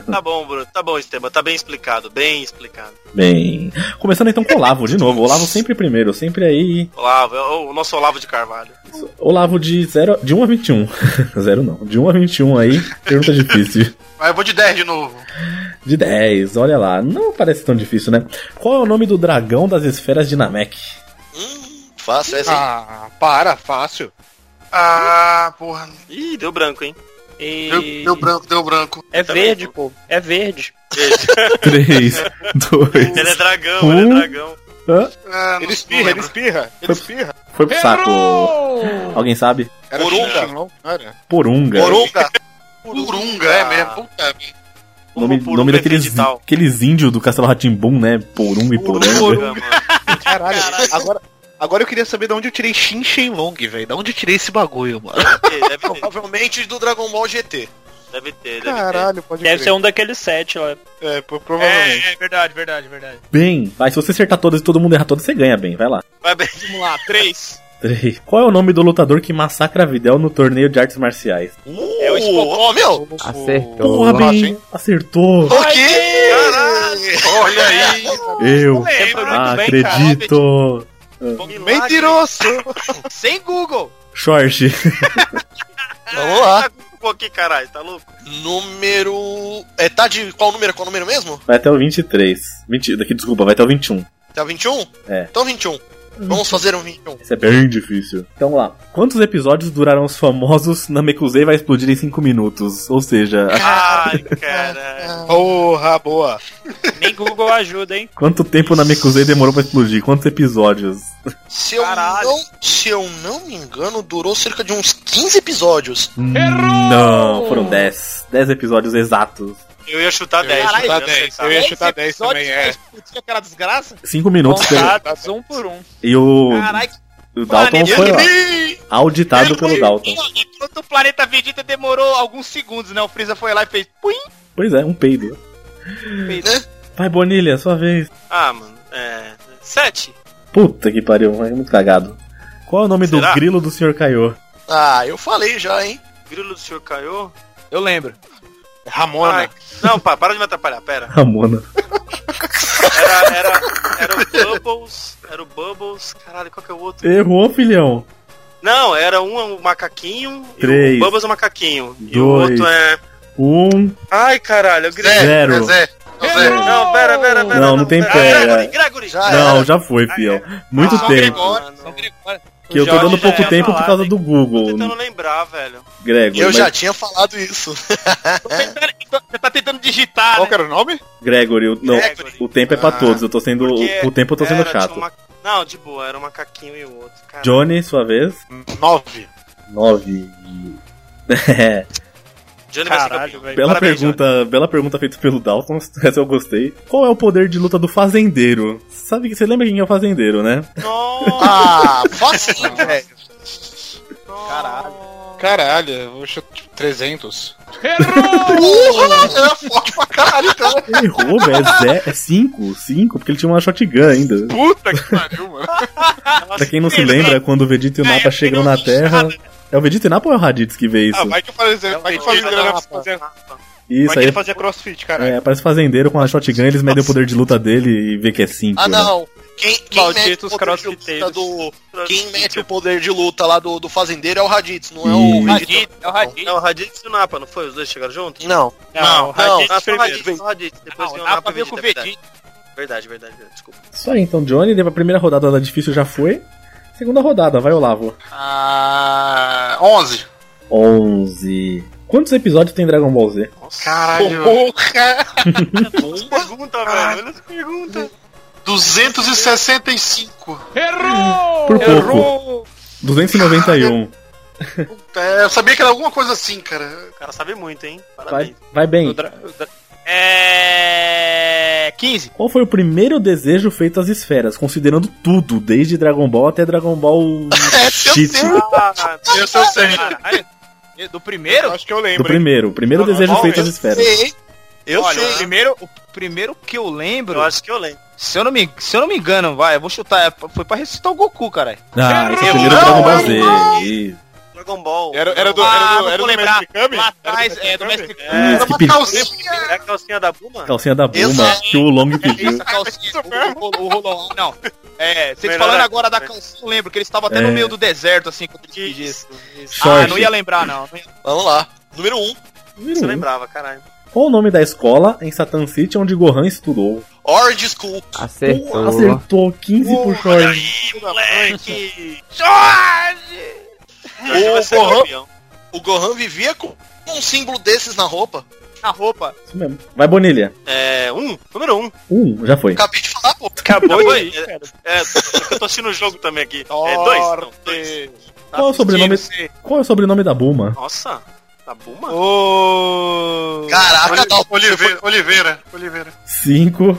[SPEAKER 3] Tá bom, Bruno. Tá bom, Esteban. Tá bem explicado, bem explicado.
[SPEAKER 1] Bem. Começando então com o Olavo, de novo. Olavo sempre primeiro, sempre aí.
[SPEAKER 3] Olavo, é o o nosso Olavo de Carvalho.
[SPEAKER 1] Olavo de 0 de 1 a <laughs> 21. 0 não. De 1 a 21 aí, pergunta difícil.
[SPEAKER 2] Ah, eu vou de 10 de novo.
[SPEAKER 1] De 10, olha lá. Não parece tão difícil, né? Qual é o nome do dragão das esferas de Namek? <laughs>
[SPEAKER 6] Fácil, é assim. essa. hein?
[SPEAKER 8] Ah, para, fácil.
[SPEAKER 2] Ah, porra.
[SPEAKER 3] Ih, deu branco, hein?
[SPEAKER 2] Deu, deu branco, deu branco.
[SPEAKER 7] É
[SPEAKER 2] Também.
[SPEAKER 7] verde, pô. É verde.
[SPEAKER 1] 3, 2.
[SPEAKER 3] <laughs> Ele é dragão, ele é dragão.
[SPEAKER 1] Hã?
[SPEAKER 2] Ah,
[SPEAKER 8] Ele espirra, ele espirra, ele espirra.
[SPEAKER 1] Foi pro saco. Alguém sabe?
[SPEAKER 8] Era Porunga. Não, era.
[SPEAKER 1] Porunga.
[SPEAKER 2] Urunga, é mesmo.
[SPEAKER 3] Ah,
[SPEAKER 8] Ah,
[SPEAKER 2] Puta merda.
[SPEAKER 1] Nome,
[SPEAKER 3] Porunga
[SPEAKER 1] nome
[SPEAKER 3] é
[SPEAKER 1] daqueles
[SPEAKER 3] vegetal.
[SPEAKER 1] aqueles índios do Castelo Ratimbum, né? Porunga e Porunga.
[SPEAKER 8] Caralho. Agora, agora eu queria saber de onde eu tirei Shin Shenlong, velho. De onde eu tirei esse bagulho, mano.
[SPEAKER 3] Deve ter,
[SPEAKER 6] Provavelmente do Dragon Ball GT.
[SPEAKER 3] deve ter, deve
[SPEAKER 8] Caralho, pode
[SPEAKER 7] Deve
[SPEAKER 8] crer.
[SPEAKER 7] ser um daqueles sete lá.
[SPEAKER 8] É, pro- provavelmente.
[SPEAKER 9] É, é verdade, verdade, verdade.
[SPEAKER 1] Bem, vai, se você acertar todas e todo mundo errar todas, você ganha bem, vai lá.
[SPEAKER 3] ter. Vai bem.
[SPEAKER 9] Vamos lá, três.
[SPEAKER 1] Três. Qual é o nome do lutador que massacra a Videl no torneio de artes marciais?
[SPEAKER 6] É
[SPEAKER 8] Oh.
[SPEAKER 6] o Spocó, meu!
[SPEAKER 8] tipo,
[SPEAKER 9] Então,
[SPEAKER 17] Acertou.
[SPEAKER 1] Porra,
[SPEAKER 8] Nossa,
[SPEAKER 1] bem,
[SPEAKER 8] hein?
[SPEAKER 1] acertou.
[SPEAKER 6] Por quê? <laughs>
[SPEAKER 2] Olha aí.
[SPEAKER 1] Eu
[SPEAKER 9] Lembro né? muito bem, cara.
[SPEAKER 1] acredito.
[SPEAKER 8] Mentiroso!
[SPEAKER 9] Sem Google.
[SPEAKER 1] Short.
[SPEAKER 6] Vamos lá.
[SPEAKER 3] Pô, que caralho, tá louco?
[SPEAKER 6] Número. É, tá de qual número? Qual número mesmo?
[SPEAKER 1] Vai até o 23. 20, daqui, desculpa, vai até o 21.
[SPEAKER 6] Tá 21?
[SPEAKER 1] É.
[SPEAKER 6] Então 21. Vamos fazer um 21.
[SPEAKER 1] Isso é bem difícil. Então vamos lá. Quantos episódios durarão os famosos Namekusei vai explodir em 5 minutos? Ou seja,
[SPEAKER 3] Ai, caralho.
[SPEAKER 8] Porra, boa.
[SPEAKER 7] Nem Google ajuda, hein?
[SPEAKER 1] quanto tempo o Namekusei demorou pra explodir? Quantos episódios?
[SPEAKER 6] Se eu,
[SPEAKER 7] Caralho.
[SPEAKER 6] não, se eu não me engano, durou cerca de uns 15 episódios.
[SPEAKER 1] Não, foram 10. 10 episódios exatos.
[SPEAKER 3] Eu ia chutar
[SPEAKER 8] Tá
[SPEAKER 3] 10.
[SPEAKER 9] ia chutar
[SPEAKER 3] eu
[SPEAKER 8] 10,
[SPEAKER 3] acertar.
[SPEAKER 8] eu ia
[SPEAKER 9] Esse
[SPEAKER 8] chutar 10
[SPEAKER 9] episódio
[SPEAKER 8] também, é.
[SPEAKER 9] Discutir aquela desgraça.
[SPEAKER 1] 5 minutos. pelo-
[SPEAKER 7] Contados, um por um.
[SPEAKER 1] E o,
[SPEAKER 9] Caralho, que
[SPEAKER 1] o Dalton
[SPEAKER 9] planeta
[SPEAKER 1] foi lá, auditado pelo Dalton.
[SPEAKER 9] Enquanto o planeta Vegeta demorou alguns segundos, né? O Freeza foi lá e fez. Puim!
[SPEAKER 1] Pois é, um peido. Vai, Bonilha, sua vez.
[SPEAKER 3] Ah, mano, é. 7.
[SPEAKER 1] Puta que pariu, é muito cagado. Qual é o nome
[SPEAKER 3] Será?
[SPEAKER 1] do grilo do Sr. Kaiô? <laughs>
[SPEAKER 6] Ah, eu falei já, hein?
[SPEAKER 3] Grilo do senhor caiu.
[SPEAKER 9] Eu lembro. É
[SPEAKER 8] Ramona.
[SPEAKER 3] Ai, não, pá, para de me atrapalhar, pera.
[SPEAKER 1] Ramona.
[SPEAKER 3] Era, era, era o Bubbles, era o Bubbles, caralho, qual que é o outro?
[SPEAKER 1] Errou, filhão.
[SPEAKER 3] Não, era um o macaquinho, e
[SPEAKER 1] Três.
[SPEAKER 3] o Bubbles é o macaquinho, e o
[SPEAKER 1] Dois.
[SPEAKER 3] outro é...
[SPEAKER 1] Um,
[SPEAKER 3] Ai, caralho, o Grilo...
[SPEAKER 2] É,
[SPEAKER 1] zero.
[SPEAKER 2] É Zé. É Zé.
[SPEAKER 3] Não, pera, pera, pera. Ah,
[SPEAKER 1] Não, não tem pera.
[SPEAKER 3] Gregory, Gregory.
[SPEAKER 6] Já
[SPEAKER 1] Não,
[SPEAKER 6] Ah, era.
[SPEAKER 1] já foi, fião. Muito
[SPEAKER 3] Ah,
[SPEAKER 1] tempo. um
[SPEAKER 3] Mano,
[SPEAKER 1] Que eu tô
[SPEAKER 7] Jorge
[SPEAKER 1] dando
[SPEAKER 7] já
[SPEAKER 1] pouco
[SPEAKER 7] ia
[SPEAKER 1] tempo
[SPEAKER 7] falar,
[SPEAKER 1] por causa do
[SPEAKER 3] tô
[SPEAKER 1] Google,
[SPEAKER 3] tentando lembrar, velho.
[SPEAKER 1] Gregory.
[SPEAKER 6] eu
[SPEAKER 1] mas-
[SPEAKER 6] já tinha falado
[SPEAKER 1] <laughs>
[SPEAKER 6] isso.
[SPEAKER 9] Tô tentando- tô- Você tá tentando digitar,
[SPEAKER 8] Qual
[SPEAKER 9] né?
[SPEAKER 8] que era o nome?
[SPEAKER 1] Gregory, o- não,
[SPEAKER 3] Gregory.
[SPEAKER 1] o tempo é pra
[SPEAKER 8] Ah,
[SPEAKER 1] todos. Eu tô sendo.
[SPEAKER 3] porque
[SPEAKER 1] O tempo eu tô sendo
[SPEAKER 3] era,
[SPEAKER 1] chato.
[SPEAKER 3] tinha um ma- Não, de boa, era o macaquinho e o outro, cara.
[SPEAKER 1] Johnny, sua vez.
[SPEAKER 8] 9.
[SPEAKER 1] Nove.
[SPEAKER 3] Johnny vai ser
[SPEAKER 7] Caralho,
[SPEAKER 3] campeão.
[SPEAKER 1] Bela
[SPEAKER 3] Parabéns,
[SPEAKER 1] pergunta, bela pergunta feita pelo Dalton, <laughs> essa eu gostei. Qual é o poder de luta do fazendeiro? Sabe que você lembra quem é o fazendeiro, né?
[SPEAKER 6] Ah, <laughs> facinho, velho.
[SPEAKER 8] Caralho, eu vou chutar tipo, 300.
[SPEAKER 6] Porra, era forte pra caralho, então.
[SPEAKER 8] <laughs>
[SPEAKER 1] Errou, velho. É ze- É 5, 5, porque ele tinha uma shotgun ainda.
[SPEAKER 8] Puta que pariu, <laughs> mano.
[SPEAKER 1] Pra quem não se lembra, quando o Vegeta e o Nappa chegam na Terra. É o Vegeta e o Nappa ou é o Raditz que vê isso?
[SPEAKER 8] né? Ah, vai que eu fazia, vai que eu fazia, fazia,
[SPEAKER 1] Isso
[SPEAKER 8] vai que
[SPEAKER 1] aí.
[SPEAKER 8] ele fazia crossfit, caralho.
[SPEAKER 1] É, parece fazendeiro com a shotgun, eles medem o poder de luta dele e vê que é 5.
[SPEAKER 6] Ah, não. Quem, quem mete o
[SPEAKER 7] Malditos
[SPEAKER 6] poder de
[SPEAKER 3] tá
[SPEAKER 6] luta do. Quem mete o poder de luta lá do, do fazendeiro é o Raditz, não é
[SPEAKER 1] Ih.
[SPEAKER 6] o Vegeta.
[SPEAKER 3] É o Raditz. É o Raditz e o Napa, não foi? Os dois chegaram juntos?
[SPEAKER 6] Não.
[SPEAKER 3] Não,
[SPEAKER 6] Não,
[SPEAKER 3] o Raditz
[SPEAKER 6] não.
[SPEAKER 3] não, só o Raditz,
[SPEAKER 6] Vem.
[SPEAKER 3] só o Raditz. Depois
[SPEAKER 6] Não,
[SPEAKER 3] tem
[SPEAKER 6] o
[SPEAKER 3] o
[SPEAKER 6] Napa
[SPEAKER 3] Napa
[SPEAKER 6] veio
[SPEAKER 3] Vegeta,
[SPEAKER 6] com o
[SPEAKER 3] verdade. Verdade, verdade, verdade, desculpa.
[SPEAKER 1] Isso aí, então, Johnny, a primeira rodada da difícil já foi. Segunda rodada, vai, Olavo.
[SPEAKER 2] Ah, 11.
[SPEAKER 1] 11. Quantos episódios tem Dragon Ball Z?
[SPEAKER 2] Caralho.
[SPEAKER 6] Porra!
[SPEAKER 9] tá? <laughs>
[SPEAKER 8] Ah.
[SPEAKER 9] Uhum.
[SPEAKER 3] pergunta, velho. Olha essa pergunta.
[SPEAKER 2] 265.
[SPEAKER 1] Por pouco. 291.
[SPEAKER 2] É, eu sabia que era alguma coisa assim, cara.
[SPEAKER 3] O cara sabe muito, hein?
[SPEAKER 1] Vai, vai bem.
[SPEAKER 9] É. 15.
[SPEAKER 1] Qual foi o primeiro desejo feito às esferas, considerando tudo, desde Dragon Ball até Dragon
[SPEAKER 9] <laughs>
[SPEAKER 1] Ball
[SPEAKER 9] É,
[SPEAKER 1] Shitsu?
[SPEAKER 9] Ah,
[SPEAKER 2] eu sou sem.
[SPEAKER 9] Caralho. Do primeiro?
[SPEAKER 8] Acho que eu
[SPEAKER 1] Do
[SPEAKER 8] lembro.
[SPEAKER 1] primeiro, o primeiro
[SPEAKER 9] Dragon
[SPEAKER 1] desejo
[SPEAKER 9] Ball,
[SPEAKER 1] feito às
[SPEAKER 9] eu
[SPEAKER 1] esferas.
[SPEAKER 9] Eu Olha, O primeiro, o primeiro que eu lembro.
[SPEAKER 3] Eu acho que eu lembro.
[SPEAKER 9] Se eu não me, se eu não me engano, vai, eu vou chutar. é, Foi pra ressuscitar o Goku, caralho.
[SPEAKER 1] Ah, esse é o
[SPEAKER 9] Eu
[SPEAKER 1] primeiro
[SPEAKER 9] não,
[SPEAKER 1] Dragon Ball
[SPEAKER 9] eu
[SPEAKER 1] Z.
[SPEAKER 9] não.
[SPEAKER 1] Ih,
[SPEAKER 3] Dragon Ball.
[SPEAKER 8] Era, era do, era
[SPEAKER 9] Ah,
[SPEAKER 8] do,
[SPEAKER 9] não
[SPEAKER 8] era
[SPEAKER 9] vou
[SPEAKER 8] do
[SPEAKER 9] lembrar.
[SPEAKER 8] Mestre Kami?
[SPEAKER 9] Lá
[SPEAKER 8] Era do
[SPEAKER 9] atrás,
[SPEAKER 8] Mestre
[SPEAKER 9] é do
[SPEAKER 8] Kami?
[SPEAKER 9] Mestre Kami.
[SPEAKER 1] É, que pedi-
[SPEAKER 3] É a calcinha da Buma?
[SPEAKER 1] Calcinha da Buma,
[SPEAKER 9] Exato.
[SPEAKER 1] que o Long pediu.
[SPEAKER 9] Essa calcinha, o, o, o Rolon, não. É, vocês
[SPEAKER 3] Melhor
[SPEAKER 9] falando
[SPEAKER 3] é-
[SPEAKER 9] agora da calcinha, eu lembro que eles estavam até no
[SPEAKER 1] É.
[SPEAKER 9] meio do deserto, assim, quando eles pediam isso. Ah,
[SPEAKER 1] Short.
[SPEAKER 9] não ia lembrar, não. Não ia-
[SPEAKER 6] Vamos lá. Número 1. Um.
[SPEAKER 1] Número
[SPEAKER 3] Você
[SPEAKER 1] um.
[SPEAKER 3] lembrava, caralho.
[SPEAKER 1] Qual o nome da escola em Satan City onde Gohan estudou?
[SPEAKER 6] Orange School.
[SPEAKER 1] Pô, acertou 15 por Short.
[SPEAKER 3] Moleque! Jorge vai
[SPEAKER 6] O
[SPEAKER 3] ser
[SPEAKER 6] Gohan,
[SPEAKER 3] campeão.
[SPEAKER 6] o Gohan vivia com um símbolo desses na roupa.
[SPEAKER 9] Na roupa.
[SPEAKER 1] Isso mesmo. Vai, Bonilha.
[SPEAKER 3] É, um, número um.
[SPEAKER 1] Um, já foi.
[SPEAKER 6] Acabei de falar, pô.
[SPEAKER 9] Acabou
[SPEAKER 3] Acabou
[SPEAKER 9] de.
[SPEAKER 3] aí, É, é que eu tô assistindo o jogo também aqui. É, dois. Não, dois.
[SPEAKER 9] Tá
[SPEAKER 1] Qual é o sobrenome-
[SPEAKER 9] assistindo, você-
[SPEAKER 1] Qual é o sobrenome da Buma?
[SPEAKER 3] Nossa, da Buma?
[SPEAKER 9] Hum.
[SPEAKER 8] Ô.
[SPEAKER 6] Caraca, Dal.
[SPEAKER 2] Oliveira, Oliveira, Oliveira.
[SPEAKER 1] 5,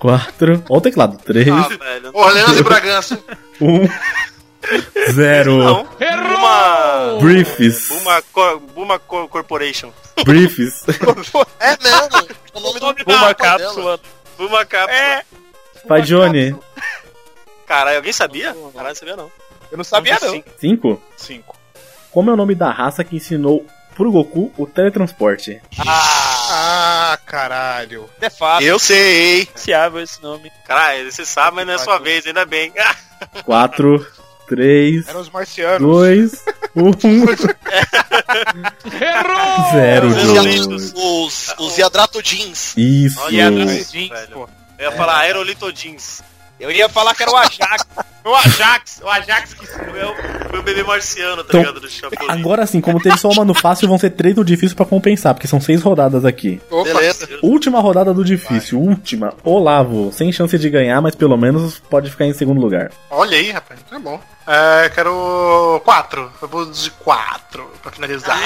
[SPEAKER 1] 4. Olha o teclado. um, 3,
[SPEAKER 3] Ah, velho.
[SPEAKER 2] Orleans e Bragança.
[SPEAKER 1] 1, 0.
[SPEAKER 3] Não. Buma...
[SPEAKER 1] Briefs.
[SPEAKER 3] Buma, Co- Buma Co- Corporation.
[SPEAKER 1] Briefs. <laughs>
[SPEAKER 6] É mesmo.
[SPEAKER 9] <laughs>
[SPEAKER 6] O nome do
[SPEAKER 9] Uma
[SPEAKER 6] roupa dela.
[SPEAKER 9] cápsula.
[SPEAKER 3] Buma Capsula.
[SPEAKER 1] Vai, Johnny.
[SPEAKER 3] É. tá. Caralho, alguém sabia? Caralho, sabia não.
[SPEAKER 8] Eu não sabia, não.
[SPEAKER 1] 5.
[SPEAKER 8] 5.
[SPEAKER 1] Como é o nome da raça que ensinou pro Goku o teletransporte?
[SPEAKER 8] Ah, caralho.
[SPEAKER 9] É fácil.
[SPEAKER 6] Eu sei.
[SPEAKER 7] Iniciável esse nome.
[SPEAKER 3] Caralho, você sabe, mas não é sua vez, ainda bem. Ah,
[SPEAKER 1] 4, 3,
[SPEAKER 8] Eram os marcianos.
[SPEAKER 1] 2, 1. Zero,
[SPEAKER 6] Os,
[SPEAKER 1] Johnny.
[SPEAKER 6] os, os Yadrato Jeans.
[SPEAKER 1] Isso.
[SPEAKER 3] Olha, atrás
[SPEAKER 9] Jeans,
[SPEAKER 3] velho.
[SPEAKER 9] pô.
[SPEAKER 3] Eu ia falar Aerolito Jeans.
[SPEAKER 9] Eu ia falar que era o Ajax. o Ajax. O Ajax que
[SPEAKER 3] Foi o- foi o bebê marciano, tá
[SPEAKER 1] Então,
[SPEAKER 3] ligado? Do Chapolin.
[SPEAKER 1] Agora sim, como teve só uma no fácil, vão ser três do difícil pra compensar, porque são seis rodadas aqui.
[SPEAKER 6] Beleza.
[SPEAKER 1] Última rodada do difícil, última. Olavo, sem chance de ganhar, mas pelo menos pode ficar em segundo lugar.
[SPEAKER 2] Olha aí, rapaz, tá bom. É, quero 4. Eu vou de 4 pra finalizar.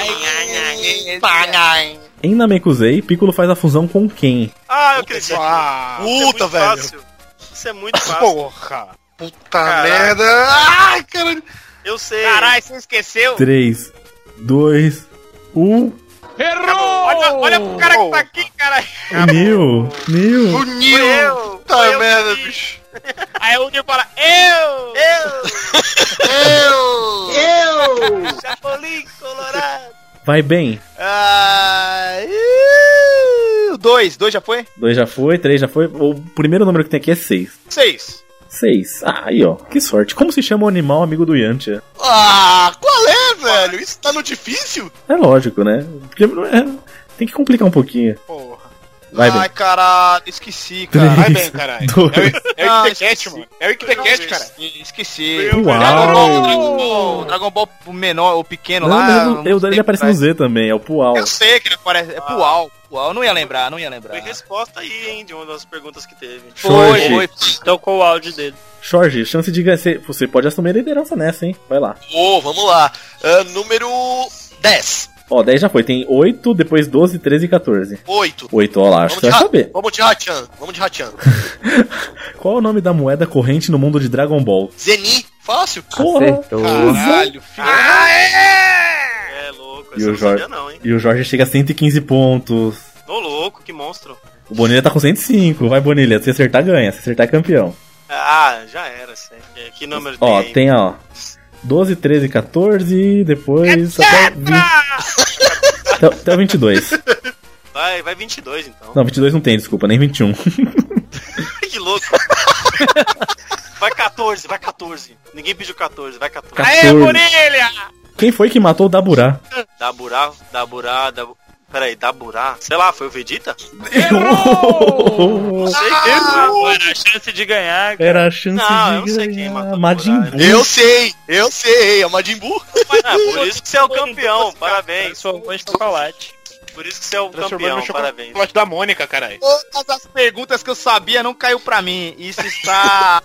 [SPEAKER 1] Em Namekusei, Piccolo faz a fusão com quem?
[SPEAKER 3] Ah, eu acredito.
[SPEAKER 8] Ah,
[SPEAKER 3] Isso é
[SPEAKER 6] Puta,
[SPEAKER 3] muito
[SPEAKER 6] velho.
[SPEAKER 3] fácil. Isso é muito fácil.
[SPEAKER 8] porra.
[SPEAKER 2] Puta
[SPEAKER 3] Caralho.
[SPEAKER 2] merda. Ai, caralho.
[SPEAKER 3] Eu sei.
[SPEAKER 9] Caralho, você esqueceu?
[SPEAKER 1] 3, 2, 1.
[SPEAKER 9] Olha, olha pro cara que tá aqui, cara.
[SPEAKER 1] Nil! Nil!
[SPEAKER 2] Uniu.
[SPEAKER 3] Foi
[SPEAKER 2] Puta
[SPEAKER 3] eu
[SPEAKER 2] merda,
[SPEAKER 3] que-
[SPEAKER 2] bicho.
[SPEAKER 9] Aí o Nil fala, eu!
[SPEAKER 3] Eu!
[SPEAKER 2] Eu.
[SPEAKER 9] Chapolin Colorado.
[SPEAKER 1] Vai bem.
[SPEAKER 9] Ah, e- o dois. Dois já foi?
[SPEAKER 1] 2 já foi, 3 já foi. O primeiro número que tem aqui é 6.
[SPEAKER 9] Seis.
[SPEAKER 1] 6. Ah, aí ó, que sorte. Como se chama o animal amigo do Yantia?
[SPEAKER 6] Ah, qual é, velho? Isso tá no difícil?
[SPEAKER 1] É lógico, né? Porque não é- tem que complicar um pouquinho.
[SPEAKER 8] Porra.
[SPEAKER 1] Vai bem.
[SPEAKER 9] Ai, caralho,
[SPEAKER 1] <laughs>
[SPEAKER 9] esqueci, cara.
[SPEAKER 8] Vai
[SPEAKER 1] Três,
[SPEAKER 8] bem, caralho.
[SPEAKER 1] dois.
[SPEAKER 8] É o
[SPEAKER 9] Ah,
[SPEAKER 8] Ictecat,
[SPEAKER 9] esqueci.
[SPEAKER 8] mano. É o Ictecat, cara.
[SPEAKER 9] Esqueci, esqueci.
[SPEAKER 1] Uau.
[SPEAKER 9] Dragon Ball, Dragon Ball, Dragon Ball o menor, o pequeno
[SPEAKER 1] Não,
[SPEAKER 9] lá.
[SPEAKER 1] mas o-
[SPEAKER 9] não
[SPEAKER 1] eu, ele
[SPEAKER 9] sei
[SPEAKER 1] aparece no
[SPEAKER 9] atrás.
[SPEAKER 1] Z também, é o Pual.
[SPEAKER 9] Eu sei que ele aparece. É Pual. Pual, não ia lembrar, não ia lembrar.
[SPEAKER 3] Ah. Foi resposta aí, hein, de uma das perguntas que teve.
[SPEAKER 1] Jorge.
[SPEAKER 9] Foi, foi.
[SPEAKER 7] Tocou o áudio dele.
[SPEAKER 1] Jorge, chance de ganhar. você- Você pode assumir a liderança nessa, hein? Vai lá.
[SPEAKER 6] Ô, vamos lá. Ah, número 10.
[SPEAKER 1] Ó, 10 já foi. Tem 8, depois 12, 13 e 14.
[SPEAKER 6] 8.
[SPEAKER 1] 8, ó lá, acho que você vai saber.
[SPEAKER 6] Vamos de Hachan, vamos de Hachan.
[SPEAKER 1] Qual é o nome da moeda corrente no mundo de Dragon Ball?
[SPEAKER 6] Zeni, fácil.
[SPEAKER 1] Acertou.
[SPEAKER 6] Caralho, filho.
[SPEAKER 3] É louco,
[SPEAKER 1] E
[SPEAKER 3] essa eu
[SPEAKER 1] o,
[SPEAKER 3] não
[SPEAKER 1] Jorge,
[SPEAKER 3] sabia não, hein?
[SPEAKER 1] e o Jorge chega a 115 pontos.
[SPEAKER 3] Ô louco, que monstro.
[SPEAKER 1] O Bonilha tá com 105. Vai, Bonilha. Se acertar, ganha. Se acertar, é campeão.
[SPEAKER 3] Ah, já era, sei. É, Que número tem?
[SPEAKER 1] Ó,
[SPEAKER 3] hein?
[SPEAKER 1] tem, ó. 12, 13, 14. Depois. Até, 20, até, até o 22.
[SPEAKER 3] Vai, vai 22 então. <laughs>
[SPEAKER 1] Não, 22 não tem, desculpa, nem 21.
[SPEAKER 3] que louco. vai 14, vai 14. Ninguém pediu 14, vai 14.
[SPEAKER 1] 14. Quem foi que matou o Daburá?
[SPEAKER 3] Daburá, Daburá, Daburá. Peraí, Daburá? Sei lá, foi o Vegeta?
[SPEAKER 1] Errou!
[SPEAKER 3] Era a chance de ganhar.
[SPEAKER 1] Era a chance
[SPEAKER 3] Não, eu
[SPEAKER 1] de ganhar. Majin Buu.
[SPEAKER 6] Eu sei, eu sei, é o Majin Buu.
[SPEAKER 3] Ah, por isso que você é o campeão, parabéns.
[SPEAKER 7] um
[SPEAKER 3] Transformou em chocolate. Por isso que você é o campeão, parabéns.
[SPEAKER 13] Plot da Mônica, caralho.
[SPEAKER 12] Todas as perguntas que eu sabia não caiu pra mim. Isso
[SPEAKER 2] <laughs>
[SPEAKER 12] está.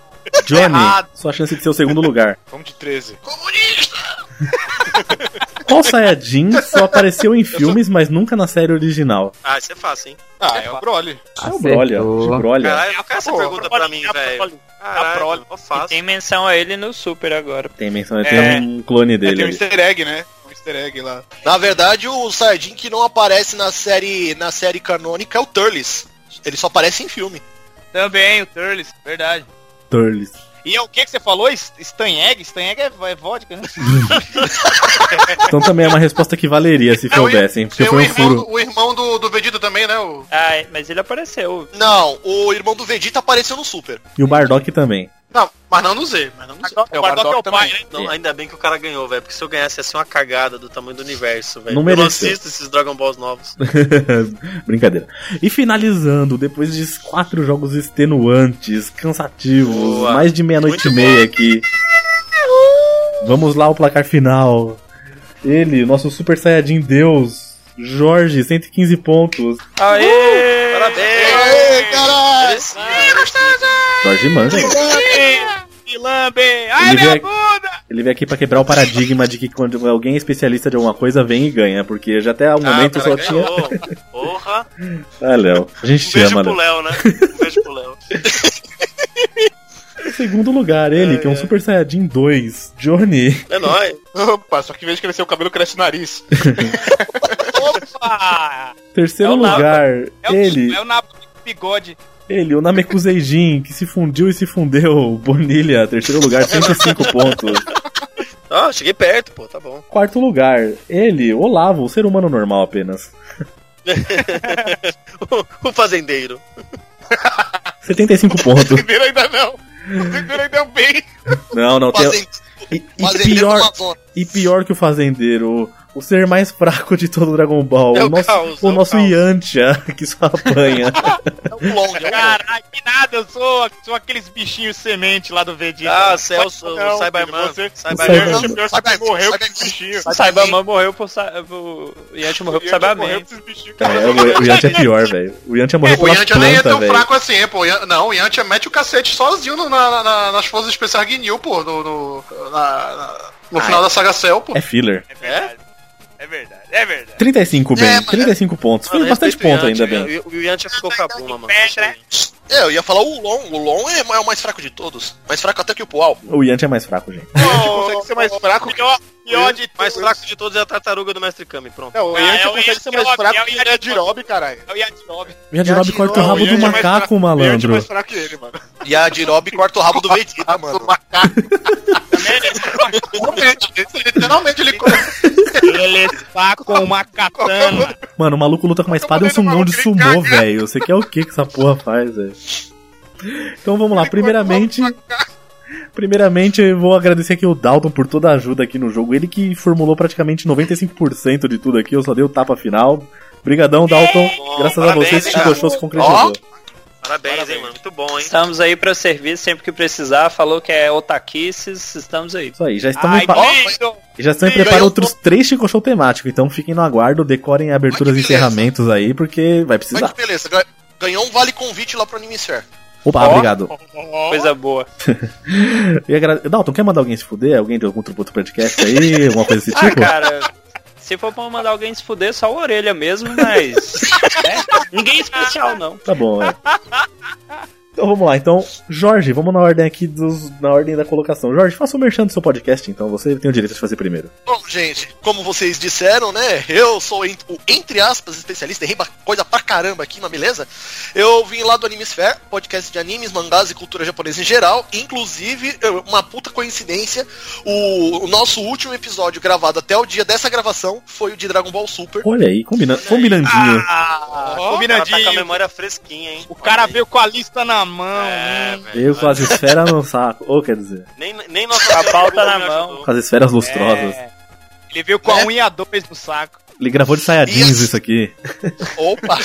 [SPEAKER 1] Johnny,
[SPEAKER 12] errado.
[SPEAKER 1] sua chance de ser o segundo lugar.
[SPEAKER 13] Vamos de 13.
[SPEAKER 1] Qual Saiyajin só apareceu em filmes, mas nunca na série original?
[SPEAKER 3] Ah, isso é fácil, hein?
[SPEAKER 13] Ah,
[SPEAKER 2] um
[SPEAKER 13] é o Broly.
[SPEAKER 1] É o Broly, ó. De Broly. ó.
[SPEAKER 3] Caralho, não quer essa pergunta pra mim, velho. Caralho, eu faço.
[SPEAKER 7] Tem menção a ele no Super agora.
[SPEAKER 1] Tem menção, tem um clone dele. ali.
[SPEAKER 13] egg, né? Um easter egg lá.
[SPEAKER 6] Na verdade, o Saiyajin que não aparece na série, na série canônica é o Turles. Ele só aparece em filme.
[SPEAKER 12] Também, o Turles, verdade.
[SPEAKER 1] Turles.
[SPEAKER 12] E é o que que você falou? Es- Stanheg? Stanheg é, é vodka, né?
[SPEAKER 1] Então também é uma resposta que valeria se soubessem, porque
[SPEAKER 2] Tem o
[SPEAKER 1] foi um
[SPEAKER 2] é irmão,
[SPEAKER 1] furo.
[SPEAKER 2] do, o irmão do, do Vegeta também, né? O...
[SPEAKER 7] Ah, mas ele apareceu.
[SPEAKER 6] Não, o irmão do Vegeta apareceu no Super.
[SPEAKER 1] E o Bardock também.
[SPEAKER 6] Não,
[SPEAKER 2] Mas não no Z, mas não no Z.
[SPEAKER 6] É, o Bardock é o pai, né?
[SPEAKER 3] Não, ainda bem que o cara ganhou, velho. Porque se eu ganhasse ia ser uma cagada do tamanho do universo, velho.
[SPEAKER 1] Não
[SPEAKER 3] Eu não
[SPEAKER 1] mereceu.
[SPEAKER 3] assisto esses Dragon Balls
[SPEAKER 1] <laughs>
[SPEAKER 3] novos.
[SPEAKER 1] Brincadeira. E finalizando, depois de quatro jogos extenuantes, cansativos,
[SPEAKER 3] Boa.
[SPEAKER 1] mais de meia-noite e meia aqui. Vamos lá ao placar final. Ele, nosso Super Saiyajin Deus, Jorge, 115 pontos.
[SPEAKER 7] Aê!
[SPEAKER 3] Parabéns!
[SPEAKER 6] Aê, caralho!
[SPEAKER 1] Jorge manja. né?
[SPEAKER 12] Que lambe! Ai,
[SPEAKER 1] Ele
[SPEAKER 12] minha
[SPEAKER 1] vem-
[SPEAKER 12] bunda!
[SPEAKER 1] Ele veio aqui pra quebrar o paradigma de que quando alguém é especialista de alguma coisa vem e ganha, porque já
[SPEAKER 12] Ah,
[SPEAKER 1] até o
[SPEAKER 12] tá,
[SPEAKER 1] momento só tinha.
[SPEAKER 3] Porra.
[SPEAKER 1] Ah, Léo, a gente
[SPEAKER 3] Um
[SPEAKER 1] te
[SPEAKER 3] beijo
[SPEAKER 1] ama,
[SPEAKER 3] pro
[SPEAKER 1] Léo.
[SPEAKER 3] Léo, né? Um beijo pro Léo.
[SPEAKER 1] Em segundo lugar, ele, que é um Super Saiyajin 2, Johnny. <laughs>
[SPEAKER 3] É nóis.
[SPEAKER 13] Opa, só que em vez de crescer o cabelo, cresce o nariz.
[SPEAKER 12] Opa!
[SPEAKER 1] Terceiro
[SPEAKER 12] É o Napa.
[SPEAKER 1] lugar,
[SPEAKER 12] É o,
[SPEAKER 1] ele,
[SPEAKER 12] é o Nabu com bigode.
[SPEAKER 1] ele, o Namekuseijin, que se fundiu e se fundeu, Bonilha, terceiro lugar, 105 pontos.
[SPEAKER 3] Ah, cheguei perto, pô, tá bom.
[SPEAKER 1] Quarto lugar, ele, Olavo, o ser humano normal apenas.
[SPEAKER 3] o, o fazendeiro.
[SPEAKER 1] 75 pontos.
[SPEAKER 13] Primeiro ainda
[SPEAKER 1] <laughs>
[SPEAKER 13] não. Primeiro ainda bem.
[SPEAKER 1] Não, não, tem... E, e
[SPEAKER 13] fazendeiro
[SPEAKER 1] pior,
[SPEAKER 13] do Amazonas.
[SPEAKER 1] e pior que o fazendeiro, o ser mais fraco de todo o Dragon Ball,
[SPEAKER 13] É
[SPEAKER 1] o
[SPEAKER 13] o
[SPEAKER 1] nosso,
[SPEAKER 13] caos,
[SPEAKER 1] o
[SPEAKER 13] é o
[SPEAKER 1] nosso Yantia, <laughs> que só apanha.
[SPEAKER 6] um
[SPEAKER 12] Caralho, que nada, eu sou, sou aqueles bichinhos semente lá do Vegeta.
[SPEAKER 3] Ah, Celso, o
[SPEAKER 12] Não,
[SPEAKER 3] Cyberman.
[SPEAKER 12] filho, Você,
[SPEAKER 3] Cyberman.
[SPEAKER 12] Cyberman.
[SPEAKER 3] Cyberman.
[SPEAKER 12] <laughs> Pior, você morreu com os bichinhos.
[SPEAKER 7] Saibaman morreu por. Sa...
[SPEAKER 12] <laughs>
[SPEAKER 7] por... Yanti morreu por Saibaman.
[SPEAKER 1] É, o, o Yantia é pior, velho. O Yantia morreu
[SPEAKER 2] O
[SPEAKER 1] pelas
[SPEAKER 2] Yantia nem é
[SPEAKER 1] plantas,
[SPEAKER 2] tão
[SPEAKER 1] velho.
[SPEAKER 2] fraco assim, hein, pô. O Yan- Não, o Yantia mete o cacete sozinho no- na- na- nas forças especiais Guinil, pô. No, no, na- na- no final da saga Cell, pô.
[SPEAKER 1] É filler.
[SPEAKER 3] É?
[SPEAKER 12] É verdade, é verdade.
[SPEAKER 1] 35,
[SPEAKER 13] É,
[SPEAKER 1] bem. 35 pontos. Foi
[SPEAKER 3] Mano,
[SPEAKER 1] bastante
[SPEAKER 3] respeita o
[SPEAKER 1] ponto ainda,
[SPEAKER 3] Yantia,
[SPEAKER 13] né?
[SPEAKER 1] bem.
[SPEAKER 3] E o Yantia ficou com a bunda, mano.
[SPEAKER 6] É, eu ia falar o Ulon. O Ulon é é o mais fraco de todos. Mais fraco até que o Pual.
[SPEAKER 1] O Yantia é mais fraco, gente.
[SPEAKER 13] consegue ser mais fraco.
[SPEAKER 12] Pior, pior de
[SPEAKER 3] mais fraco de todos é a tartaruga do Mestre Kami, pronto.
[SPEAKER 13] É, o Yantia consegue ser
[SPEAKER 3] é
[SPEAKER 13] mais fraco que o Yadirob, caralho.
[SPEAKER 12] É o Yadirob.
[SPEAKER 1] O Yandirob corta o
[SPEAKER 13] Não,
[SPEAKER 1] rabo
[SPEAKER 13] o
[SPEAKER 1] do
[SPEAKER 13] Yantia é mais
[SPEAKER 1] macaco, malandro.
[SPEAKER 13] fraco que ele, mano.
[SPEAKER 6] E a Jirobe corta o rabo do Vegeta, mano.
[SPEAKER 2] Literalmente ele corta.
[SPEAKER 12] Ele está com uma katana.
[SPEAKER 1] Mano, o maluco luta com uma espada e um sumão de sumô, velho. Você quer o que que essa porra faz, velho? Então vamos lá, primeiramente. Primeiramente, eu vou agradecer aqui o Dalton por toda a ajuda aqui no jogo. Ele que formulou praticamente 95% de tudo aqui, eu só dei o tapa final. Brigadão, Dalton. Graças a você, esse
[SPEAKER 7] Parabéns,
[SPEAKER 1] Chico
[SPEAKER 7] cara.
[SPEAKER 1] se concretizou.
[SPEAKER 3] Parabéns, hein, mano. Muito bom, hein?
[SPEAKER 7] Estamos aí pra servir sempre que precisar. Falou que é otaquices, estamos aí. Isso
[SPEAKER 1] aí, já estamos em pa- E Já estão em preparo outros três Chico Show temáticos, então fiquem no aguardo, decorem aberturas e encerramentos aí, porque vai precisar.
[SPEAKER 6] Beleza, ga- ganhou um vale convite lá pro Anime Ser.
[SPEAKER 1] Opa,
[SPEAKER 6] Ó.
[SPEAKER 1] obrigado.
[SPEAKER 7] Coisa boa.
[SPEAKER 1] E agra... Dalton, quer mandar alguém se fuder? Alguém de algum outro podcast aí? Alguma coisa desse tipo?
[SPEAKER 7] Ah, cara, se for pra mandar alguém se fuder, só a orelha mesmo,
[SPEAKER 12] <laughs>
[SPEAKER 7] mas. né? Ninguém especial, não.
[SPEAKER 1] Tá bom, é. Então vamos lá, então, Jorge, vamos na ordem aqui dos. na ordem da colocação. Jorge, faça o merchan do seu podcast, então, você tem o direito de fazer primeiro.
[SPEAKER 6] Bom, gente, como vocês disseram, né? Eu sou ent- o, entre aspas, especialista, errei ba- coisa pra caramba aqui, mas beleza? Eu vim lá do Animesphere, podcast de animes, mangás e cultura japonesa em geral. Inclusive, eu- uma puta coincidência, o, o nosso último episódio gravado até o dia dessa gravação foi o de Dragon Ball Super.
[SPEAKER 1] Olha aí, combina, combinandinho.
[SPEAKER 6] Ah,
[SPEAKER 3] Combinadinho.
[SPEAKER 6] combinadinho.
[SPEAKER 3] tá com a memória fresquinha, hein?
[SPEAKER 12] O cara veio com a lista na mão.
[SPEAKER 1] Veio com as esferas no saco, ou quer dizer,
[SPEAKER 3] Nem, nem nossa a pauta na mão.
[SPEAKER 1] com as esferas lustrosas.
[SPEAKER 12] Ele veio com
[SPEAKER 2] Né?
[SPEAKER 12] a 1 e a 2 no saco.
[SPEAKER 1] Ele gravou de saia jeans isso aqui.
[SPEAKER 6] Opa!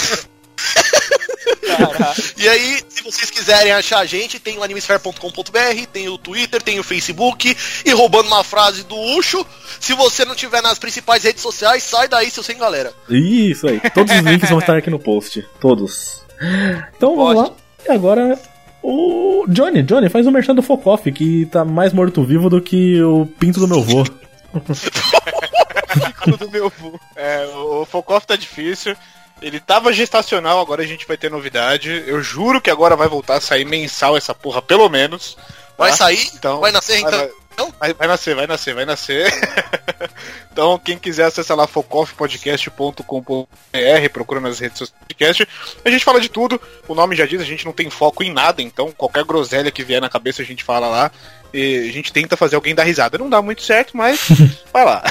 [SPEAKER 6] e aí, se vocês quiserem achar a gente, tem o animesphere.com.br, tem o Twitter, tem o Facebook. E roubando uma frase do Ucho, se você não tiver nas principais redes sociais, sai daí, seu sem galera.
[SPEAKER 1] Isso aí. Todos os links vão estar aqui no post. Todos. Então vamos lá. E agora o Johnny. Johnny, faz o merchan do Focoff, que tá mais morto-vivo do que o pinto do meu vô.
[SPEAKER 8] Pico <laughs> do meu vô. É, o o Focoff tá difícil. Ele tava gestacional, agora a gente vai ter novidade. Eu juro que agora vai voltar a sair mensal essa porra, pelo menos.
[SPEAKER 2] Tá,
[SPEAKER 6] Vai sair?
[SPEAKER 8] Então,
[SPEAKER 6] Vai nascer, então?
[SPEAKER 8] Vai, vai- vai nascer, vai nascer, vai nascer. <laughs> então, quem quiser acessa lá focoffpodcast.com.br, procura nas redes sociais do podcast. A gente fala de tudo, o nome já diz, a gente não tem foco em nada, então qualquer groselha que vier na cabeça a gente fala lá. E a gente tenta fazer alguém dar risada. Não dá muito certo, mas <laughs> vai lá.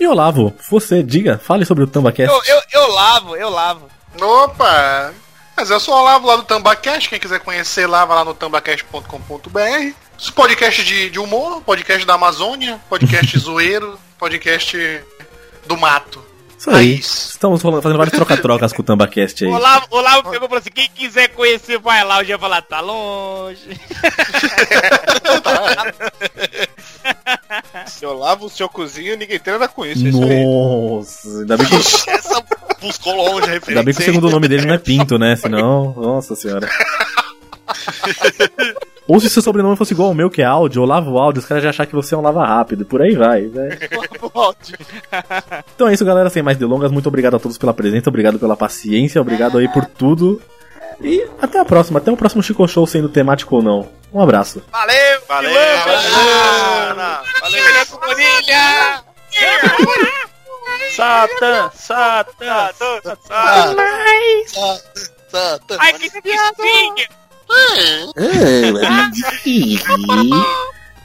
[SPEAKER 1] E Olavo, você, diga, fale sobre o Tambacast.
[SPEAKER 2] Eu, eu, lavo, eu lavo. Opa! Mas eu só lavo lá do Tambacast, quem quiser conhecer, lava lá no tambacast.com.br. Esse podcast de, de humor, podcast da Amazônia, podcast zoeiro, podcast do mato.
[SPEAKER 1] Isso aí. Estamos falando- fazendo vários troca-trocas com o Tambacast aí.
[SPEAKER 12] Olavo, Olavo pegou e falou assim: quem quiser conhecer, vai lá. O dia falar, tá longe.
[SPEAKER 8] Se eu lavo o seu cozinho, ninguém tem nada com isso. é isso aí.
[SPEAKER 1] Nossa, ainda bem que,
[SPEAKER 6] Essa buscou longe a referência.
[SPEAKER 1] ainda bem que o
[SPEAKER 6] hein?
[SPEAKER 1] segundo nome dele não é Pinto, né? Senão, nossa
[SPEAKER 18] <laughs>
[SPEAKER 1] senhora. Ou se seu sobrenome fosse igual ao meu, que é áudio, Olavo áudio, os caras já achar que você é um lava rápido, por aí vai, né? <laughs> Então é isso, galera. Sem mais delongas, muito obrigado a todos pela presença, obrigado pela paciência, obrigado aí por tudo. E até a próxima, até o próximo Chico Show, sendo temático ou não. Um abraço.
[SPEAKER 6] Valeu!
[SPEAKER 3] Valeu!
[SPEAKER 6] Valeu!
[SPEAKER 12] Família!
[SPEAKER 7] Satã, Satã, Satã.
[SPEAKER 6] Satã.
[SPEAKER 12] Ai, que espinha!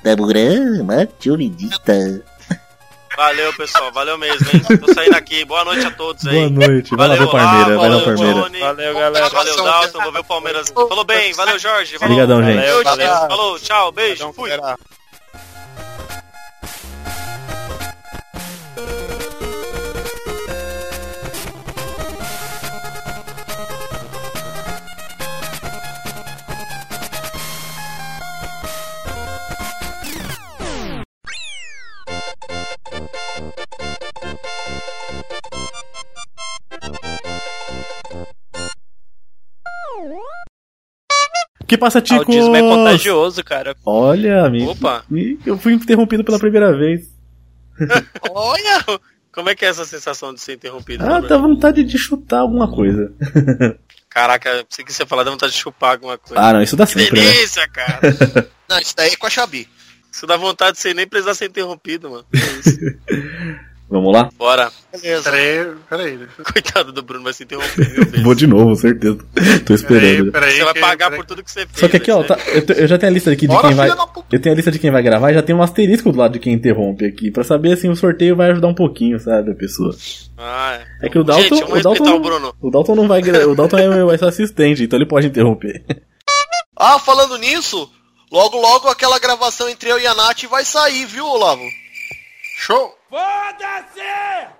[SPEAKER 18] Taburama, Tchumidita.
[SPEAKER 3] Valeu, pessoal. Valeu mesmo, hein? Tô saindo aqui. Boa noite a todos aí.
[SPEAKER 18] Boa noite. Vai lá ver o
[SPEAKER 9] ah,
[SPEAKER 18] Parmeira, vai lá ver o Parmeira.
[SPEAKER 3] Valeu, galera. Valeu, Dalton. Vou ver o Palmeiras. Falou bem. Valeu, Jorge. Falou.
[SPEAKER 1] Obrigadão, gente.
[SPEAKER 3] Valeu,
[SPEAKER 1] Valeu.
[SPEAKER 3] valeu. Falou, tchau. Beijo. Fui.
[SPEAKER 1] Que passa, Tico?
[SPEAKER 7] Autismo é contagioso, cara.
[SPEAKER 1] Olha, amigo.
[SPEAKER 3] Opa.
[SPEAKER 1] Eu fui interrompido pela primeira vez.
[SPEAKER 3] Olha! Como é que é essa sensação de ser interrompido?
[SPEAKER 1] Ah,
[SPEAKER 3] Bruno?
[SPEAKER 1] dá vontade de chutar alguma coisa.
[SPEAKER 3] Caraca, sei que você falar, dá vontade de chupar alguma coisa.
[SPEAKER 1] Ah, não, isso dá
[SPEAKER 3] que
[SPEAKER 1] sempre, né?
[SPEAKER 3] delícia, cara.
[SPEAKER 6] não, isso daí é com a Xabi.
[SPEAKER 3] Isso dá vontade de você nem precisar ser interrompido, mano.
[SPEAKER 1] Vamos lá?
[SPEAKER 3] Bora. <laughs>
[SPEAKER 6] Beleza.
[SPEAKER 2] Peraí, peraí.
[SPEAKER 3] Coitado do Bruno, vai se interromper. viu?
[SPEAKER 1] Vou de novo, certeza. Tô esperando.
[SPEAKER 3] Você vai pagar por tudo que você fez. né?
[SPEAKER 1] Só que aqui, ó, tá- eu, te- eu já tenho a lista aqui de
[SPEAKER 3] Bora,
[SPEAKER 1] quem vai.
[SPEAKER 3] filha da
[SPEAKER 1] Eu tenho a lista de quem vai gravar e já tem um asterisco do lado de quem interrompe aqui. Pra saber, assim, o sorteio vai ajudar um pouquinho, sabe, a pessoa.
[SPEAKER 3] Ah, é.
[SPEAKER 1] É que o Dalton.
[SPEAKER 3] Gente, vamos
[SPEAKER 1] o, Dalton
[SPEAKER 3] respeitar o Bruno.
[SPEAKER 1] o Dalton não vai. gra- O Dalton é meu é seu assistente, então ele pode interromper.
[SPEAKER 6] Ah, falando nisso, logo logo aquela gravação entre eu e a Nath vai sair, viu, Olavo?
[SPEAKER 2] Show!
[SPEAKER 11] Foda-se!